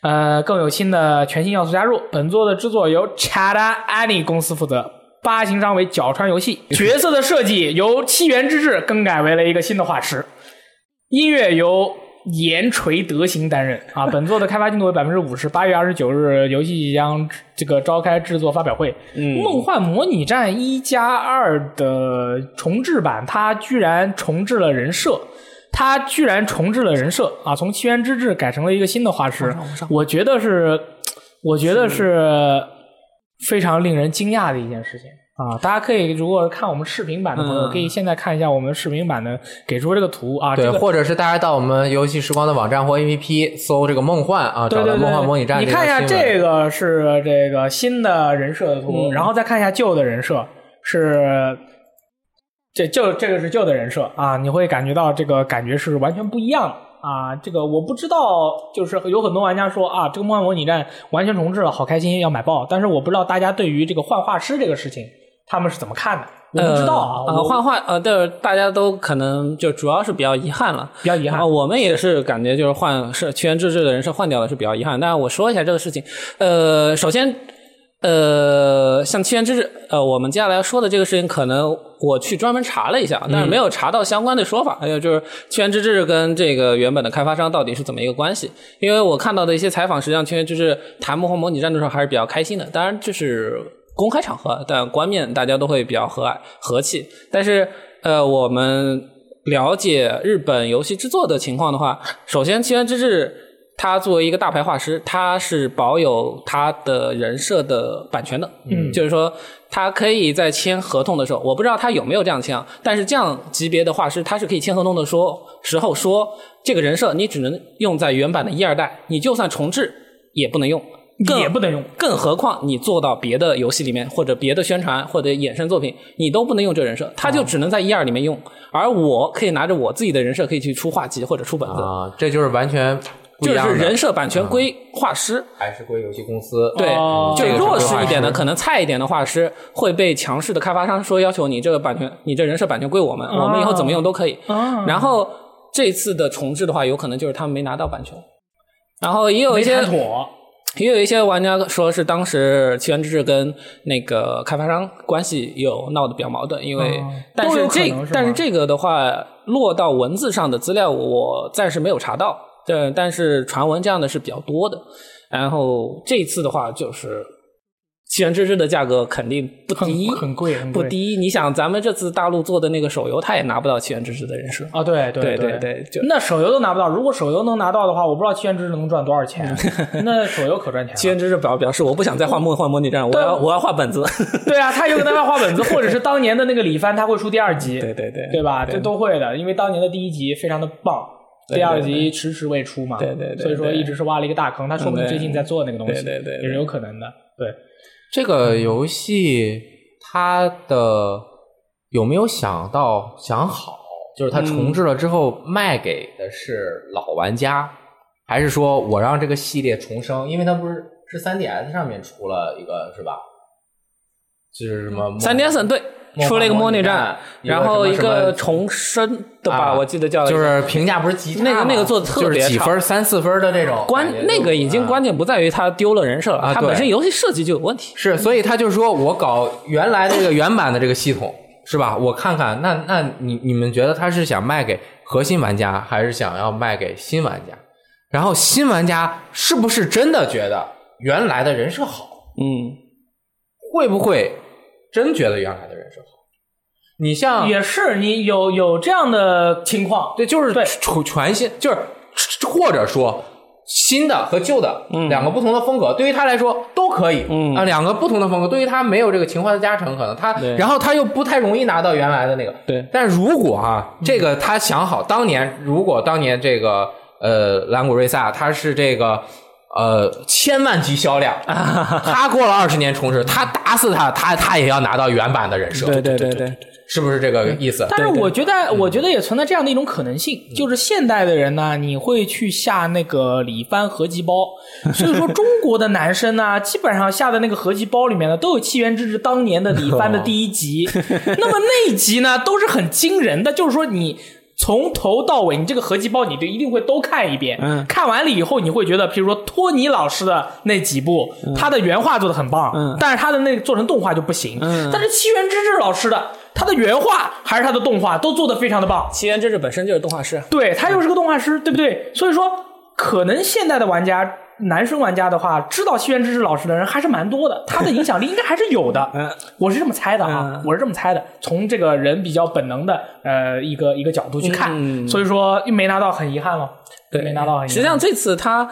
A: 呃，更有新的全新要素加入。本作的制作由 Chada Ani 公司负责，发行商为角川游戏。角色的设计由七原之志更改为了一个新的画师，音乐由岩垂德行担任。啊，本作的开发进度为 百分之五十，八月二十九日游戏即将这个召开制作发表会。
C: 嗯
A: 梦幻模拟战一加二的重置版，它居然重置了人设。它居然重置了人设啊！从七原之志改成了一个新的画师，我觉得是，我觉得是非常令人惊讶的一件事情啊！大家可以如果是看我们视频版的朋友，
C: 嗯
A: 可以现在看一下我们视频版的给出这个图啊，
B: 对，
A: 这个
B: 或者是大家到我们游戏时光的网站或 APP 搜这个梦幻啊，
A: 对
B: 找
A: 对
B: 到
A: 对，
B: 梦幻模拟战。
A: 你看一下
B: 这个
A: 这个是这个新的人设的图，然后再看一下旧的人设是。这旧这个是旧的人设啊，你会感觉到这个感觉是完全不一样的啊。这个我不知道，就是有很多玩家说啊，这个梦幻模拟战完全重置了，好开心，要买爆。但是我不知道大家对于这个换画师这个事情，他们是怎么看的？我不知道啊，
C: 呃
A: 我
C: 换换呃，但是大家都可能就主要是比较遗憾了。
A: 比较遗
C: 然
A: 憾
C: 后。呃啊我们也是感觉就是换是全员制制的人是换掉了是比较遗憾。那我说一下这个事情，呃，首先。呃，像七元之治，呃，我们接下来要说的这个事情，可能我去专门查了一下，
A: 嗯
C: 但是没有查到相关的说法。还有就是七元之治跟这个原本的开发商到底是怎么一个关系？因为我看到的一些采访，实际上七元之治谈幕后模拟战的时候还是比较开心的，当然这是公开场合，但官面大家都会比较和蔼和气。但是呃，我们了解日本游戏制作的情况的话，首先《七元之治》它作为一个大牌画师，它是保有它的人设的版权的，嗯，就是说它可以在签合同的时候，我不知道它有没有这样签啊，但是这样级别的画师，他是可以签合同的说时候说，这个人设你只能用在原版的一二代，你就算重置也不能用，更
A: 也不能用，
C: 更何况你做到别的游戏里面，或者别的宣传或者衍生作品，你都不能用这人设，他就只能在一二里面
B: 啊
C: 用。而我可以拿着我自己的人设，可以去出画集或者出本子，
B: 啊，这就是完全不
C: 就
B: 一样
C: 是
B: 的
C: 人设版权归画师。
B: 还是归游戏公司。
C: 对，
A: 哦
C: 就
B: 啊这个是
C: 弱势
B: 规划
C: 一点的，
B: 师
C: 可能菜一点的画师会被强势的开发商说要求你这个版权，你这人设版权归我们，我们以后怎么用都可以。
B: 嗯
A: 啊
C: 然后这次的重置的话，有可能就是他们没拿到版权。然后也有一
A: 没
C: 些
A: 谈妥，
C: 也有一些玩家说是当时七元之治跟那个开发商关系有闹得比较矛盾，因为、
A: 哦
C: 但
A: 都
C: 是
A: 有可
C: 这
A: 能是吧
C: 但是这个的话落到文字上的资料我暂时没有查到，对，但是传闻这样的是比较多的。然后这一次的话就是七元之治的价格肯定不低，
A: 很很贵，很
C: 不
A: 贵
C: 低。你想咱们这次大陆做的那个手游，它也拿不到七元之治的人设。
A: 啊！对对
C: 对
A: 对
C: 对，就
A: 那手游都拿不到，如果手游能拿到的话，我不知道七元之能赚多少钱。
C: 嗯
A: 那手游可赚
C: 七
A: 钱了。
C: 元之治表表示我不想再画梦幻模拟战，我要我要画本子。
A: 对啊，他有可能要画本子，或者是当年的那个李帆，他会出第二集，
C: 对对对
A: 对吧？这都会的，因为当年的第一集非常的棒，第二
C: 对
A: 集迟迟未出嘛，
C: 对对对对
A: 所以说一直是挖了一个大坑。他说不定
C: 对
A: 最近在做那个东西，
C: 对对对对
A: 也是有可能的。对，
B: 这个游戏它的有没有想到想好，就是它重
C: 嗯
B: 置了之后卖给的是老玩家，还是说我让这个系列重生？因为它不是是 3DS 上面出了一个是吧？就是什么
C: 三 DS 对
B: 幻
C: 出了一个
B: 模
C: 模拟
B: 战
C: 战，
B: 一个
C: 然后
B: 什么
C: 一
B: 什么
C: 个重生的吧，
B: 啊
C: 我记得叫
B: 就是评价不是极差吗，
C: 那个那个做得特别
B: 就是几
C: 差
B: 分三四分的这种
C: 关
B: 感觉就
C: 那个已
B: 嗯
C: 经关键不在于它丢了人设了
B: 啊，
C: 它
B: 对
C: 本身游戏设计就有问题。
B: 是，所以他就说我搞原来这个原版的这个系统是吧？我看看，那那你你们觉得他是想卖给核心玩家，还是想要卖给新玩家？然后新玩家是不是真的觉得原来的人设好？
C: 嗯，
B: 会不会真觉得原来的人设好？你像
A: 也是你有有这样的情况，
B: 对，就是
A: 对
B: 全全新，就是或者说新的和旧的、两个不同的风格，对于他来说都可以。
C: 嗯
B: 啊，两个不同的风格，对于他没有这个情怀的加成，可能他
C: 对
B: 然后他又不太容易拿到原来的那个。
C: 对嗯
B: 但如果啊，这个他想好，当年如果当年这个呃兰古瑞萨他是这个。呃，千万级销量，
C: 啊
B: 他过了二十年重置，他打死他，他他也要拿到原版的人设，
C: 对对对对，
B: 是不是这个意思？啊
A: 但是我觉得，我觉得也存在这样的一种可能性，就是现代的人呢，你会去下那个李帆合集包，所以说中国的男生呢，基本上下的那个合集包里面呢，都有《七元之子》当年的李帆的第一集，那么那一集呢，都是很惊人的，就是说你。从头到尾，你这个合集包你就一定会都看一遍。
C: 嗯
A: 看完了以后，你会觉得，譬如说托尼老师的那几部，他的原画做的很棒，
C: 嗯
A: 但是他的那个做成动画就不行。
C: 嗯
A: 但是七原之治老师的，他的原画还是他的动画都做得非常的棒。
C: 奇缘之日本身就是动画师，
A: 对他又是个动画师，对不对？所以说，可能现代的玩家，男生玩家的话，知道七原之治老师的人还是蛮多 的，他的影响力应该还是有的。
C: 嗯，
A: 我是这么猜的啊
C: 嗯，
A: 我是这么猜的。从这个人比较本能的呃一个一个角度去看，
C: 嗯
A: 所以说没拿到很遗憾了。
C: 对，
A: 没拿到很遗憾。
C: 实际上这次他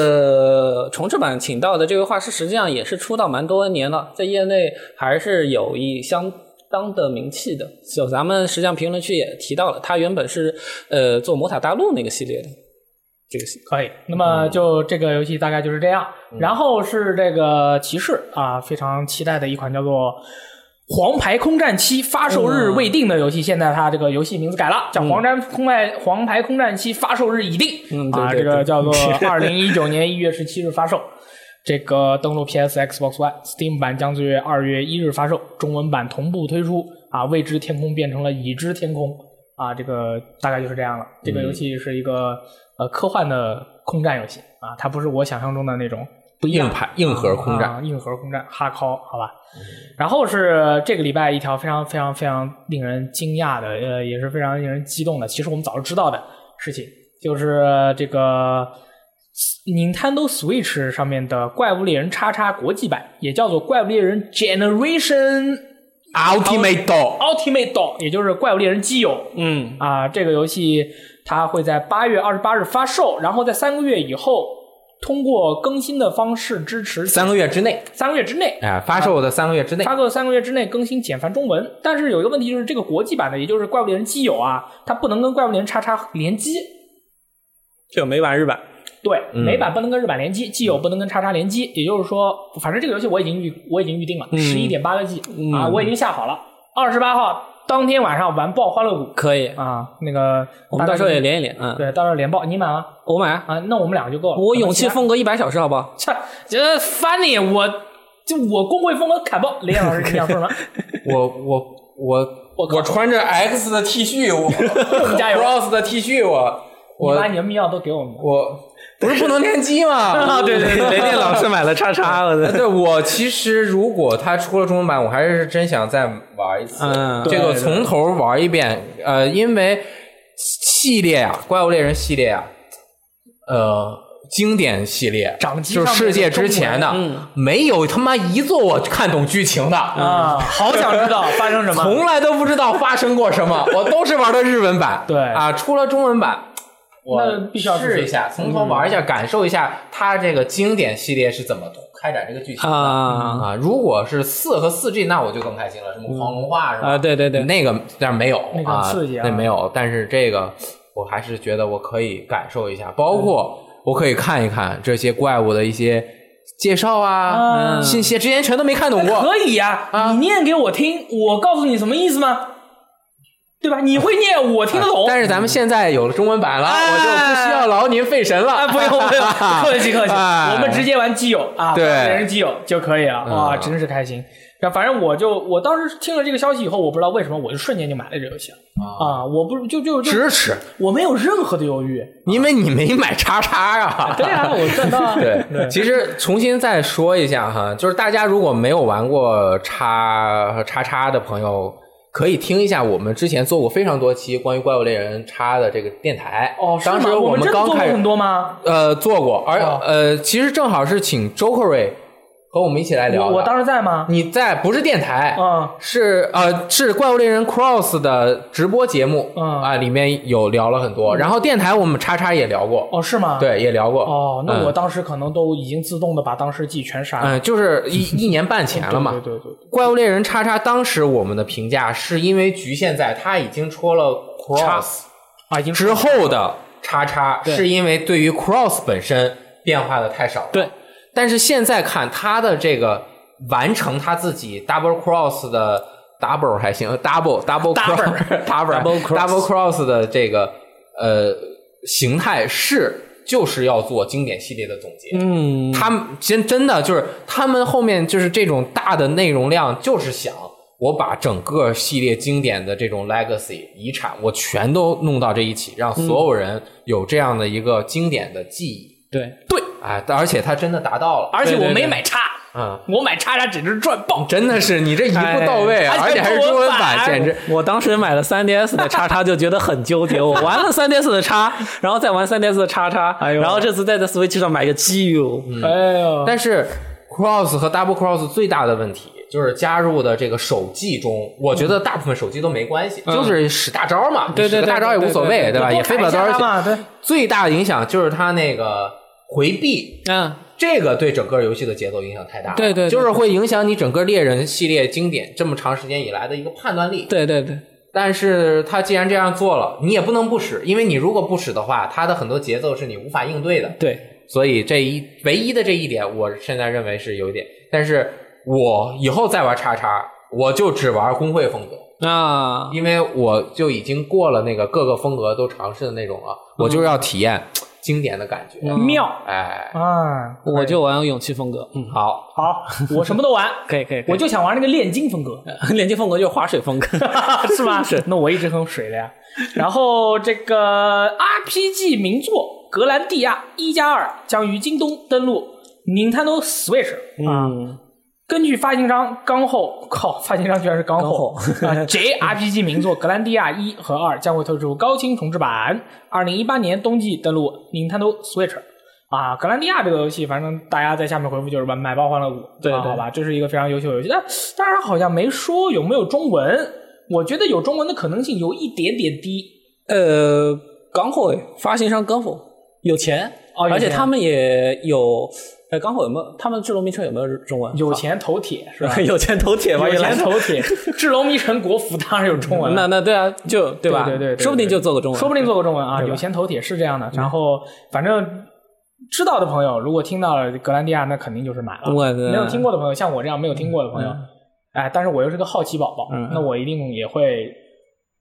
C: 呃重制版请到的这位画师，实际上也是出道蛮多年了，在业内还是有一相。当的名气的，就咱们实际上评论区也提到了，他原本是呃做《魔塔大陆》那个系列的这个系
A: 可以，那
C: 嗯
A: 么就这个游戏大概就是这样。然后是这个骑士啊，非常期待的一款叫做《黄牌空战七》发售日
C: 嗯
A: 未定的游戏，现在它这个游戏名字改了，叫《黄战空战黄牌空战七》发售日已定。
C: 嗯对
A: 啊，
C: 对
A: 这个
C: 对
A: 叫做二零一九年一月十七日发售。这个登陆 PS、Xbox One、Steam 版将于二月一日发售，中文版同步推出。啊，未知天空变成了已知天空。啊，这个大概就是这样了。这个游戏是一个呃科幻的空战游戏啊，它不是我想象中的那种
B: 不硬派硬核空战，
A: 啊硬核空战哈 call 好吧。然后是这个礼拜一条非常非常非常令人惊讶的，呃，也是非常令人激动的。其实我们早就知道的事情，就是这个 Nintendo Switch 上面的《怪物猎人叉叉》国际版，也叫做《怪物猎人 Generation
C: 啊
B: Ultimate Dog
A: Ultimate Dawn》，也就是《怪物猎人基友》
C: 嗯，
A: 啊，这个游戏它会在八月二十八日发售，然后在三个月以后通过更新的方式支持
B: 三个月之内，
A: 三个月之内。啊
B: 哎，发售的三个月之内，
A: 发售三个月之内更新简繁中文，但是有一个问题就是这个国际版的，也就是《怪物猎人基友》啊，它不能跟《怪物猎人叉叉》联机，
C: 就美版日版，
A: 对，
B: 嗯
A: 美版不能跟日版联
C: 嗯
A: 机，基友不能跟叉叉联机，也就是说，反正这个游戏我已经预我已经预定
C: 嗯
A: 了，十一点八个 G 啊，我已经下好了，二十八号当天晚上完爆欢乐谷
C: 可以，
A: 啊，那个
C: 我们到时候也连一连啊。
A: 对，到时候连爆，你买吗？
C: 我买啊，
A: 啊，那我们俩就够了。
C: 我勇
A: 咱
C: 气
A: 们其
C: 风格一百小时，好不 好？
A: 他，这这 funny，我就我工会风格砍爆。雷老师，你 想说什么？
B: 我我我我穿着 X 的 T 恤，我
A: 加油
B: Cross 的 T 恤，我
A: 你把
B: 我
A: 你的密钥都给我们。
B: 我不是不能联机
C: 啊
B: 吗？
C: 雷电老师买了叉叉，我的，
B: 对，我其实如果它出了中文版，我还是真想再玩一次。
C: 嗯
B: 这
A: 对
B: 个
A: 对
B: 从头玩一遍，呃，因为系列啊，怪物猎人系列啊，呃，经典系列，
A: 掌机
B: 就
A: 上
B: 是
A: 面
B: 世界之前的，
A: 中
B: 没有他妈一座我看懂剧情的。
C: 嗯
A: 啊，好想知道发生什么。
B: 从来都不知道发生过什 么，我都是玩的日文版。
A: 对
B: 啊，出了中文版，我
A: 那必须要
B: 试一下，嗯从头玩一下，感受一下它这个经典系列是怎么开展这个剧情的
C: 啊
B: 啊。如果是四和四 G，那我就更开心了，什么狂龙化是吧？
C: 啊，对对对，
B: 那个但是没有
A: 那个
B: 啊，
A: 刺激啊
B: 那没有。但是这个我还是觉得我可以感受一下，包括我可以看一看这些怪物的一些介绍啊，
A: 啊
B: 信息之前全都没看懂过。
A: 可以呀、
B: 啊
A: 你念给我听，我告诉你什么意思吗？对吧？你会念，我听得懂。
B: 但是咱们现在有了中文版了，
A: 哎
B: 我就不需要劳您费神了。
A: 啊，不用 不用，客气客气，
B: 哎
A: 我们直接玩基友啊，
B: 对
A: 别人基友就可以了，啊哇，
B: 嗯
A: 真是开心。然后反正我就我当时听了这个消息以后，我不知道为什么我就瞬间就买了这游戏了啊！我不就就就
B: 支持，
A: 我没有任何的犹豫，
B: 因为你没买叉叉啊。
A: 对啊，我赚到啊，
B: 对，其实重新再说一下哈，就是大家如果没有玩过叉叉叉的朋友，可以听一下我们之前做过非常多期关于怪物猎人叉的这个电台。
A: 哦，是
B: 当时
A: 吗？我
B: 们
A: 真的
B: 刚
A: 做过
B: 开始
A: 很多吗？
B: 呃做过，而、
A: 哦
B: 呃其实正好是请 Jokery 和我们一起来聊
A: 我
B: 的
A: 我当时在吗？
B: 你在不是电台，
A: 嗯
B: 是呃是怪物猎人 Cross 的直播节目，
A: 嗯
B: 啊、里面有聊了很多，然后电台我们叉叉也聊过，
A: 哦，是吗？。
B: 对，也聊过。
A: 哦，那
B: 嗯
A: 我当时可能都已经自动的把当时记忆全删了。
B: 嗯，就是 一一年半前了嘛。
A: 对对对对
B: 怪物猎人叉叉，当时我们的评价是因为局限在它已经戳了 Cross
A: 啊，已经
B: 之后的叉叉，
A: 对
B: 是因为对于 Cross 本身变化的太少了。
C: 对，
B: 但是现在看它的这个完成它自己 Double Cross 的 Double 还行呃，Double Double Cross Double
C: Double cross
B: Double Cross 的这个呃形态是就是要做经典系列的总结。
C: 嗯，
B: 他们真真的就是他们后面就是这种大的内容量，就是想我把整个系列经典的这种 legacy 遗产，我全都弄到这一起，让所有人有这样的一个经典的记忆。
C: 对，
B: 对，哎，而且他真的达到了，
A: 而且我
C: 对对对
A: 没买叉，
B: 嗯，
A: 我买叉叉简直赚爆。
B: 真的是你这一步到位，啊
C: 啊
A: 哎
B: 而且还是中文版，
A: 而且中文版
B: 简直。
C: 我当时买了 3DS 的叉叉，就觉得很纠结。我玩了 3DS 的叉，然后再玩 3DS 的叉叉，
A: 哎呦
C: 然后这次再在 Switch 上买个 G U，
A: 哎呦，
B: 但是 Cross 和 Double Cross 最大的问题就是加入的这个手机中，我觉得大部分手机都没关系，就是使大招嘛，
C: 嗯对
B: 你使
C: 对
B: 个
C: 对
B: 大招也无所谓，吧？也费不了多少
A: 多打一下
B: 钱。
A: 嘛，对。
B: 最大的影响就是它那个回避。
C: 嗯，
B: 这个对整个游戏的节奏影响太大了，
C: 对对对
B: 就是会影响你整个猎人系列经典这么长时间以来的一个判断力。
C: 对对对，
B: 但是他既然这样做了，你也不能不使，因为你如果不使的话，它的很多节奏是你无法应对的。
C: 对，
B: 所以这一唯一的这一点，我现在认为是有一点。但是我以后再玩叉叉，我就只玩工会风格，
C: 啊，
B: 因为我就已经过了那个各个风格都尝试的那种了，我就要体验嘖经典的感觉。
A: 妙
B: 哎，
A: 啊！
C: 我就玩勇气风格，嗯，
B: 好，
A: 好，我什么都玩，
C: 可以可以，可以
A: 我就想玩那个炼金风格，
C: 连接风格就是划水风格，
A: 是吧？
C: 是，
A: 那我一直很水的呀。然后这个 RPG 名作《格兰蒂亚一加二》将于京东登陆 Nintendo Switch 啊。
C: 嗯，
A: 根据发行商刚后，靠，发行商居然是刚后啊！JRPG 名作《格兰蒂亚 一》和二将会推出高清重制版，二零一八年冬季登陆 Nintendo Switch。啊，格兰蒂亚这个游戏，反正大家在下面回复就是买买爆欢乐谷，
C: 对
A: 啊
C: 对
A: 好吧，这是一个非常优秀的游戏，但当然好像没说有没有中文，我觉得有中文的可能性有一点点低。
C: 呃，港口发行商港口有钱，
A: 哦有钱
C: 而且他们也有，呃，港口有没有？他们智龙名称有没有中文？
A: 有钱头铁 是吧？
C: 有钱头铁吗？
A: 有
C: 原来
A: 钱头铁，智龙迷城国服当然有中文了
C: 那。那对啊，就对吧？
A: 对对对对对
C: 说不定就做个中文，
A: 说不定做个中文啊，
C: 对吧嗯
A: 有钱头铁是这样的。然后反正知道的朋友，如果听到了格兰蒂亚，那肯定就是买了。
C: 我嗯
A: 没有听过的朋友，像我这样没有听过的朋友，哎，但是我又是个好奇宝宝
C: 嗯嗯，嗯
A: 那我一定也会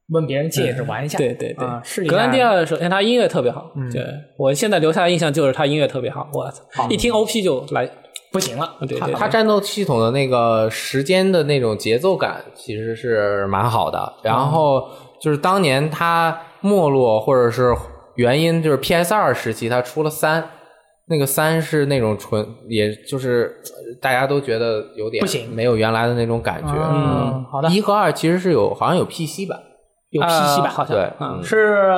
A: 问别人借着玩一下。
C: 对对对
A: 啊试一下
C: 格兰蒂亚首先哎他音乐特别好，
A: 嗯哦
C: 对我现在留下的印象就是他音乐特别好，我操，一听 OP 就来，
A: 不行了，
C: 嗯对对
A: 他
C: 对
B: 它战斗系统的那个时间的那种节奏感其实是蛮好的。然后就是当年它没落或者是原因，就是 PS 二时期它出了三，那个三是那种纯，也就是呃大家都觉得有点
A: 不行
B: 没有原来的那种感觉。
A: 啊
B: 嗯，
A: 好的
B: 一和二其实是有好像有 PC 版，
A: 有 PC 版，
C: 呃好像
B: 对，
C: 嗯
B: 嗯
A: 是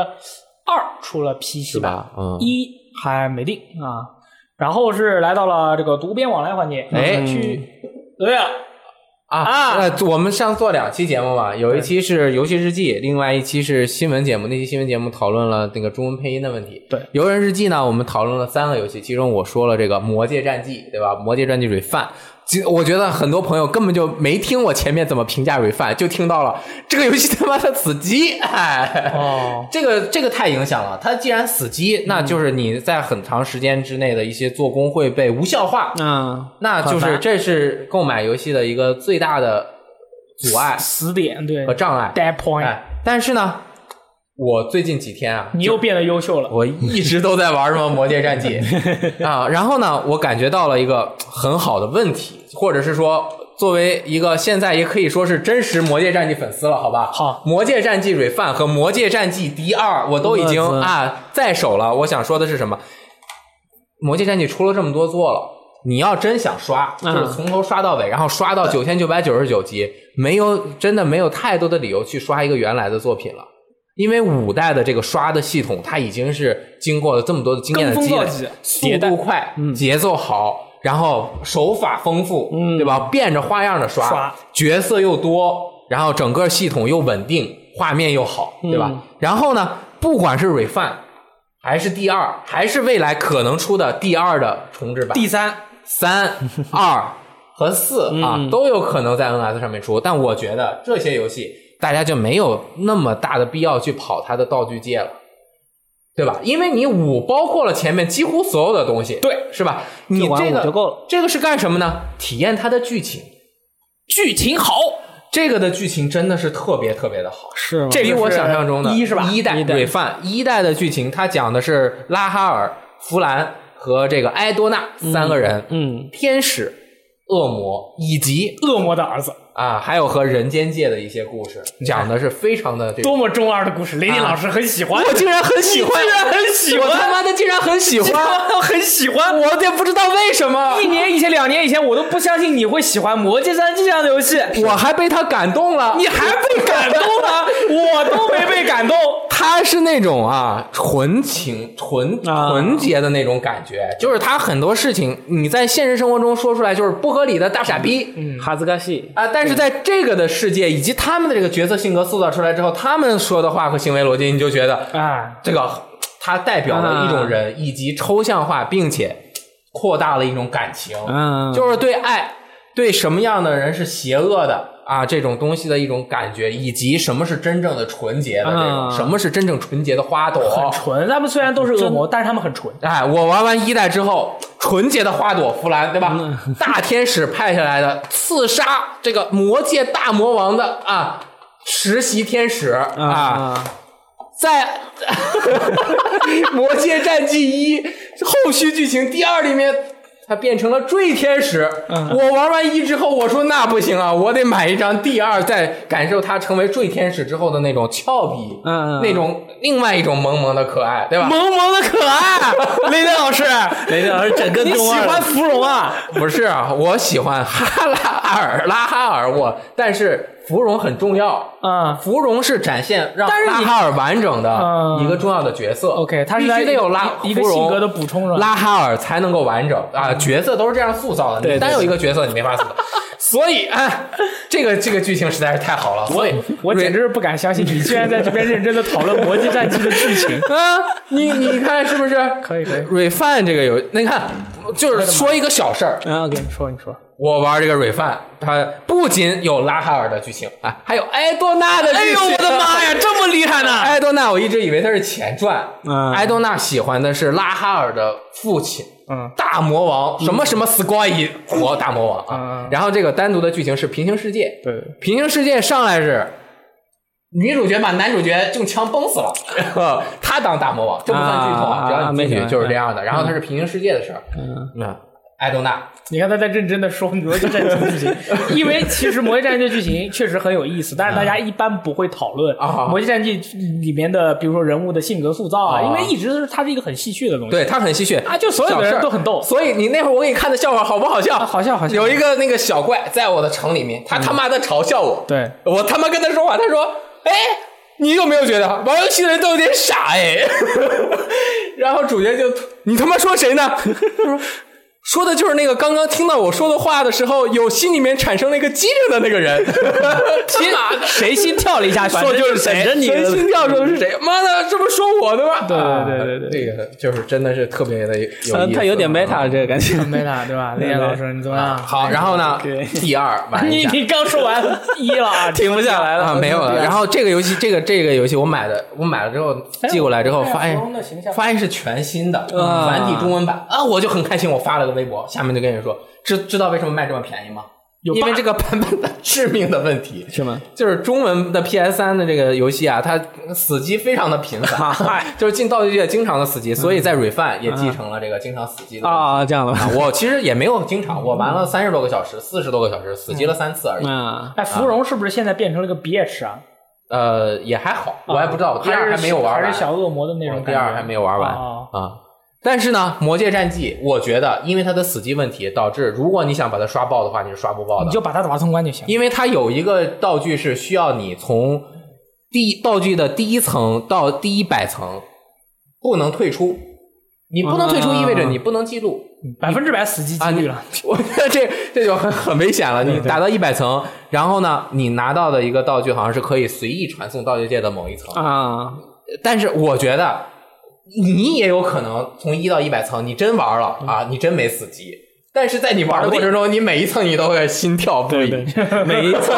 A: 二出了 PC
B: 是
A: 版，
B: 吧？嗯，
A: 一还没定啊。然后是来到了这个读编往来环节，
B: 哎
A: 去
C: 嗯
A: 对呀，
B: 啊
A: 啊
B: 呃，我们上做两期节目嘛，有一期是游戏日记，另外一期是新闻节目。那期新闻节目讨论了那个中文配音的问题。
A: 对
B: 游人日记呢，我们讨论了三个游戏，其中我说了这个《魔界战记》，对吧？《魔界战记》refan，其我觉得很多朋友根本就没听我前面怎么评价 refan，就听到了这个游戏他妈的死机，哎，
A: 哦，
B: 这个这个太影响了。它既然死机，那就是你在很长时间之内的一些做工会被无效化，
C: 嗯，
B: 那就
C: 很
B: 是
C: 烦
B: 这是购买游戏的一个最大的阻碍
A: 死点对
B: 和障碍。
A: ，dead point，
B: 哎，但是呢，我最近几天啊，
A: 你又变得优秀了。
B: 我一直都在玩什么《魔界战记》 啊，然后呢，我感觉到了一个很好的问题，或者是说，作为一个现在也可以说是真实《魔界战记》粉丝了，好吧？
A: 好
B: 《魔界战记 Refund》和《魔界战记第二》我都已经
C: 我操
B: 啊在手了。我想说的是什么？《魔界战记》出了这么多座了。你要真想刷，就
C: 嗯
B: 是从头刷到尾，然后刷到九千九百九十九集，没有真的没有太多的理由去刷一个原来的作品了。因为五代的这个刷的系统，它已经是经过了这么多的经验的积
A: 跟
B: 累
A: 风造极，
B: 速度快，
A: 嗯
B: 节奏好，然后手法丰富，对吧？变着花样的刷，
A: 嗯刷
B: 角色又多，然后整个系统又稳定，画面又好，对
A: 嗯
B: 吧？然后呢，不管是 Refund 还是第二，还是未来可能出的第二的重置版，
A: 第三，
B: 三、二和四
C: 嗯
B: 啊，都有可能在 NS 上面出。但我觉得这些游戏大家就没有那么大的必要去跑它的道具界了。对吧？因为你五包括了前面几乎所有的东西，
A: 对，
B: 是吧？你
C: 就玩
B: 这个
C: 五就够了
B: 这个是干什么呢？体验它的剧情，
A: 剧情好，
B: 这个的剧情真的是特别特别的好。
C: 是吗？
A: 这
B: 比
A: 个
B: 我
A: 是
B: 想象中的
A: 一是吧？
B: 一代
C: 一代
B: 对范一代的剧情，它讲的是拉哈尔、弗兰和这个埃多纳三个人，
C: 嗯，
B: 天使、恶魔以及
A: 恶魔的儿子，
B: 啊，还有和人间界的一些故事，讲的是非常的这个。
A: 多么中二的故事！雷电老师很喜欢，
B: 我竟然很喜欢，
A: 你竟然很喜
B: 我他
A: 欢，
B: 妈的竟然很喜
A: 你
B: 欢，
A: 他妈很喜欢。
B: 我也不知道为什么，
A: 一年以前、两年以前，我都不相信你会喜欢《魔界三 G》这样的游戏，
B: 我还被他感动了。
A: 你还被感动了，我都没被感动。
B: 他是那种啊纯情、纯
C: 啊
B: 纯洁的那种感觉，就是他很多事情你在现实生活中说出来就是不合理的大傻逼，
C: 嗯哈兹卡西，
B: 啊，但是在这个的世界以及他们的这个角色性格塑造出来之后，他们说的话和行为逻辑，你就觉得
C: 啊
A: 哎，
B: 这个它代表了一种人，以及抽象化，并且扩大了一种感情，
C: 嗯，
B: 就是对爱，对什么样的人是邪恶的啊，这种东西的一种感觉，以及什么是真正的纯洁的这种，
C: 啊
B: 什么是真正纯洁的花朵。
A: 纯，他们虽然都是恶魔，但是他们很纯。
B: 哎，我玩完一代之后，纯洁的花朵弗兰，对吧？大天使派下来的刺杀这个魔界大魔王的啊，实习天使啊，
C: 啊，
B: 在《 魔界战记一》后续剧情第二里面。他变成了坠天使。
A: 嗯
B: 我玩完一之后，我说那不行啊，我得买一张第二，再感受他成为坠天使之后的那种俏皮，
C: 嗯嗯嗯
B: 那种另外一种萌萌的可爱，对吧？
A: 萌萌的可爱，雷电 老师，
C: 雷电老师整个
A: 你喜欢芙蓉啊？
B: 不是啊，我喜欢哈拉尔拉哈尔，我但是芙蓉很重要，
A: 嗯
B: 啊芙蓉是展现让
A: 但是
B: 拉
A: 你
B: 哈尔完整的
A: 嗯
B: 一个重要的角色。
A: ，OK，他是
B: 必
A: 在
B: 须得有拉
A: 一个
B: 芙蓉
A: 性格的补充嗯了。
B: 拉哈尔才能够完整啊，角色都是这样塑造的，
C: 对
B: 你
C: 对
B: 单有一个角色你没法 塑造。所以啊，这个这个剧情实在是太好了，所以。
A: 我简直是不敢相信，你居然在这边认真的讨论《魔界战记》的剧 情
B: 啊，你你看是不是？
A: 可以可以，
B: 瑞范这个有，那你看就是说一个小事儿，
C: 嗯，OK，
A: 啊你说你说，
B: 我玩这个蕊范，它不仅有拉哈尔的剧情啊，还有埃多纳的剧情。
A: 哎呦我的妈 呀，！这么厉害呢！
B: 埃多纳，我一直以为他是前传。
C: 嗯
B: 埃多纳喜欢的是拉哈尔的父亲，
A: 嗯，
B: 大魔王什么什么 Squire 国大魔王
A: 嗯
B: 啊
A: 嗯。
B: 然后这个单独的剧情是平行世界，
A: 对，
B: 平行世界上来是女主角把男主角用枪崩死了， 然后他当大魔王，这不算剧透
C: 啊
B: 只要你进
C: 没
B: 去
C: 事
B: 就是这
A: 嗯
B: 样的。然后他是平行世界的事儿，
C: 嗯，
B: 那埃多纳
A: 你看他在认真的说《魔界战记》的剧 情，因为其实《魔界战记》的剧情确实很有意思，但是大家一般不会讨论
B: 嗯啊
A: 《魔界战记》里面的，比如说人物的性格塑造啊，
B: 啊
A: 因为一直是它是一个很戏谑的东西。
B: 对他很戏谑
A: 啊就所有的人
B: 小事儿
A: 都很逗
B: 所以你那会儿我给你看的笑话好不好笑？
A: 好笑好笑
B: 有一个那个小怪在我的城里面，他他妈的嘲笑我，
A: 对
B: 我他妈跟他说话，他说：“哎，你有没有觉得玩游戏的人都有点傻哎？” 然后主角就你他妈说谁呢？ 他说说的就是那个刚刚听到我说的话的时候，有心里面产生了一个机灵的那个人。
A: 心谁心跳了一下，
C: 说就是
A: 谁
C: 谁等着你
B: 谁心跳说的是谁？妈的，这不说我的吗？
A: 对对对对
B: 对，这个就是真的是特别的有意思。
C: 嗯，他有点
B: 啊
C: meta 这个感觉，
A: 啊没啦，对 吧？雷电老师，你怎么样？
B: 好，然后呢
C: 对，
B: 第二玩啊一
A: 你
B: 下。
A: 你刚说完一了 啊，
C: 停不下来了
B: 啊，没有了。 然后这个游戏，这个这个游戏我买的，我买了之后
A: 哎
B: 寄过来之后，发现
A: 芙蓉的形象
B: 发现是全新的嗯啊繁体中文版啊，我就很开心，我发了个微博，下面就跟人说，知知道为什么卖这么便宜吗？
A: 有
B: 因为
A: 八
B: 这个版本 的致命的问题
C: 是吗？
B: 就是中文的 PS 3的这个游戏啊，它死机非常的频
A: 啊
B: 繁，就是进道具界经常的死机，所以在
A: 嗯
B: Refine 也继承了这个经常死机的问题。
C: 啊，这样的吧？
B: 啊我其实也没有经常，我玩了三十多个小时，四十多个小时，死机了三次而已。
C: 啊，
A: 哎，芙蓉是不是现在变成了个 bitch 啊？
B: 呃，也还好，我还不知道，第二
A: 还
B: 还
A: 是
B: 没有玩
A: 还
B: 完
A: 是，小恶魔的那种
B: 我
A: 感觉。
B: 第二还没有玩完
A: 哦
B: 啊。但是呢，《魔界战记》，我觉得因为它的死机问题，导致如果你想把它刷爆的话，你是刷不爆
A: 你
B: 的，
A: 就把它打通关就行。
B: 因为它有一个道具是需要你从第一道具的第一层到第一百层不能退出，你不能退出意味着你不能记录。啊
A: 百分之百死机几率啊了。
B: 我觉得这这就很很危险了。你打到一百层，然后呢，你拿到的一个道具好像是可以随意传送道具界的某一层，
C: 啊，
B: 但是我觉得你也有可能从一到一百层，你真玩了
A: 嗯
B: 啊，你真没死机。但是在你玩的过程中，你每一层你都会心跳不已，
C: 每一次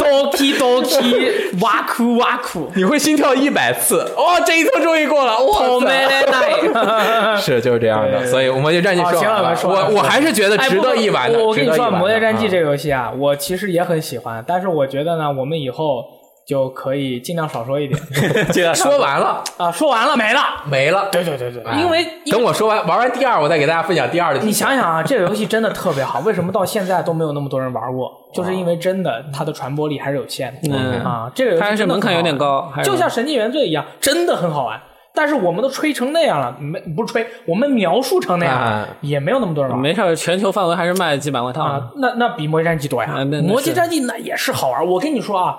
A: doki doki，哇酷哇酷。
B: 你会心跳一百次。哦，这一层终于过了， 我
C: 没来奈，
B: 是就是这样的。所以《魔界战记》
A: 好哦
B: 说
A: 行了我
B: 完了
A: 们，说完
B: 我
A: 了
B: 我还是觉得
A: 哎
B: 值
A: 不
B: 得
A: 过
B: 一玩的。
A: 我我跟你
B: 值得一
A: 说，《
B: 玩的
A: 魔界战记》
B: 啊
A: 这个游戏啊，我其实也很喜欢，但是我觉得呢，我们以后就可以尽量少说一点
C: 这样
B: 说完了
A: 啊。说完了没了。
B: 没了。
A: 对对对对，
B: 哎
A: 因为因为
B: 等我说完玩完第二，我再给大家分享第二的。
A: 你想想啊，这个游戏真的特别好，为什么到现在都没有那么多人玩过？就是
B: 哦
A: 因为真的它的传播力还是有限的。
C: 嗯
A: 啊，这个游戏
C: 它还是
A: 真的
C: 门槛
A: 很好
C: 有点
A: 玩
C: 高，还有
A: 啊就像《神经元罪》一样，真的很好玩。但是我们都吹成那样了，没不是吹，我们描述成那样了，
B: 啊
A: 也没有那么多人玩。
C: 没事儿，全球范围还是卖几百万套
A: 啊，那那比《魔界战记》多呀，
C: 嗯啊那那是
A: 魔界战记》那也是好玩。我跟你说啊，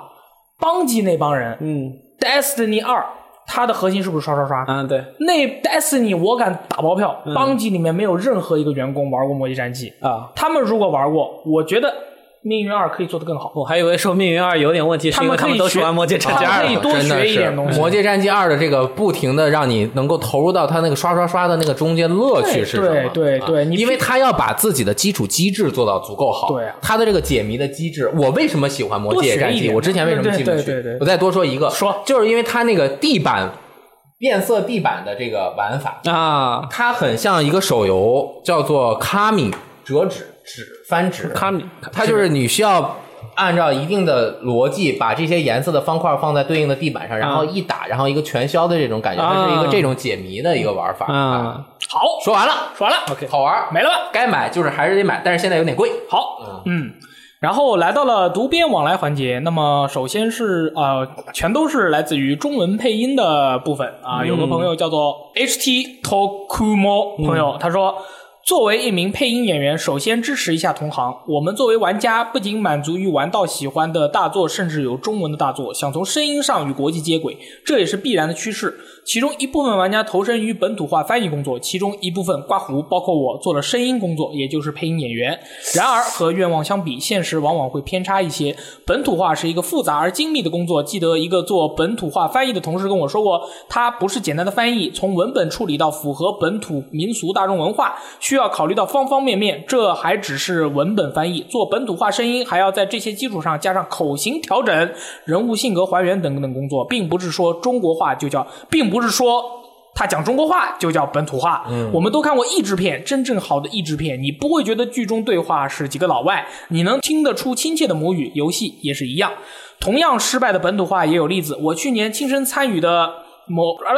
A: 邦吉那帮人，
C: 嗯
A: Destiny 二》它的核心是不是刷刷刷？
C: 啊，嗯对
A: 那 Destiny 我敢打包票，邦吉里面没有任何一个员工玩过《魔界战记》
C: 啊，
A: 他们如果玩过，我觉得《命运二》可以做得更好。
C: 我还以为说《命运二》有点问题，是因为
A: 他们可
C: 他
A: 以
C: 们都是玩《魔界
A: 学
C: 战记
A: 他
C: 二
A: 啊们》可以
C: 了。
A: 多
B: 真的
A: 学一
B: 是
A: 点东西
B: 《魔界战记二》的这个不停的让你能够投入到它那个刷刷刷的那个中间乐趣是什么？
A: 对对对
B: 啊
A: 你
B: 因为它要把自己的基础机制做到足够好。
A: 对啊
B: 它的这个解谜的机制，我为什么喜欢《魔界
A: 多
B: 战
A: 学一
B: 记》？
A: 点
B: 我之前为什么进不去？
A: 对对对对对
B: 我再多说一个，
A: 说
B: 就是因为它那个地板变色地板的这个玩法，
C: 啊，
B: 它很像一个手游，叫做《卡米折纸纸翻纸》。
C: 卡米，
B: 它就是你需要按照一定的逻辑，把这些颜色的方块放在对应的地板上，然后一打，然后一个全消的这种感觉，它是一个这种解谜的一个玩法。
C: 啊，
A: 好，
B: 说完了，
A: 说完了，OK，
B: 好玩，
A: 没了吧？
B: 该买就是还是得买，但是现在有点贵。
A: 好，嗯，然后来到了读编往来环节。那么首先是呃，全都是来自于中文配音的部分啊。有个朋友叫做 HT Tokumo 朋友，他说。作为一名配音演员，首先支持一下同行。我们作为玩家，不仅满足于玩到喜欢的大作，甚至有中文的大作，想从声音上与国际接轨，这也是必然的趋势。其中一部分玩家投身于本土化翻译工作，其中一部分刮胡，包括我做了声音工作，也就是配音演员。然而和愿望相比，现实往往会偏差一些。本土化是一个复杂而精密的工作。记得一个做本土化翻译的同事跟我说过，他不是简单的翻译，从文本处理到符合本土民俗大众文化，需要考虑到方方面面。这还只是文本翻译，做本土化声音还要在这些基础上加上口型调整、人物性格还原等等工作，并不是说中国话就叫，并不是说他讲中国话就叫本土化。我们都看过译制片，真正好的译制片，你不会觉得剧中对话是几个老外，你能听得出亲切的母语。游戏也是一样，同样失败的本土化也有例子。我去年亲身参与的。某啊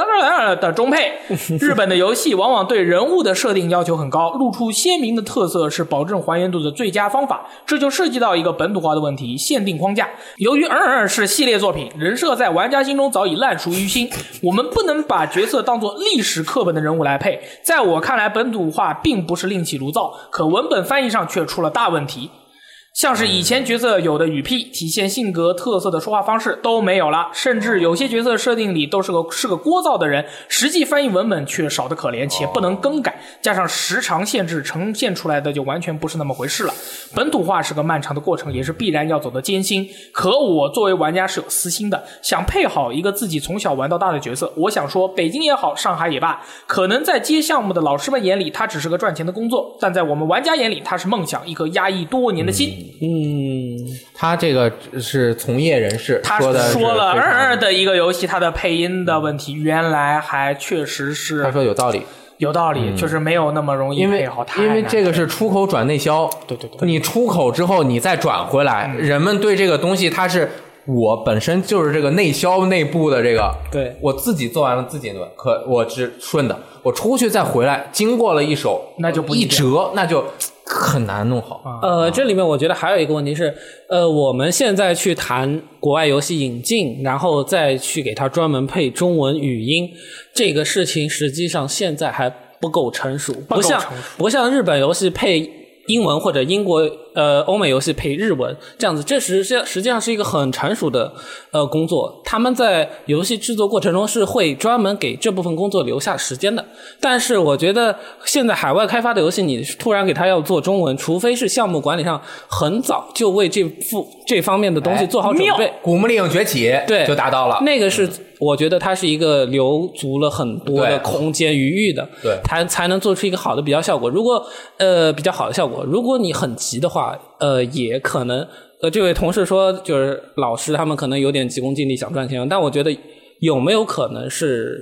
A: 的中配，日本的游戏往往对人物的设定要求很高，露出鲜明的特色是保证还原度的最佳方法。这就涉及到一个本土化的问题——限定框架。由于《嗯嗯》是系列作品，人设在玩家心中早已烂熟于心，我们不能把角色当作历史课本的人物来配。在我看来，本土化并不是另起炉灶，可文本翻译上却出了大问题。像是以前角色有的语屁、体现性格特色的说话方式都没有了，甚至有些角色设定里都是个是个聒噪的人，实际翻译文本却少得可怜，且不能更改，加上时长限制，呈现出来的就完全不是那么回事了。本土化是个漫长的过程，也是必然要走的艰辛。可我作为玩家是有私心的，想配好一个自己从小玩到大的角色。我想说，北京也好，上海也罢，可能在接项目的老师们眼里，它只是个赚钱的工作，但在我们玩家眼里，它是梦想，一颗压抑多年的心。
C: 嗯
B: 他这个是从业人士
A: 他
B: 说的是
A: 说了嗯
B: 非
A: 二
B: 常
A: 二的一个游戏，它的配音的问题，原来还确实
B: 他
A: 是
C: 嗯
B: 说有道理，
A: 有道理，就是没有那么容易
B: 因为
A: 配好太
B: 因为
A: 难
B: 这个是出口转内销，
A: 对对对
B: 你出口之后你再转回来，人们对这个东西它是。我本身就是这个内销内部的这个，
C: 对
B: 我自己做完了自己的，可我只顺的，我出去再回来，经过了一手，
A: 那就不一
B: 一啊
A: 样
B: 折，那就很难弄好。
C: 呃，这里面我觉得还有一个问题是，呃，我们现在去谈国外游戏引进，然后再去给它专门配中文语音，这个事情实际上现在还不够成熟，
A: 够
C: 不像
A: 成熟
C: 不像日本游戏配英文或者英国呃欧美游戏配日文这样子，这实际实际上是一个很成熟的呃工作。他们在游戏制作过程中是会专门给这部分工作留下时间的。但是我觉得现在海外开发的游戏，你突然给他要做中文，除非是项目管理上很早就为这副这方面的东西做好准备。
B: 古墓丽影崛起，
C: 对
B: 就达到了。
C: 那个是，我觉得它是一个留足了很多
B: 对
C: 的空间余裕的，
B: 对
C: 才才能做出一个好的比较效果。如果呃比较好的效果，如果你很急的话，呃也可能呃这位同事说就是老师他们可能有点急功近利想赚钱，但我觉得有没有可能是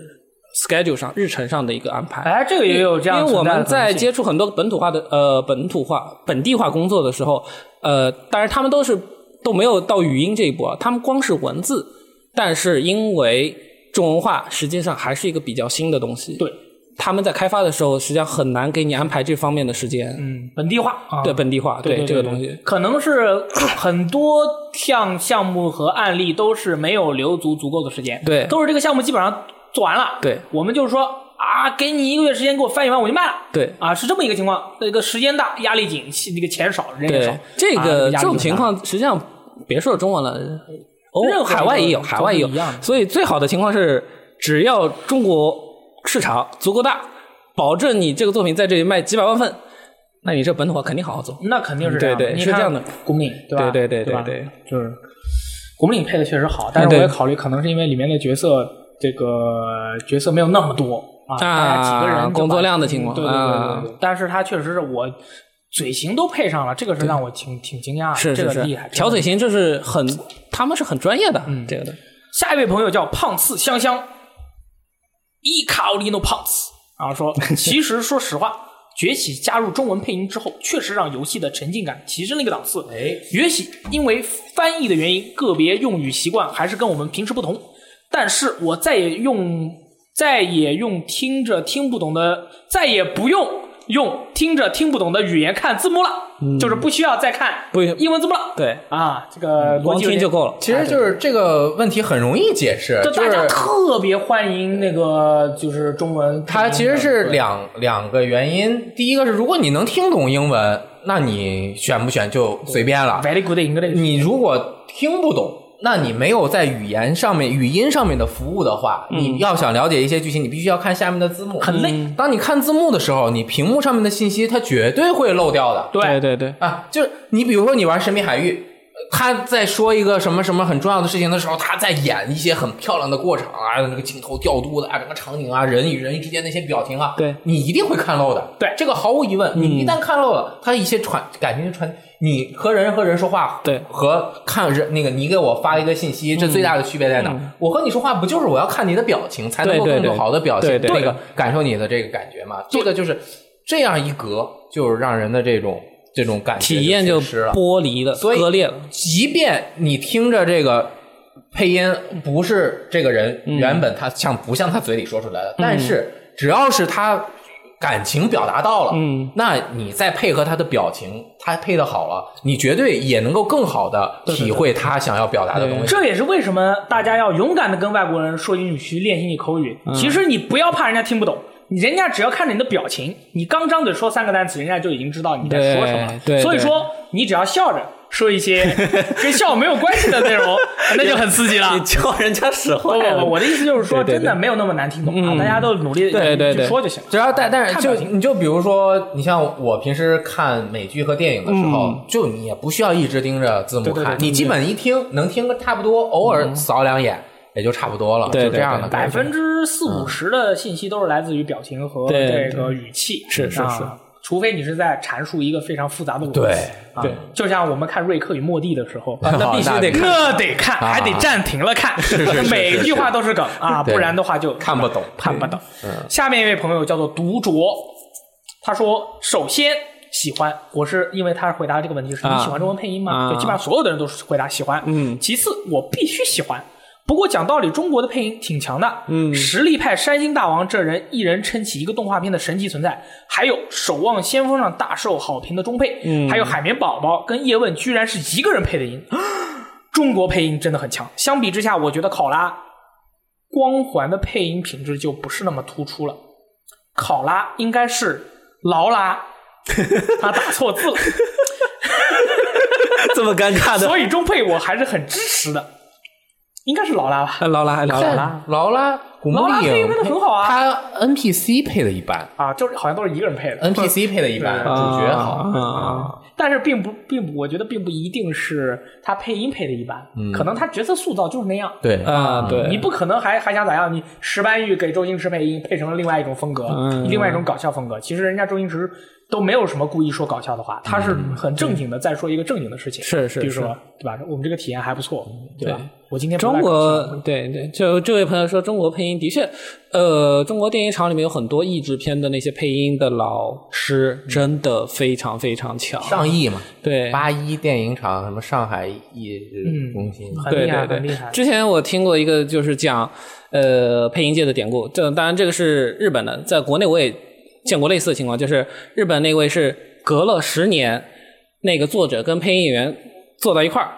C: schedule 上日程上的一个安排？
A: 哎，这个也有这样
C: 因为我
A: 存在的
C: 们
A: 可能
C: 在
A: 性
C: 接触很多本土化的呃本土化本地化工作的时候，呃，当然他们都是都没有到语音这一步啊，他们光是文字，但是因为中文化实际上还是一个比较新的东西，
A: 对，
C: 他们在开发的时候实际上很难给你安排这方面的时间，
A: 嗯本地化啊，
C: 对本地化，
A: 对对
C: 这个
A: 对
C: 东西，
A: 可能是很多项项目和案例都是没有留足足够的时间，
C: 对
A: 都是这个项目基本上做完了，
C: 对，
A: 我们就是说啊，给你一个月时间给我翻译完我就卖了，
C: 对。
A: 啊，是这么一个情况，那个时间大，压力紧，那个钱少，人也少
C: 对，，这
A: 啊
C: 个
A: 压
C: 这
A: 力就
C: 种
A: 大
C: 情况，实际上别说中文了，欧
A: 任何
C: 海外也有，
A: 都
C: 海外也有
A: 一样的。
C: 所以最好的情况是，只要中国市场足够大，保证你这个作品在这里卖几百万份，那你这本土化肯定好好做。
A: 那肯定是这样的，
C: 对对
A: 你
C: 是
A: 看
C: 这样的
A: 古墓丽影，对吧？
C: 对对对
A: 对吧
C: 对对，啊
A: 就是古墓丽影配的确实好，但是
C: 对
A: 我也考虑可能是因为里面的角色这个角色没有那么多啊，大家几个人就把
C: 工作量的情
A: 嗯
C: 况
A: 对对对
C: 啊
A: 对对，但是他确实是我嘴型都配上了，这个是让我挺挺惊讶的，
C: 是
A: 啊这
C: 是
A: 个嗯
C: 是
A: 厉害，，真
C: 调
A: 的
C: 嘴型这是很，他们是很专业的，这个的。
A: 下一位朋友叫胖次香香，伊卡奥利诺胖次，然后 说，其实说实话，崛起加入中文配音之后，确实让游戏的沉浸感提升了一个档次。
B: 哎，
A: 崛起因为翻译的原因，个别用语习惯还是跟我们平时不同，但是我再也用再也用听着听不懂的，再也不用用听着听不懂的语言看字幕了，就是不需要再看
C: 嗯不
A: 英文字幕了。
C: 对，
A: 啊，这个逻
C: 光
A: 辑有
C: 听
A: 点
C: 就够了。
B: 其实就是这个问题很容易解释，
A: 就
B: 就
A: 大
B: 是
A: 家特别欢迎那个就是中文，
B: 它其实是两两个原因，第一个是如果你能听懂英文，那你选不选就随便了；
A: very good English。
B: 你如果听不懂，那你没有在语言上面、语音上面的服务的话，你要想了解一些剧情，你必须要看下面的字幕，
A: 嗯很累
B: 嗯当你看字幕的时候，你屏幕上面的信息它绝对会漏掉的。
A: 对
C: 对对，
B: 啊，就是你比如说你玩《神秘海域》，呃他在说一个什么什么很重要的事情的时候，他在演一些很漂亮的过场啊，那个镜头调度的啊，整个场景啊，人与人之间那些表情啊，
C: 对嗯
B: 你一定会看漏的。
A: 对
B: 这个毫无疑问，你一旦看漏了，他一些传感情就传，你和人和人说话，
C: 对嗯
B: 和看人那个你给我发一个信息，这最大的区别在哪？我和你说话不就是我要看你的表情，才能够
C: 对对
B: 更
C: 对
B: 好的表现
C: 对对
B: 那个感受你的这个感觉嘛？这个就是这样一隔，就是让人的这种这种感觉
C: 体验就
B: 缺失了。
C: 剥离了，
B: 所以
C: 割裂了。
B: 即便你听着这个配音不是这个人
C: 嗯
B: 原本他像不像他嘴里说出来的，但是只要是他感情表达到了，
C: 嗯，
B: 那你再配合他的表情，他配的好了，你绝对也能够更好的体会他想要表达的东西。
A: 这也是为什么大家要勇敢的跟外国人说英语，去练习你口语。
C: 嗯
A: 其实你不要怕人家听不懂，人家只要看着你的表情，你刚张嘴说三个单词，人家就已经知道你在说什么了。
C: 对对
A: 所以说你只要笑着说一 些跟笑没有关系的内容，那啊就很刺激 了。
C: 教人家使
A: 不不不，我的意思就是说，
C: 对对对嗯
A: 真的没有那么难听懂啊，大家都努力
C: 对对
A: 去
C: 对
A: 说就行了。
B: 只要但但是
A: 看
B: 就
A: 表
B: 你就比如说，你像我平时看美剧和电影的时候，就你也不需要一直盯着字幕看，
A: 嗯对对对对嗯
B: 你基本一听能听个差不多，偶尔扫两眼、也就差不多了，
C: 对
B: 就这样的
C: 对对
A: 百
B: 感觉。
A: 分之四五十的信息都是来自于表情和
C: 嗯对
A: 这个语气，
C: 是是
A: 啊
C: 是
A: 除非你是在阐述一个非常复杂的逻辑。
B: 对
A: 啊
C: 对，哦
A: 就像我们看瑞克与莫蒂的时 候，啊
C: 那必须得看啊
A: 那得看，还得暂停了看，
B: 是是
A: 每句话都是梗啊，
B: 对
A: 不然的话就
B: 看不懂
A: 看不懂。
C: 嗯
A: 下面一位朋友叫做独酌，他说：“首先喜欢，我是因为他回答这个问题是你
C: 啊
A: 喜欢中文配音吗？
C: 啊
A: 对，基本上所有的人都是回答喜欢。
C: 嗯
A: 其次我必须喜欢。不过讲道理，中国的配音挺强的。嗯，实力派山星大王这人一人撑起一个动画片的神级存在，还有《守望先锋》上大受好评的中配，嗯，还有海绵宝宝跟叶问居然是一个人配的音。中国配音真的很强，相比之下，我觉得考拉光环的配音品质就不是那么突出了。考拉应该是劳拉，他打错字了，
C: 这么尴尬 的。
A: 所以中配我还是很支持的，应该是劳拉吧？
C: 哎劳拉还劳
A: 啊
B: 劳
C: 拉，
B: 拉，劳拉，古墓丽
A: 劳拉配
B: 影
A: 音配得很好啊
B: 他 NPC 配的一般
A: 啊，就是好像都是一个人配的，
B: ，NPC 配的一般，
A: 对
B: 主角好
C: 啊啊啊
A: 但是并不并不，我觉得并不一定是他配音配的一般，可能他角色塑造就是那样。
B: 对
C: 啊，嗯对，
A: 你不可能还还想咋样？你石斑鱼给周星驰配音，配成了另外一种风格，
C: 嗯
A: 另外一种搞笑风格。其实人家周星驰都没有什么故意说搞笑的话，他是很正经的在说一个正经的事情。
C: 嗯是是
A: 比如说对吧？我们这个体验还不错，对吧
C: 对？
A: 我今天不
C: 中
A: 赖搞笑
C: 国对对，就这位朋友说，中国配音的确，呃，中国电影厂里面有很多译制片的那些配音的老师，真的非常非常强。
B: 上亿嘛，
C: 对，
B: 八一电影厂什么上海译
A: 嗯
B: 制中心，
A: 很
C: 对
A: 厉害，
C: 对
A: 很厉
C: 对
A: 害。。
C: 之前我听过一个就是讲呃配音界的典故，这当然这个是日本的，在国内我也见过类似的情况，就是呃日本那位是隔了十年，那个作者跟配音演员坐到一块儿。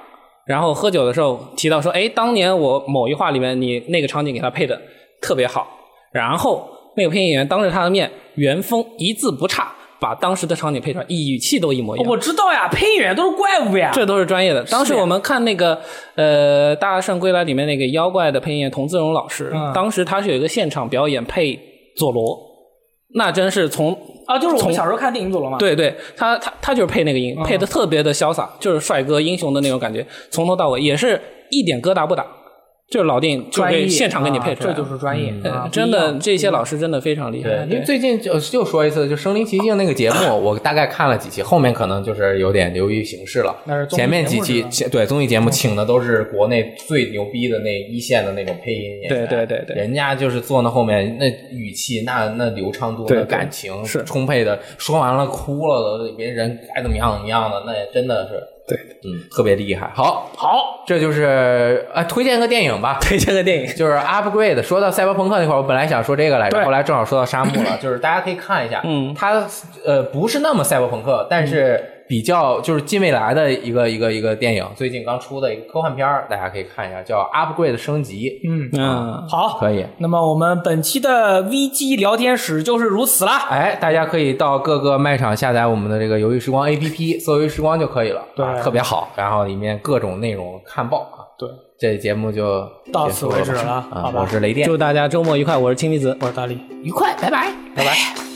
C: 然后喝酒的时候提到说，哎，当年我某一话里面你那个场景给他配的特别好，然后那个配音演员当着他的面原封一字不差把当时的场景配出来，语气都一模一样。
A: 哦我知道呀，配音员都是怪物呀。
C: 这都是专业的。当时我们看那个呃《大圣归来》里面那个妖怪的配音员童自荣老师，
A: 嗯
C: 当时他是有一个现场表演配佐罗，那真是从
A: 啊，就是我们
C: 从
A: 小时候看电影《佐罗》嘛。，
C: 对对，他他他就是配那个
A: 嗯
C: 音，配的特别的潇洒，就是帅哥英雄的那种感觉，从头到尾也是一点疙瘩不打，就是老电影就
A: 专业
C: 给现场给你
A: 啊
C: 配出来了，
A: 这就是专业
C: 呃
A: 啊，
C: 真的这些老师真的非常厉害，
B: 因为最近就又说一次，就《身临其境》那个节目，我大概看了几期，后面可能就是有点流于形式了。
A: 那是综艺
B: 前面几
A: 节
B: 期
A: 目是
B: 前对综艺节目请的都是国内最牛逼的那一线的那种配音演员，
C: 对对对对
B: 人家就是坐那后面那语气、那那流畅度、
C: 对
B: 那
C: 对
B: 感情
C: 是
B: 充沛的，说完了哭了的，别人该怎么样怎么样的，那真的是
C: 对，
B: 嗯，特别厉害。好，
A: 好，
B: 这就是啊，推荐个电影吧。
C: 推荐个电影
B: 就是 upgrade。说到赛博朋克那块儿，我本来想说这个来着，
A: 对
B: 后来正好说到沙漠 了，就是大家可以看一下，
C: 嗯
B: 它呃不是那么赛博朋克，但是比较就是近未来的一个一个一个电影，最近刚出的一个科幻片儿，大家可以看一下，叫 upgrade 升级，
A: 嗯，
C: 啊，
A: 好，
B: 可以。
A: 那么我们本期的 VG 聊天室就是如此啦。
B: 哎，大家可以到各个卖场下载我们的这个“游戏时光 ”APP，搜“游戏时光”就可以了，
A: 对
B: 啊，特别好。然后里面各种内容看爆啊！
A: 对，
B: 这节目就
A: 到此为止
B: 结束
A: 了
B: 吧
A: 好
B: 啊！
A: 吧
B: 我是雷电，
C: 祝大家周末愉快，我是氢离子。
A: 我是大力。
B: 愉快，拜拜，拜拜。